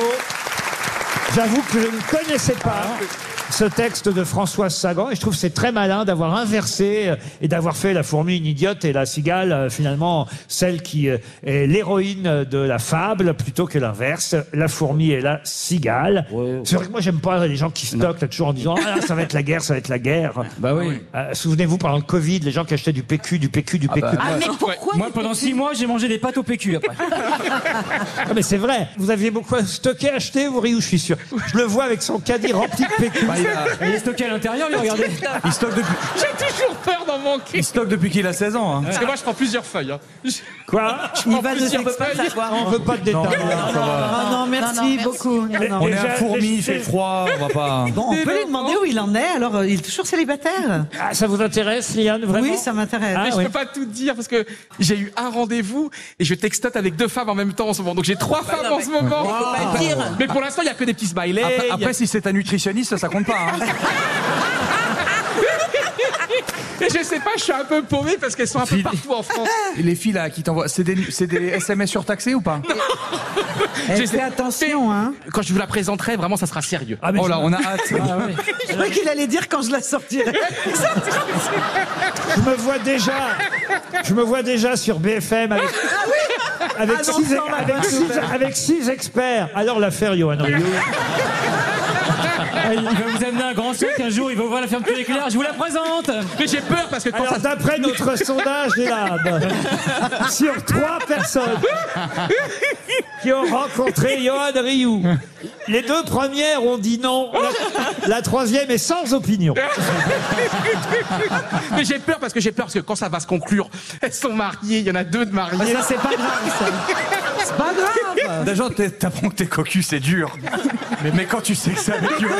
S2: J'avoue que je ne connaissais pas
S6: Ah.
S2: ce texte de François Sagan et je trouve que c'est très malin d'avoir inversé euh, et d'avoir fait la fourmi une idiote et la cigale euh, finalement celle qui euh, est l'héroïne de la fable plutôt que l'inverse, la fourmi et la cigale. C'est vrai que moi j'aime pas les gens qui stockent là, toujours en disant ah, ça va être la guerre, ça va être la guerre. Bah oui. Souvenez-vous pendant le Covid, les gens qui achetaient du PQ, du PQ, du PQ.
S6: Ah, mais pourquoi Moi, pendant six mois, j'ai mangé des pâtes au PQ après.
S2: Ah, mais c'est vrai, vous aviez beaucoup stocké, acheté, vous riez, je suis sûr. Je le vois avec son caddie rempli de PQ.
S6: Bah, il a- Il est stocké à l'intérieur, lui, regardez.
S4: Il stocke depuis,
S3: Ah. J'ai toujours peur d'en manquer.
S4: il stocke depuis qu'il a 16 ans. hein.
S3: Parce que moi, je prends plusieurs feuilles. hein. Je-
S2: Quoi
S3: Je prends plusieurs feuilles.
S2: On veut pas de
S4: Non,
S2: détails.
S4: non, non, ça va.
S8: Ah non, merci beaucoup. Non, non.
S4: On est à fourmi, il fait froid, on va pas.
S8: Bon, on peut lui demander où il en est, alors euh, il est toujours célibataire.
S2: Ah, ça vous intéresse, Liane, vraiment
S8: Oui, ça m'intéresse.
S2: Ah
S3: Mais je peux pas tout dire parce que j'ai eu un rendez-vous et je textote avec deux femmes en même temps en ce moment. Donc j'ai trois
S4: Bah
S3: femmes
S4: non,
S3: en
S4: mais-
S3: ce moment. Ah.
S4: Wow. Faut pas le dire.
S3: Mais pour l'instant, il y a que des petits smileys.
S4: Après,
S3: il y a-
S4: après, si c'est un nutritionniste, ça compte pas. hein.
S3: Et je sais pas, je suis un peu paumé parce qu'elles sont un peu partout en France.
S4: Et les filles là qui t'envoient, c'est des, c'est des SMS surtaxés ou pas
S3: Je sais-
S8: Eh, attention, hein.
S3: Quand je vous la présenterai, vraiment, ça sera sérieux.
S2: Ah,
S4: mais Oh là, on a hâte.
S8: Je croyais qu'il allait dire quand je la sortirai.
S2: Je me vois déjà, je me vois déjà sur BFM avec,
S8: Ah
S2: avec,
S8: Annonçant
S2: six,
S8: la
S2: avec
S8: bonne
S2: six-
S8: nouvelle.
S2: avec six experts. Alors l'affaire Johan Rioux.
S6: Ah, Il va vous amener un grand sac un jour, il va ouvrir la ferme tous les clairs. Je vous la présente
S3: Mais j'ai peur parce que quand
S2: Alors d'après
S3: *laughs*
S2: notre sondage Lab, sur trois personnes qui ont rencontré Johan Rioux, les deux premières ont dit non, la, la troisième est sans opinion.
S3: *laughs* Mais j'ai peur parce que j'ai peur parce que quand ça va se conclure, *laughs* elles sont mariées, il y en a deux de mariées.
S8: Ah, ça, c'est pas grave, ça. C'est pas grave.
S4: Déjà, t'es- t'apprends que t'es cocu, c'est dur. Mais, mais quand tu sais que ça va durer.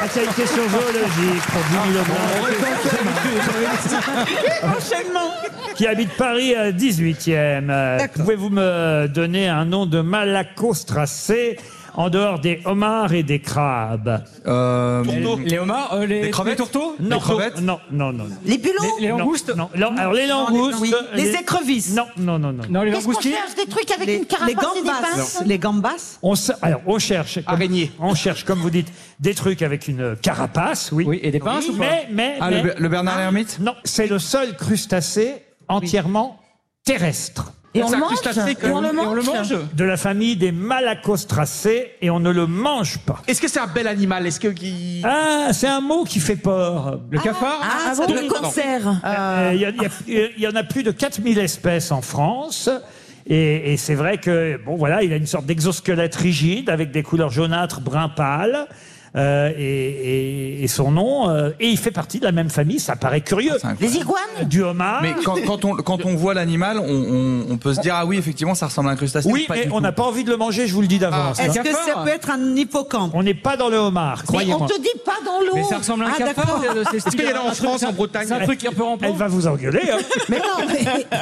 S2: Ah, c'est une question zoologique pour Jimmy *laughs* Lebrun. Qui habite Paris euh, 18e. Euh, Pouvez-vous me donner un nom de malacostracé en dehors des homards et des crabes
S6: Tourteaux. Euh, Les homards, euh, les- Les crevettes les tourteaux
S2: Non,
S6: Les crevettes
S2: non, non, non. non.
S5: Les bulots
S6: Les- les
S2: Non,
S6: langoustes
S2: non, non. Alors les
S6: Non, les-
S2: langoustes.
S6: oui. Les
S2: écrevisses Non, non, non, non.
S6: les
S5: Qu'est-ce qu'on cherche des trucs avec une carapace et des pinces
S8: Les gambas
S2: On, se- alors, on cherche. comme- On cherche, comme vous dites, des trucs avec une carapace, oui.
S6: et des pinces ou pas
S2: mais, mais,
S4: Ah,
S2: mais-
S4: le, le Bernard l'ermite
S2: Non, c'est le seul crustacé entièrement terrestre.
S5: Et on le mange Et on le mange
S2: De la famille des malacostracées et on ne le mange pas.
S3: Est-ce que c'est un bel animal Est-ce que qui
S2: Ah, c'est un mot qui fait peur.
S3: Le cafard
S5: Ah,
S3: bon
S5: le cancer.
S2: Euh, Il y, a- il y a- il y en a plus de 4000 espèces en France. Et, et c'est vrai que, bon, voilà, il a une sorte d'exosquelette rigide avec des couleurs jaunâtres, brun pâle. euh, et, et- et son nom, euh, et il fait partie de la même famille, ça paraît curieux.
S5: Les iguanes
S2: Du homard.
S4: Mais quand, quand on, quand on voit l'animal, on, on- on peut se dire, ah oui, effectivement, ça ressemble à un crustacé.
S2: Oui, mais on n'a pas envie de le manger, je vous le dis d'avance. hein.
S4: Ah,
S8: Est-ce que ça peut être un hippocampe
S2: On n'est pas dans le homard, croyez-moi.
S8: dit pas dans
S2: l'eau. Mais ça ressemble à un
S5: Ah,
S2: cafard, euh, c'est- Est-ce qu'il y en a en France, en Bretagne
S6: C'est un truc qui est un peu en
S2: Elle va vous engueuler. hein.
S8: Mais non,
S4: *laughs*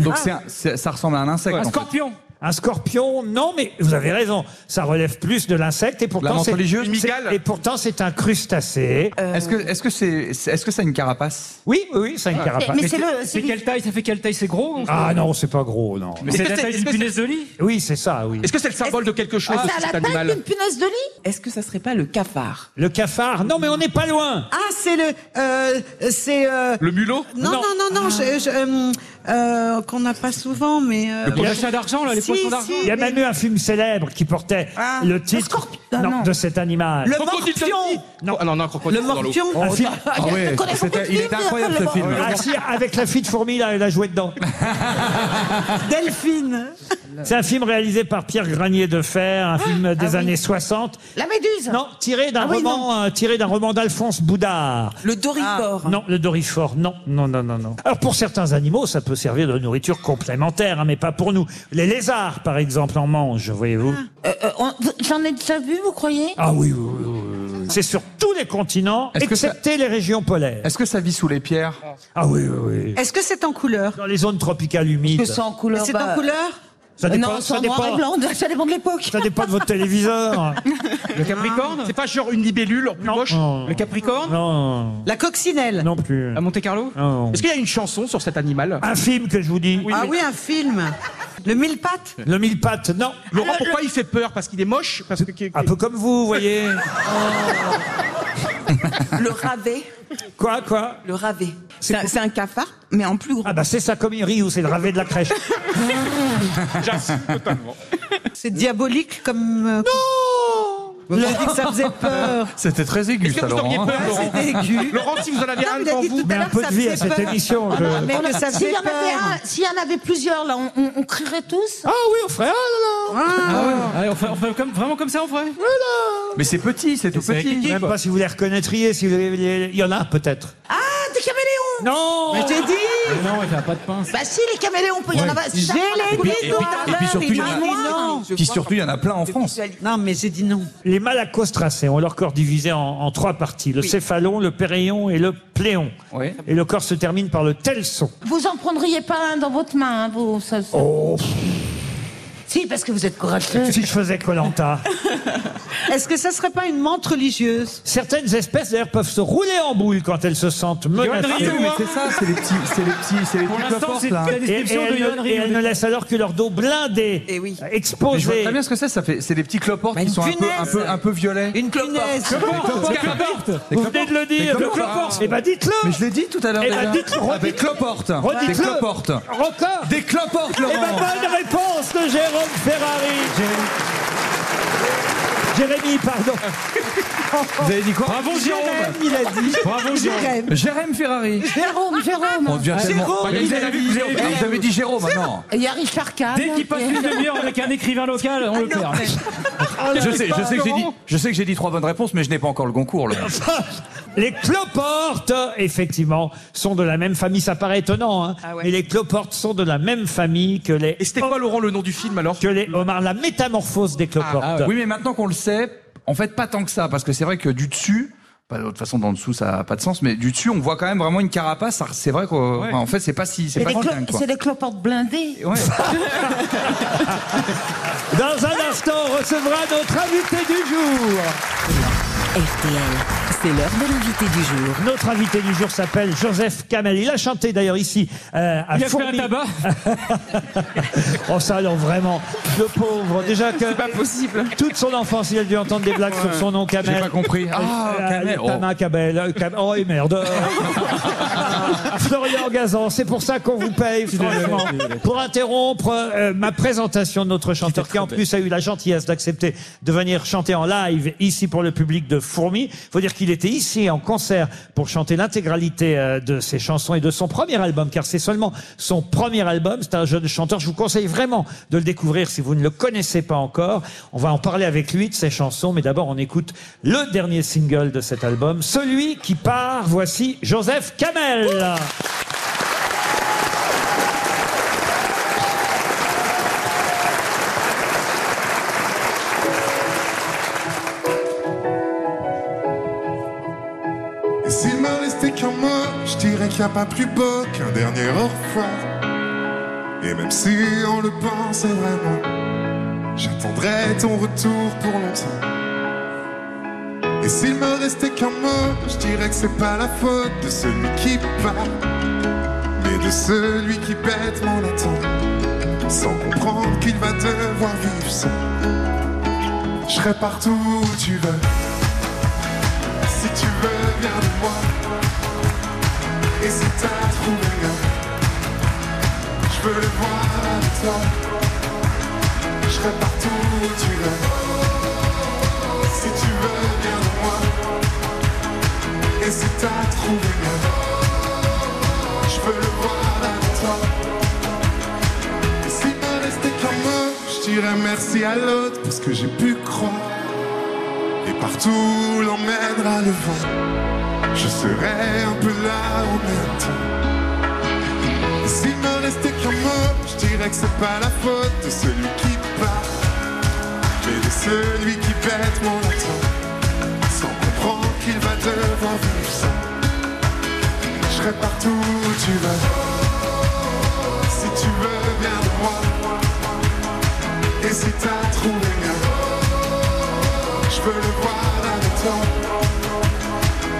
S4: Donc c'est un- c'est- ça ressemble à un insecte. en fait.
S6: scorpion.
S2: Un scorpion, non, mais vous avez raison. Ça relève plus de l'insecte et
S4: La
S2: pourtant
S4: menthe
S2: c'est
S4: religieuse
S2: c'est-
S4: Une migale
S2: Et pourtant c'est un crustacé.
S4: Est-ce que est-ce que c'est c'est- est-ce que ça a une carapace
S2: Oui, oui, oui, ça a une carapace. Mais c'est-
S6: C'est quelle taille Ça fait quelle taille C'est gros en fait
S2: Ah non, c'est pas gros, non.
S6: Mais c'est la taille d'une punaise de lit
S2: Oui, c'est ça, oui.
S3: Est-ce que c'est le symbole de quelque chose,
S14: ça a
S3: cet
S14: la taille
S3: animal
S5: punaise de lit
S14: Est-ce que ça serait pas le cafard
S2: Le cafard Non, mais on n'est pas loin.
S8: Ah, c'est le. euh, c'est. euh,
S3: Le mulot
S8: Non, non, non, non, je- je, euh, euh, qu'on n'a pas souvent, mais. euh,
S2: Il y a-
S8: Si, si,
S2: Il y a
S8: mais-
S2: même eu un film célèbre qui portait
S8: Ah,
S2: le
S8: le
S2: titre
S8: scorpion,
S2: non,
S8: non.
S2: de cet animal.
S8: Le
S2: Ah, crocodile
S8: morpion
S2: Non,
S3: Ah non, non,
S2: crocodile.
S8: Le dans l'eau. morpion
S2: Un film-
S8: Ah, Ah ouais, connais c'était- beaucoup de il films, était incroyable, ce le film. morpion.
S2: Ah, si, avec la fille de fourmi, là, elle a joué dedans.
S8: *laughs* Delphine. Ah,
S2: C'est un film réalisé par Pierre Granier de Fer, un film des
S8: oui.
S2: années 60.
S5: La méduse
S2: Non, tiré d'un
S5: Ah oui,
S2: roman, euh, tiré d'un roman d'Alphonse Boudard. Ah.
S14: Le dorifort.
S2: Non, le dorifort, non, non, non, non, non. Alors pour certains animaux, ça peut servir de nourriture complémentaire, hein, mais pas pour nous. Les lézards, par exemple, en mangent, voyez-vous.
S8: Ah.
S5: Euh, euh, on- vous- J'en ai déjà vu, vous croyez
S2: Ah oui, oui, oui, oui, oui. C'est sur tous les continents,
S4: Est-ce que ça-
S2: excepté les régions polaires.
S4: Est-ce que ça vit sous les pierres
S2: Ah oui, oui, oui.
S8: Est-ce que c'est en couleur
S2: Dans les zones tropicales humides.
S8: C'est en couleur
S2: Ça dépend-
S8: Non,
S2: ça
S8: c'est en noir
S2: dépend.
S8: et blanc.
S5: Ça dépend de l'époque.
S2: Ça dépend de votre téléviseur.
S3: Le Capricorne C'est pas genre une libellule en plus moche Le Capricorne
S2: Non.
S8: La coccinelle
S2: Non plus.
S3: À Monte Carlo
S2: Non.
S3: Est-ce qu'il y a une chanson sur cet animal
S2: Un film que je vous dis.
S8: ah oui, un film. Le mille pattes.
S2: Le mille pattes, non.
S3: Laurent, pourquoi il fait peur Parce qu'il est moche Parce que
S2: Un peu comme vous,
S3: *laughs*
S2: vous voyez.
S14: Le ravet.
S2: Quoi, quoi
S14: Le ravet. C'est un, c'est un cafard, mais en plus gros.
S2: Ah bah c'est sa comirie ou c'est le ravet de la crèche.
S8: C'est diabolique comme. euh, Vous avez dit que ça faisait peur.
S4: *laughs* C'était très aigu,
S3: Est-ce que
S4: ça,
S3: vous auriez
S4: Laurent.
S3: peur, Laurent
S8: c'était aigu.
S3: Laurent,
S4: Ah,
S3: si vous en avez
S5: Ah
S8: Non,
S3: un
S8: mais il a
S3: devant
S8: dit
S3: vous.
S8: tout à l'heure que ça faisait peur.
S2: émission. je-
S4: euh,
S8: Mais que ça
S5: S'il
S8: faisait
S5: y en avait
S8: peur.
S5: un- s'il y en avait plusieurs, là, on, on- on crierait tous.
S2: Ah oui, on ferait. Ah là là.
S6: Ah ouais, on fait, on fait comme- vraiment comme ça, on ferait
S4: Mais c'est petit, c'est tout petit.
S2: Même pas si vous les reconnaîtriez, si vous les- il y en a peut-être.
S5: Ah, des caméléons
S2: Non.
S8: Mais j'ai dit
S6: Mais Ah Non, il a pas de pince.
S5: Bah si, les caméléons, on peut y en avoir.
S8: J'ai les
S4: puis- et
S8: dix
S4: puis-
S8: doigts.
S4: et puis surtout, il y en a-
S8: Il dit non.
S4: Puis surtout, il y en a plein en France.
S8: Non, mais j'ai dit non.
S2: Les malacostracés ont leur corps divisé en, en trois parties le céphalon, le péréon et le pléon.
S4: Oui.
S2: Et le corps se termine par le telson.
S5: Vous en prendriez pas un dans votre main, hein, vous ça- ça-
S2: Oh,
S5: Si, parce que vous êtes courageux.
S2: si je faisais Colanta.
S8: *laughs* Est-ce que ça serait pas une menthe religieuse
S2: Certaines espèces d'ailleurs peuvent se rouler en boule quand elles se sentent
S4: Ah
S2: menacées.
S4: oui, mais c'est ça, c'est les petits, c'est les petits, c'est les
S6: Pour
S4: petits
S6: l'instant,
S4: coffres
S6: c'est
S4: là.
S6: la
S2: Et, et
S6: description de
S2: elles,
S6: Johan
S2: ne, et elles ne
S6: Rioux.
S2: laissent alors que leur dos blindé,
S14: Eh oui.
S4: Mais je vois
S2: exposé.
S4: très bien ce que c'est, ça fait, c'est des petits cloportes
S8: Mais
S4: qui
S8: une
S4: sont un peu, un
S8: punaise.
S4: peu, un peu violets.
S8: Une punaise.
S2: Vous venez de le dire.
S4: Des
S2: Eh ben
S4: Mais
S2: dites-le.
S4: je l'ai dit tout à l'heure.
S2: Eh ben,
S4: déjà.
S2: dites-le,
S4: Ah, Des
S2: redites-le.
S4: cloportes. Des
S2: Redites-le.
S4: cloportes.
S2: Encore.
S4: Des cloportes,
S2: Eh ben
S4: Laurent.
S2: bonne réponse de Jérôme Ferrari. Jérémy, pardon.
S4: Vous avez dit quoi
S3: Bravo, Jérôme
S8: Il a dit.
S3: Bravo, Jérôme
S8: Jérém.
S4: Jérém Ferrari.
S5: Jérôme,
S4: On
S5: Jérôme.
S4: devient tellement.
S8: Jérôme,
S4: Ah, mais
S8: il
S4: vous
S8: a
S4: avez
S8: dit-
S4: dit-
S8: vous avez
S4: Ah, vous avez dit Jérôme, maintenant.
S5: Il y a Richard Kahn.
S6: Dès qu'il passe une demi-heure avec un écrivain local,
S2: Ah,
S6: on le perd.
S4: Je sais, je sais que j'ai dit, je sais que j'ai dit trois bonnes réponses, mais je n'ai pas encore le concours. Laurent.
S2: Les cloportes, effectivement, sont de la même famille. Ça paraît étonnant, hein.
S14: Ah ouais.
S2: Mais les cloportes sont de la même famille que les,
S3: Et c'était quoi, Laurent, le nom du film alors
S2: que les homards. La métamorphose des cloportes.
S4: Ah, Oui, mais maintenant qu'on le sait, en fait, pas tant que ça, parce que c'est vrai que du dessus. bah, De toute façon, dans le dessous, ça n'a pas de sens, mais du dessus, on voit quand même vraiment une carapace. ça- C'est vrai qu'en en fait, c'est pas si, c'est
S5: C'est
S4: pas
S5: des,
S4: si
S5: clo-
S4: dingue, quoi.
S5: c'est des cloportes blindées.
S4: Ouais.
S2: Dans un instant, on recevra notre invité du jour.
S11: RTL, c'est l'heure de l'invité du jour.
S2: Notre invité du jour s'appelle Joseph Kamel. Il a chanté d'ailleurs ici euh, à
S6: Il a fait un
S2: Fourmi.
S6: tabac.
S2: Oh ça alors vraiment, le pauvre. Déjà que
S14: Pas possible.
S2: toute son enfance, il a dû entendre des blagues sur son nom Kamel.
S4: J'ai pas compris. Ah,
S2: Euh,
S4: Kamel,
S2: euh, Tama Kamel, euh, Kam- Oh et merde.
S4: *laughs*
S2: Euh, Florian Gazan, c'est pour ça qu'on vous paye, franchement. Pour interrompre euh, ma présentation de notre chanteur qui en plus a eu la gentillesse d'accepter de venir chanter en live ici pour le public de Fourmi. Faut dire qu'il il était ici en concert pour chanter l'intégralité euh, de ses chansons et de son premier album, car c'est seulement son premier album. C'est un jeune chanteur. Je vous conseille vraiment de le découvrir si vous ne le connaissez pas encore. On va en parler avec lui de ses chansons, mais d'abord on écoute le dernier single de cet album, celui qui part. Voici Joseph Kamel.
S21: Et s'il me restait qu'un mot, je dirais qu'il n'y a pas plus beau qu'un dernier au revoir. Et même si on le pensait vraiment, j'attendrai ton retour pour longtemps. Et s'il me restait qu'un mot, je dirais que c'est pas la faute de celui qui part, mais de celui qui bêtement l'attend, sans comprendre qu'il va devoir vivre sans. Je serai partout où tu veux si tu veux bien de moi Et si t'as trouvé rien Je veux le voir avec toi Je serai partout où tu veux Si tu veux bien de moi Et si t'as trouvé rien Je veux le voir avec toi Et s'il me restait qu'un mot Je dirais merci à l'autre Parce que j'ai pu croire et partout l'emmènera le vent. Je serai un peu là en même temps. Et s'il me restait qu'un mot, je dirais que c'est pas la faute de celui qui part, mais de celui qui pète mon attend, sans comprendre qu'il va devoir vivre ça. Je serai partout où tu vas, si tu veux bien de moi, et si t'as trouvé rien, je veux le voir avec toi.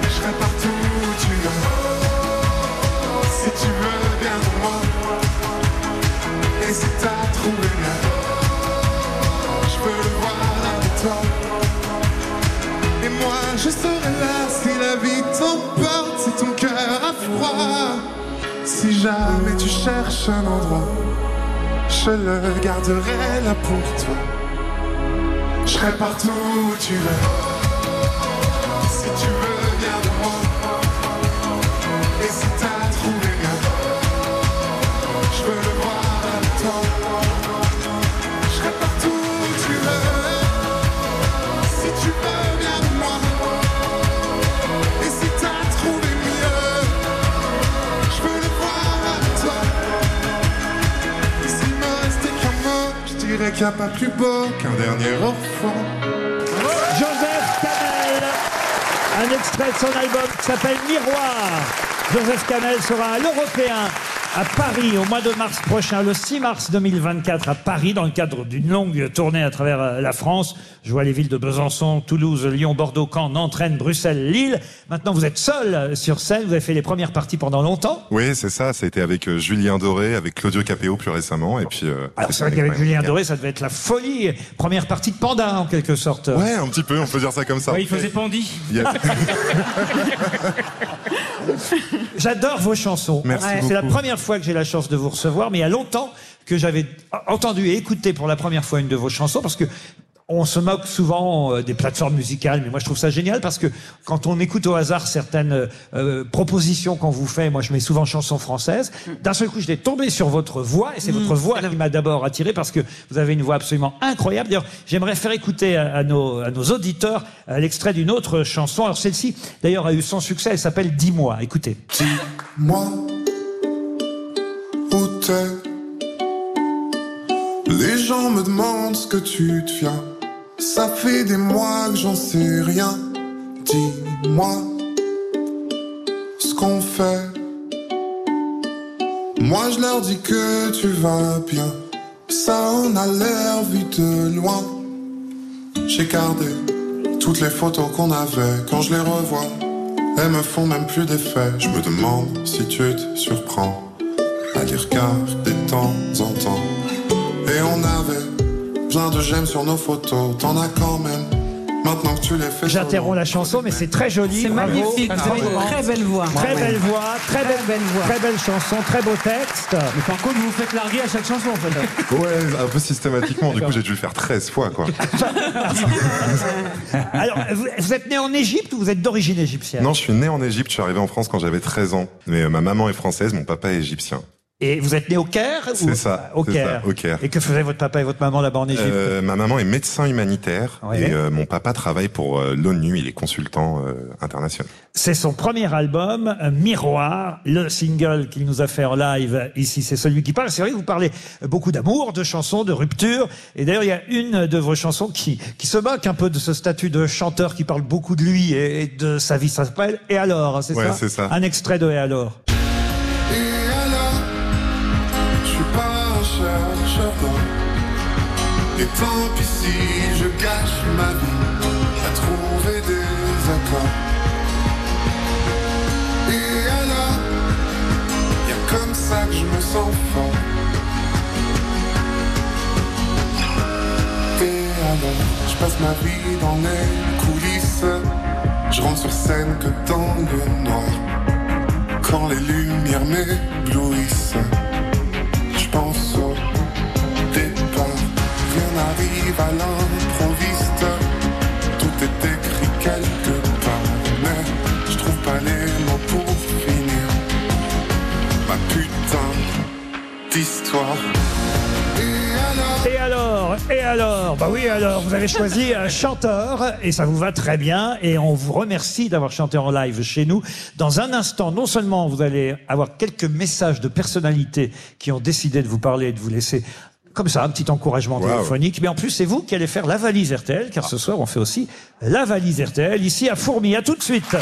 S21: Je serai partout où tu vas. Si tu veux bien de moi. Et si t'as trouvé là, je peux le voir avec toi. Et moi je serai là si la vie t'emporte, si ton cœur a froid. Si jamais tu cherches un endroit, je le garderai là pour toi. Je serai partout où tu vas. Si tu veux bien de moi Et si t'as trouvé rien Je veux le voir avec toi Je serai partout où tu veux Si tu veux bien de moi Et si t'as trouvé mieux Je veux le voir avec toi Et s'il me restait qu'un mot Je dirais qu'il n'y a pas plus beau qu'un dernier au revoir
S2: Joseph Kamel, un extrait de son album qui s'appelle Miroir. Joseph Kamel sera à l'Européen à Paris au mois de mars prochain, le 6 mars 2024 à Paris, dans le cadre d'une longue tournée à travers euh, la France. Je vois les villes de Besançon, Toulouse, Lyon, Bordeaux, Caen, Nantes, Rennes, Bruxelles, Lille. Maintenant, vous êtes seul euh, sur scène, vous avez fait les premières parties pendant longtemps.
S22: Oui, c'est ça. Ça a été avec euh, Julien Doré, avec Claudio Capéo plus récemment. Et puis, euh,
S2: Alors c'est vrai qu'avec Julien Doré, ça devait être la folie. Première partie de Panda, en quelque sorte.
S22: Ouais, un petit peu, on peut dire ça comme ça.
S2: Ouais, il faisait
S6: Pandi.
S22: Il y a-
S2: J'adore vos chansons.
S22: Merci
S2: Ouais.
S22: beaucoup.
S2: C'est la première fois que j'ai la chance de vous recevoir, mais il y a longtemps que j'avais entendu et écouté pour la première fois une de vos chansons parce que on se moque souvent euh, des plateformes musicales, mais moi je trouve ça génial parce que quand on écoute au hasard certaines euh, euh, propositions qu'on vous fait, moi je mets souvent chansons françaises, d'un seul coup je l'ai tombé sur votre voix et c'est votre voix qui m'a d'abord attiré parce que vous avez une voix absolument incroyable. D'ailleurs, j'aimerais faire écouter à, à nos, à nos auditeurs euh, l'extrait d'une autre chanson. Alors celle-ci, d'ailleurs, a eu son succès, elle s'appelle Dis-moi. Écoutez.
S21: Moi, où t'es Les gens me demandent ce que tu deviens. Ça fait des mois que j'en sais rien. Dis-moi ce qu'on fait. Moi, je leur dis que tu vas bien. Ça en a l'air vu de loin. J'ai gardé toutes les photos qu'on avait quand je les revois. Elles me font même plus d'effet. Je me demande si tu te surprends à les regarder de temps en temps. Et on avait plein de j'aime sur nos photos. T'en as quand même Maintenant que tu l'as fait.
S2: J'interromps la chanson, mais c'est très joli.
S21: C'est
S2: bravo.
S21: magnifique,
S2: Bravo.
S21: c'est une très belle voix.
S2: Très
S21: Ouais.
S2: belle voix, très belle, très belle chanson, très beau texte. Mais par contre, vous vous faites larguer à chaque chanson, en
S21: *laughs*
S2: fait.
S21: Ouais, un peu systématiquement. Du coup, j'ai dû le faire 13 fois, quoi.
S2: Alors, *laughs* euh, vous, vous êtes né en Égypte ou vous êtes d'origine égyptienne
S21: Non, je suis né en Égypte. Je suis arrivé en France quand j'avais 13 ans. Mais euh, ma maman est française, mon papa est égyptien.
S2: Et vous êtes né au Caire ou-
S21: C'est ça,
S2: Au
S21: c'est
S2: Caire.
S21: ça, au Caire.
S2: Et que faisaient votre papa et votre maman là-bas en Égypte
S21: Euh, ma maman est médecin humanitaire
S2: Ouais.
S21: et euh, mon papa travaille pour euh, l'ONU. Il est consultant euh, international. *laughs*
S2: C'est son premier album, euh, Miroir, le single qu'il nous a fait en live euh, ici. C'est celui qui parle. C'est vrai que vous parlez beaucoup d'amour, de chansons, de rupture. Et d'ailleurs, il y a une de vos chansons qui, qui se moque un peu de ce statut de chanteur qui parle beaucoup de lui et, et de sa vie. Ça s'appelle Et alors, hein, c'est
S21: Ouais,
S2: ça
S21: c'est ça.
S2: Un extrait de Et alors.
S21: Et alors, je suis pas un chercheur d'or. Et tant pis si je gâche ma vie à trouver des accords. Et alors, y a comme ça que je me sens fort. Et alors, je passe ma vie dans les coulisses. Je rentre sur scène que dans le noir. Quand les lumières m'éblouissent, je pense au départ. Rien n'arrive à l'improviste. Tout est écrit quelque part, mais je trouve pas les mots pour finir. Ma putain d'histoire.
S2: Et alors Et alors Bah oui, alors, vous avez choisi un chanteur, et ça vous va très bien, et on vous remercie d'avoir chanté en live chez nous. Dans un instant, non seulement vous allez avoir quelques messages de personnalités qui ont décidé de vous parler et de vous laisser... Comme ça, un petit encouragement téléphonique. Mais en plus, c'est vous qui allez faire la valise RTL, car ce soir, on fait aussi la valise RTL ici à Fourmi. À tout de suite.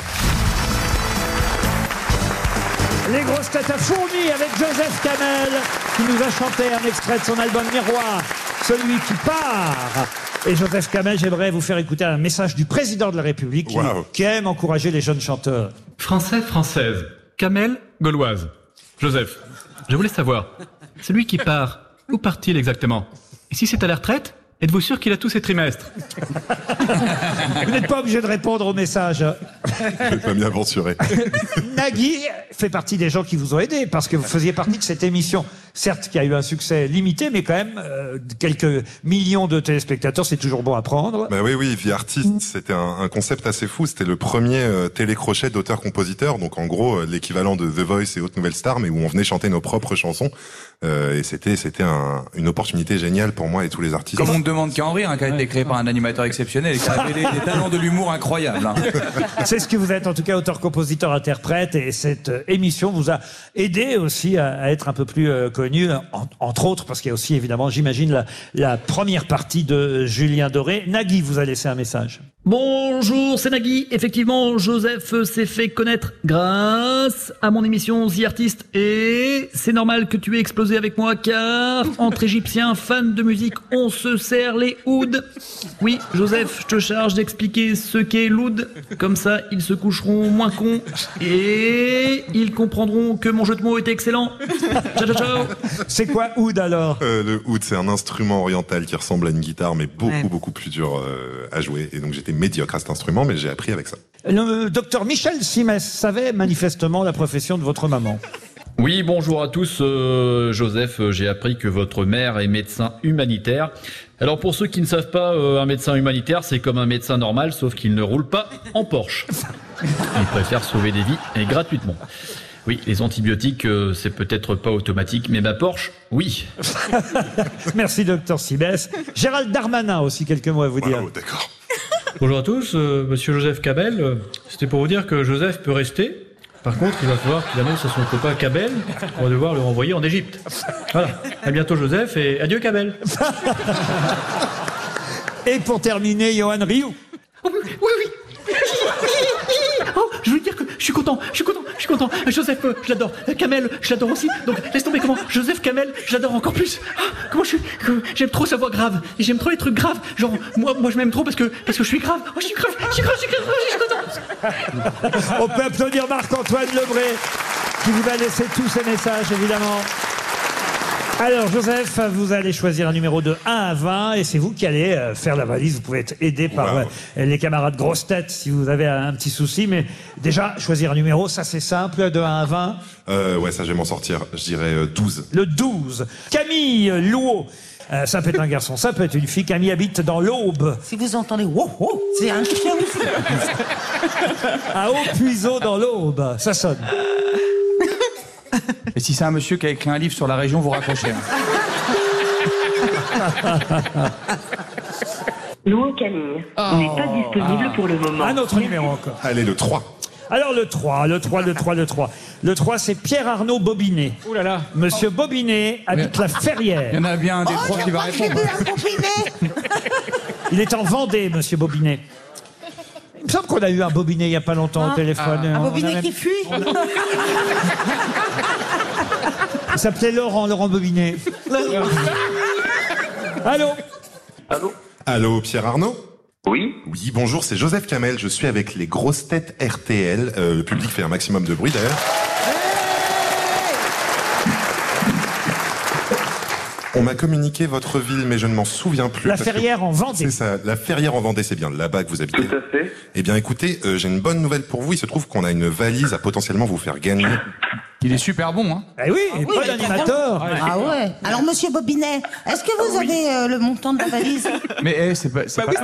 S2: Les grosses têtes à fourmis avec Joseph Camel qui nous a chanté un extrait de son album Miroir, celui qui part. Et Joseph Camel, j'aimerais vous faire écouter un message du président de la République qui, qui aime encourager les jeunes chanteurs.
S10: Français, *laughs* française. Kamel, gauloise. Joseph, je voulais savoir, celui qui part, où part-il exactement Et si c'est à la retraite, êtes-vous sûr qu'il a tous ses trimestres
S2: Vous n'êtes pas obligé de répondre au message.
S21: Je vais pas m'y aventurer.
S2: Nagui fait partie des gens qui vous ont aidé parce que vous faisiez partie de cette émission, certes qui a eu un succès limité, mais quand même euh, quelques millions de téléspectateurs, c'est toujours bon à prendre.
S21: Bah oui, oui, Vie Artiste, c'était un, un concept assez fou. C'était le premier euh, télécrochet d'auteur-compositeur, donc en gros euh, l'équivalent de The Voice et Haute Nouvelle Star, mais où on venait chanter nos propres chansons. Euh, et c'était c'était un- une opportunité géniale pour moi et tous les artistes.
S4: Comme on ne demande qu'à en rire, hein, qui a été créé par un animateur exceptionnel et qui a révélé des talents de l'humour incroyables. hein.
S2: *laughs* C'est ce que vous êtes, en tout cas, auteur, compositeur, interprète, et cette euh, émission vous a aidé aussi à, à être un peu plus euh, connu, en- entre autres, parce qu'il y a aussi, évidemment, j'imagine, la, la première partie de euh, Julien Doré. Nagui vous a laissé un message.
S13: Bonjour, c'est Nagui. Effectivement, Joseph s'est fait connaître grâce à mon émission The Artist et c'est normal que tu aies explosé avec moi car entre égyptiens fans de musique, on se serre les ouds. Oui, Joseph, je te charge d'expliquer ce qu'est l'oud. Comme ça, ils se coucheront moins cons et ils comprendront que mon jeu de mots était excellent. Ciao, ciao, ciao.
S2: C'est quoi oud alors
S21: Euh, Le oud, c'est un instrument oriental qui ressemble à une guitare, mais beaucoup
S2: Ouais.
S21: beaucoup plus dur euh, à jouer. Et donc j'étais médiocre à cet instrument, mais j'ai appris avec ça.
S2: Le euh, docteur Michel Simès savait manifestement la profession de votre maman.
S23: Oui, bonjour à tous. Euh, Joseph, euh, j'ai appris que votre mère est médecin humanitaire. Alors pour ceux qui ne savent pas, euh, un médecin humanitaire, c'est comme un médecin normal, sauf qu'il ne roule pas en Porsche. Il préfère sauver des vies et gratuitement. Oui, les antibiotiques, euh, c'est peut-être pas automatique, mais ma Porsche, oui.
S2: *laughs* Merci, docteur Simès. Gérald Darmanin aussi, quelques mots à vous dire.
S21: d'accord.
S24: Bonjour à tous, euh, monsieur Joseph Cabel. euh, C'était pour vous dire que Joseph peut rester. Par contre, il va falloir qu'il annonce à son copain Cabel qu'on va devoir le renvoyer en Égypte. Voilà. À bientôt, Joseph, et adieu, Cabel.
S2: *laughs* Et pour terminer, Johan
S24: *laughs*
S2: Rioux.
S13: Oui, oui. Oh, je voulais dire que je suis content, je suis content, je suis content. Joseph, euh, je l'adore. Euh, Kamel, je l'adore aussi. Donc laisse tomber comment Joseph Kamel, je l'adore encore plus. Ah, comment je suis que- J'aime trop sa voix grave. Et J'aime trop les trucs graves. Genre moi, moi je m'aime trop parce que parce que je suis grave. Oh, je suis grave, je suis grave, je suis grave, je suis content.
S2: On peut applaudir Marc-Antoine Lebré, qui vous a laissé tous ces messages, évidemment. Alors, Joseph, vous allez choisir un numéro de 1 à 20 et c'est vous qui allez euh, faire la valise. Vous pouvez être aidé par euh, les camarades grosses têtes si vous avez un, un petit souci. Mais déjà, choisir un numéro, ça c'est simple, de 1 à 20.
S22: Euh, ouais, ça, je vais m'en sortir. Je dirais euh, 12.
S2: Le 12. Camille Louot. Euh, ça peut être un garçon, ça peut être une fille. Camille habite dans l'Aube.
S5: Si vous entendez wow, wow, c'est un chien aussi.
S2: À Haut-Puiseau dans l'Aube. Ça sonne.
S4: Et si c'est un monsieur qui a écrit un livre sur la région, vous raccrochez.
S2: *laughs*
S4: hein.
S9: Louis Camille n'est pas disponible pour le moment.
S2: Ah. Un autre numéro encore. Allez, le 3. Alors le 3, le 3, le 3, le 3. Le 3, c'est Pierre-Arnaud Bobinet. Ouh là là. Monsieur Bobinet habite la Ferrière.
S4: Il y en a bien un des
S2: Oh,
S4: trois
S2: je
S4: qui va
S2: crois que
S4: répondre.
S2: Il est en Vendée, monsieur Bobinet. Il me semble qu'on a eu un Bobinet il n'y a pas longtemps au téléphone.
S5: Ah.
S2: euh,
S5: Un
S2: On a
S5: bobinet
S2: même-
S5: qui fuit. *laughs*
S2: *laughs* Il s'appelait Laurent, Laurent Bobinet. Allô
S22: Allô, Pierre Arnaud Oui. Oui, bonjour, c'est Joseph Camel. Je suis avec les grosses têtes RTL. Euh, le public fait un maximum de bruit d'ailleurs. On m'a communiqué votre ville, mais je ne m'en souviens plus.
S2: La
S22: parce que-
S2: Ferrière en Vendée.
S22: C'est ça, la Ferrière en Vendée, c'est bien là-bas que vous habitez. Tout à fait. Eh bien, écoutez, euh, j'ai une bonne nouvelle pour vous. Il se trouve qu'on a une valise à potentiellement vous faire gagner.
S4: Il est super bon, hein
S2: Eh oui,
S5: Ah Oui, mais pardon. Ah ouais. Alors, monsieur Bobinet, est-ce que vous avez euh, le montant de la
S4: *laughs*
S5: valise
S4: Mais eh, c'est pas.
S2: Bah
S4: c'est pas- *laughs*
S5: J'ai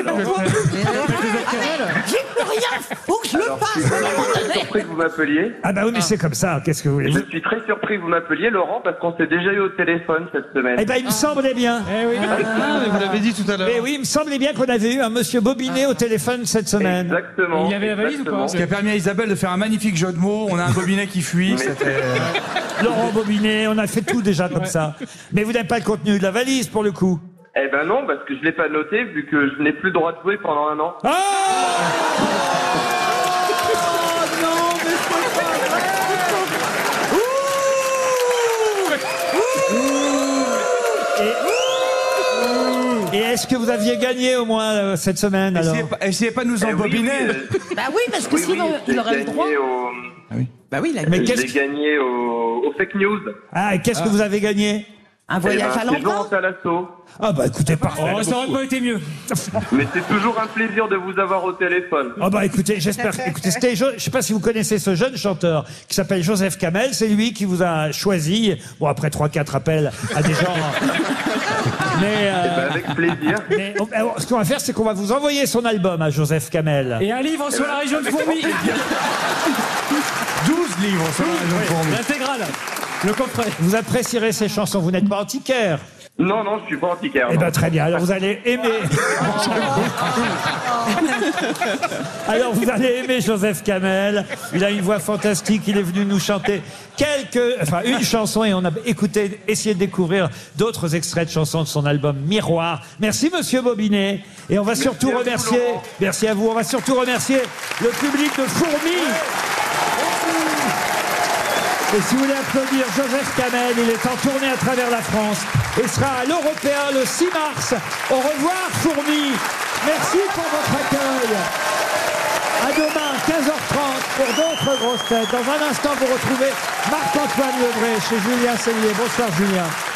S5: plus rien Faut que je le passe à un
S2: hein.
S5: moment donné.
S9: Surpris que vous m'appeliez.
S2: Ah bah oui, mais c'est comme ça. Qu'est-ce que vous voulez
S9: Je suis très surpris que vous m'appeliez, Laurent, parce qu'on s'est déjà eu au téléphone cette semaine.
S2: Eh ben, il me semblait bien. Eh oui,
S9: vous l'avez
S2: dit tout à l'heure. Eh oui, il me semblait bien qu'on avait eu un monsieur Bobinet au téléphone cette semaine.
S9: Exactement.
S4: Ce qui a permis à Isabelle de faire un magnifique jeu de mots. On a un Bobinet qui fuit.
S2: *laughs*
S4: C'était.
S2: euh, Laurent Bobinet, on a fait tout déjà comme
S9: Ouais.
S2: ça. Mais vous n'avez pas le contenu de la valise pour le coup.
S9: Eh ben non, parce que je l'ai pas noté, vu que je n'ai plus le droit de jouer pendant un an.
S2: Ah
S9: Oh,
S2: Et est-ce que vous aviez gagné au moins euh, cette semaine alors
S4: Essayez pas- Essayez pas de nous
S2: Eh oui,
S4: embobiner.
S5: Bah oui, parce que
S9: Oui,
S5: sinon,
S9: oui,
S5: il
S9: je
S5: aurait
S9: l'ai
S5: le droit.
S9: gagné au-
S4: Ah
S5: Bah oui, il a
S9: Je
S5: gagné.
S9: l'ai gagné au, au fake news.
S2: Ah, et qu'est-ce que vous avez gagné
S9: Eh ben, un séjour en Talasso.
S2: Ah bah écoutez, parfait.
S9: Oh, ça aurait pas
S2: été *laughs* mieux.
S9: Mais c'est toujours un plaisir de vous avoir au téléphone.
S2: Ah bah écoutez,
S4: *laughs*
S2: j'espère. Écoutez, c'était, jo- je sais pas si vous connaissez ce jeune chanteur qui s'appelle Joseph Kamel. C'est lui qui vous a choisi. Bon après trois quatre appels à
S9: *laughs*
S2: des gens. Mais euh,
S9: Eh ben, Avec *laughs* plaisir.
S2: mais on- alors, ce qu'on va faire, c'est qu'on va vous envoyer son album à Joseph Kamel.
S6: Et un livre sur la région de
S2: *laughs*
S6: Fourmi.
S2: 12 livres
S6: sur la région de Fourmi. L'intégrale.
S2: Le coffret. Vous apprécierez ces chansons. Vous n'êtes pas antiquaire.
S9: Non, non, je suis pas antiquaire.
S2: Eh
S9: non.
S2: ben très bien. Alors vous allez
S9: *laughs*
S2: aimer. *laughs*
S9: Oh.
S2: Alors vous allez aimer Joseph Kamel. Il a une voix fantastique. Il est venu nous chanter quelques, enfin une chanson et on a écouté, essayé de découvrir d'autres extraits de chansons de son album Miroir. Merci Monsieur Bobinet. Et on va surtout
S9: à vous,
S2: remercier.
S9: Laurent.
S2: merci à vous. On va surtout remercier le public de Fourmi. Et si vous voulez applaudir Joseph Kamel, il est en tournée à travers la France et sera à l'Européen le 6 mars. Au revoir Fourmi. Merci pour votre accueil. À demain, 15h30, pour d'autres grosses têtes. Dans un instant, vous retrouvez Marc-Antoine Lebré chez Julien Cellier. Bonsoir Julien.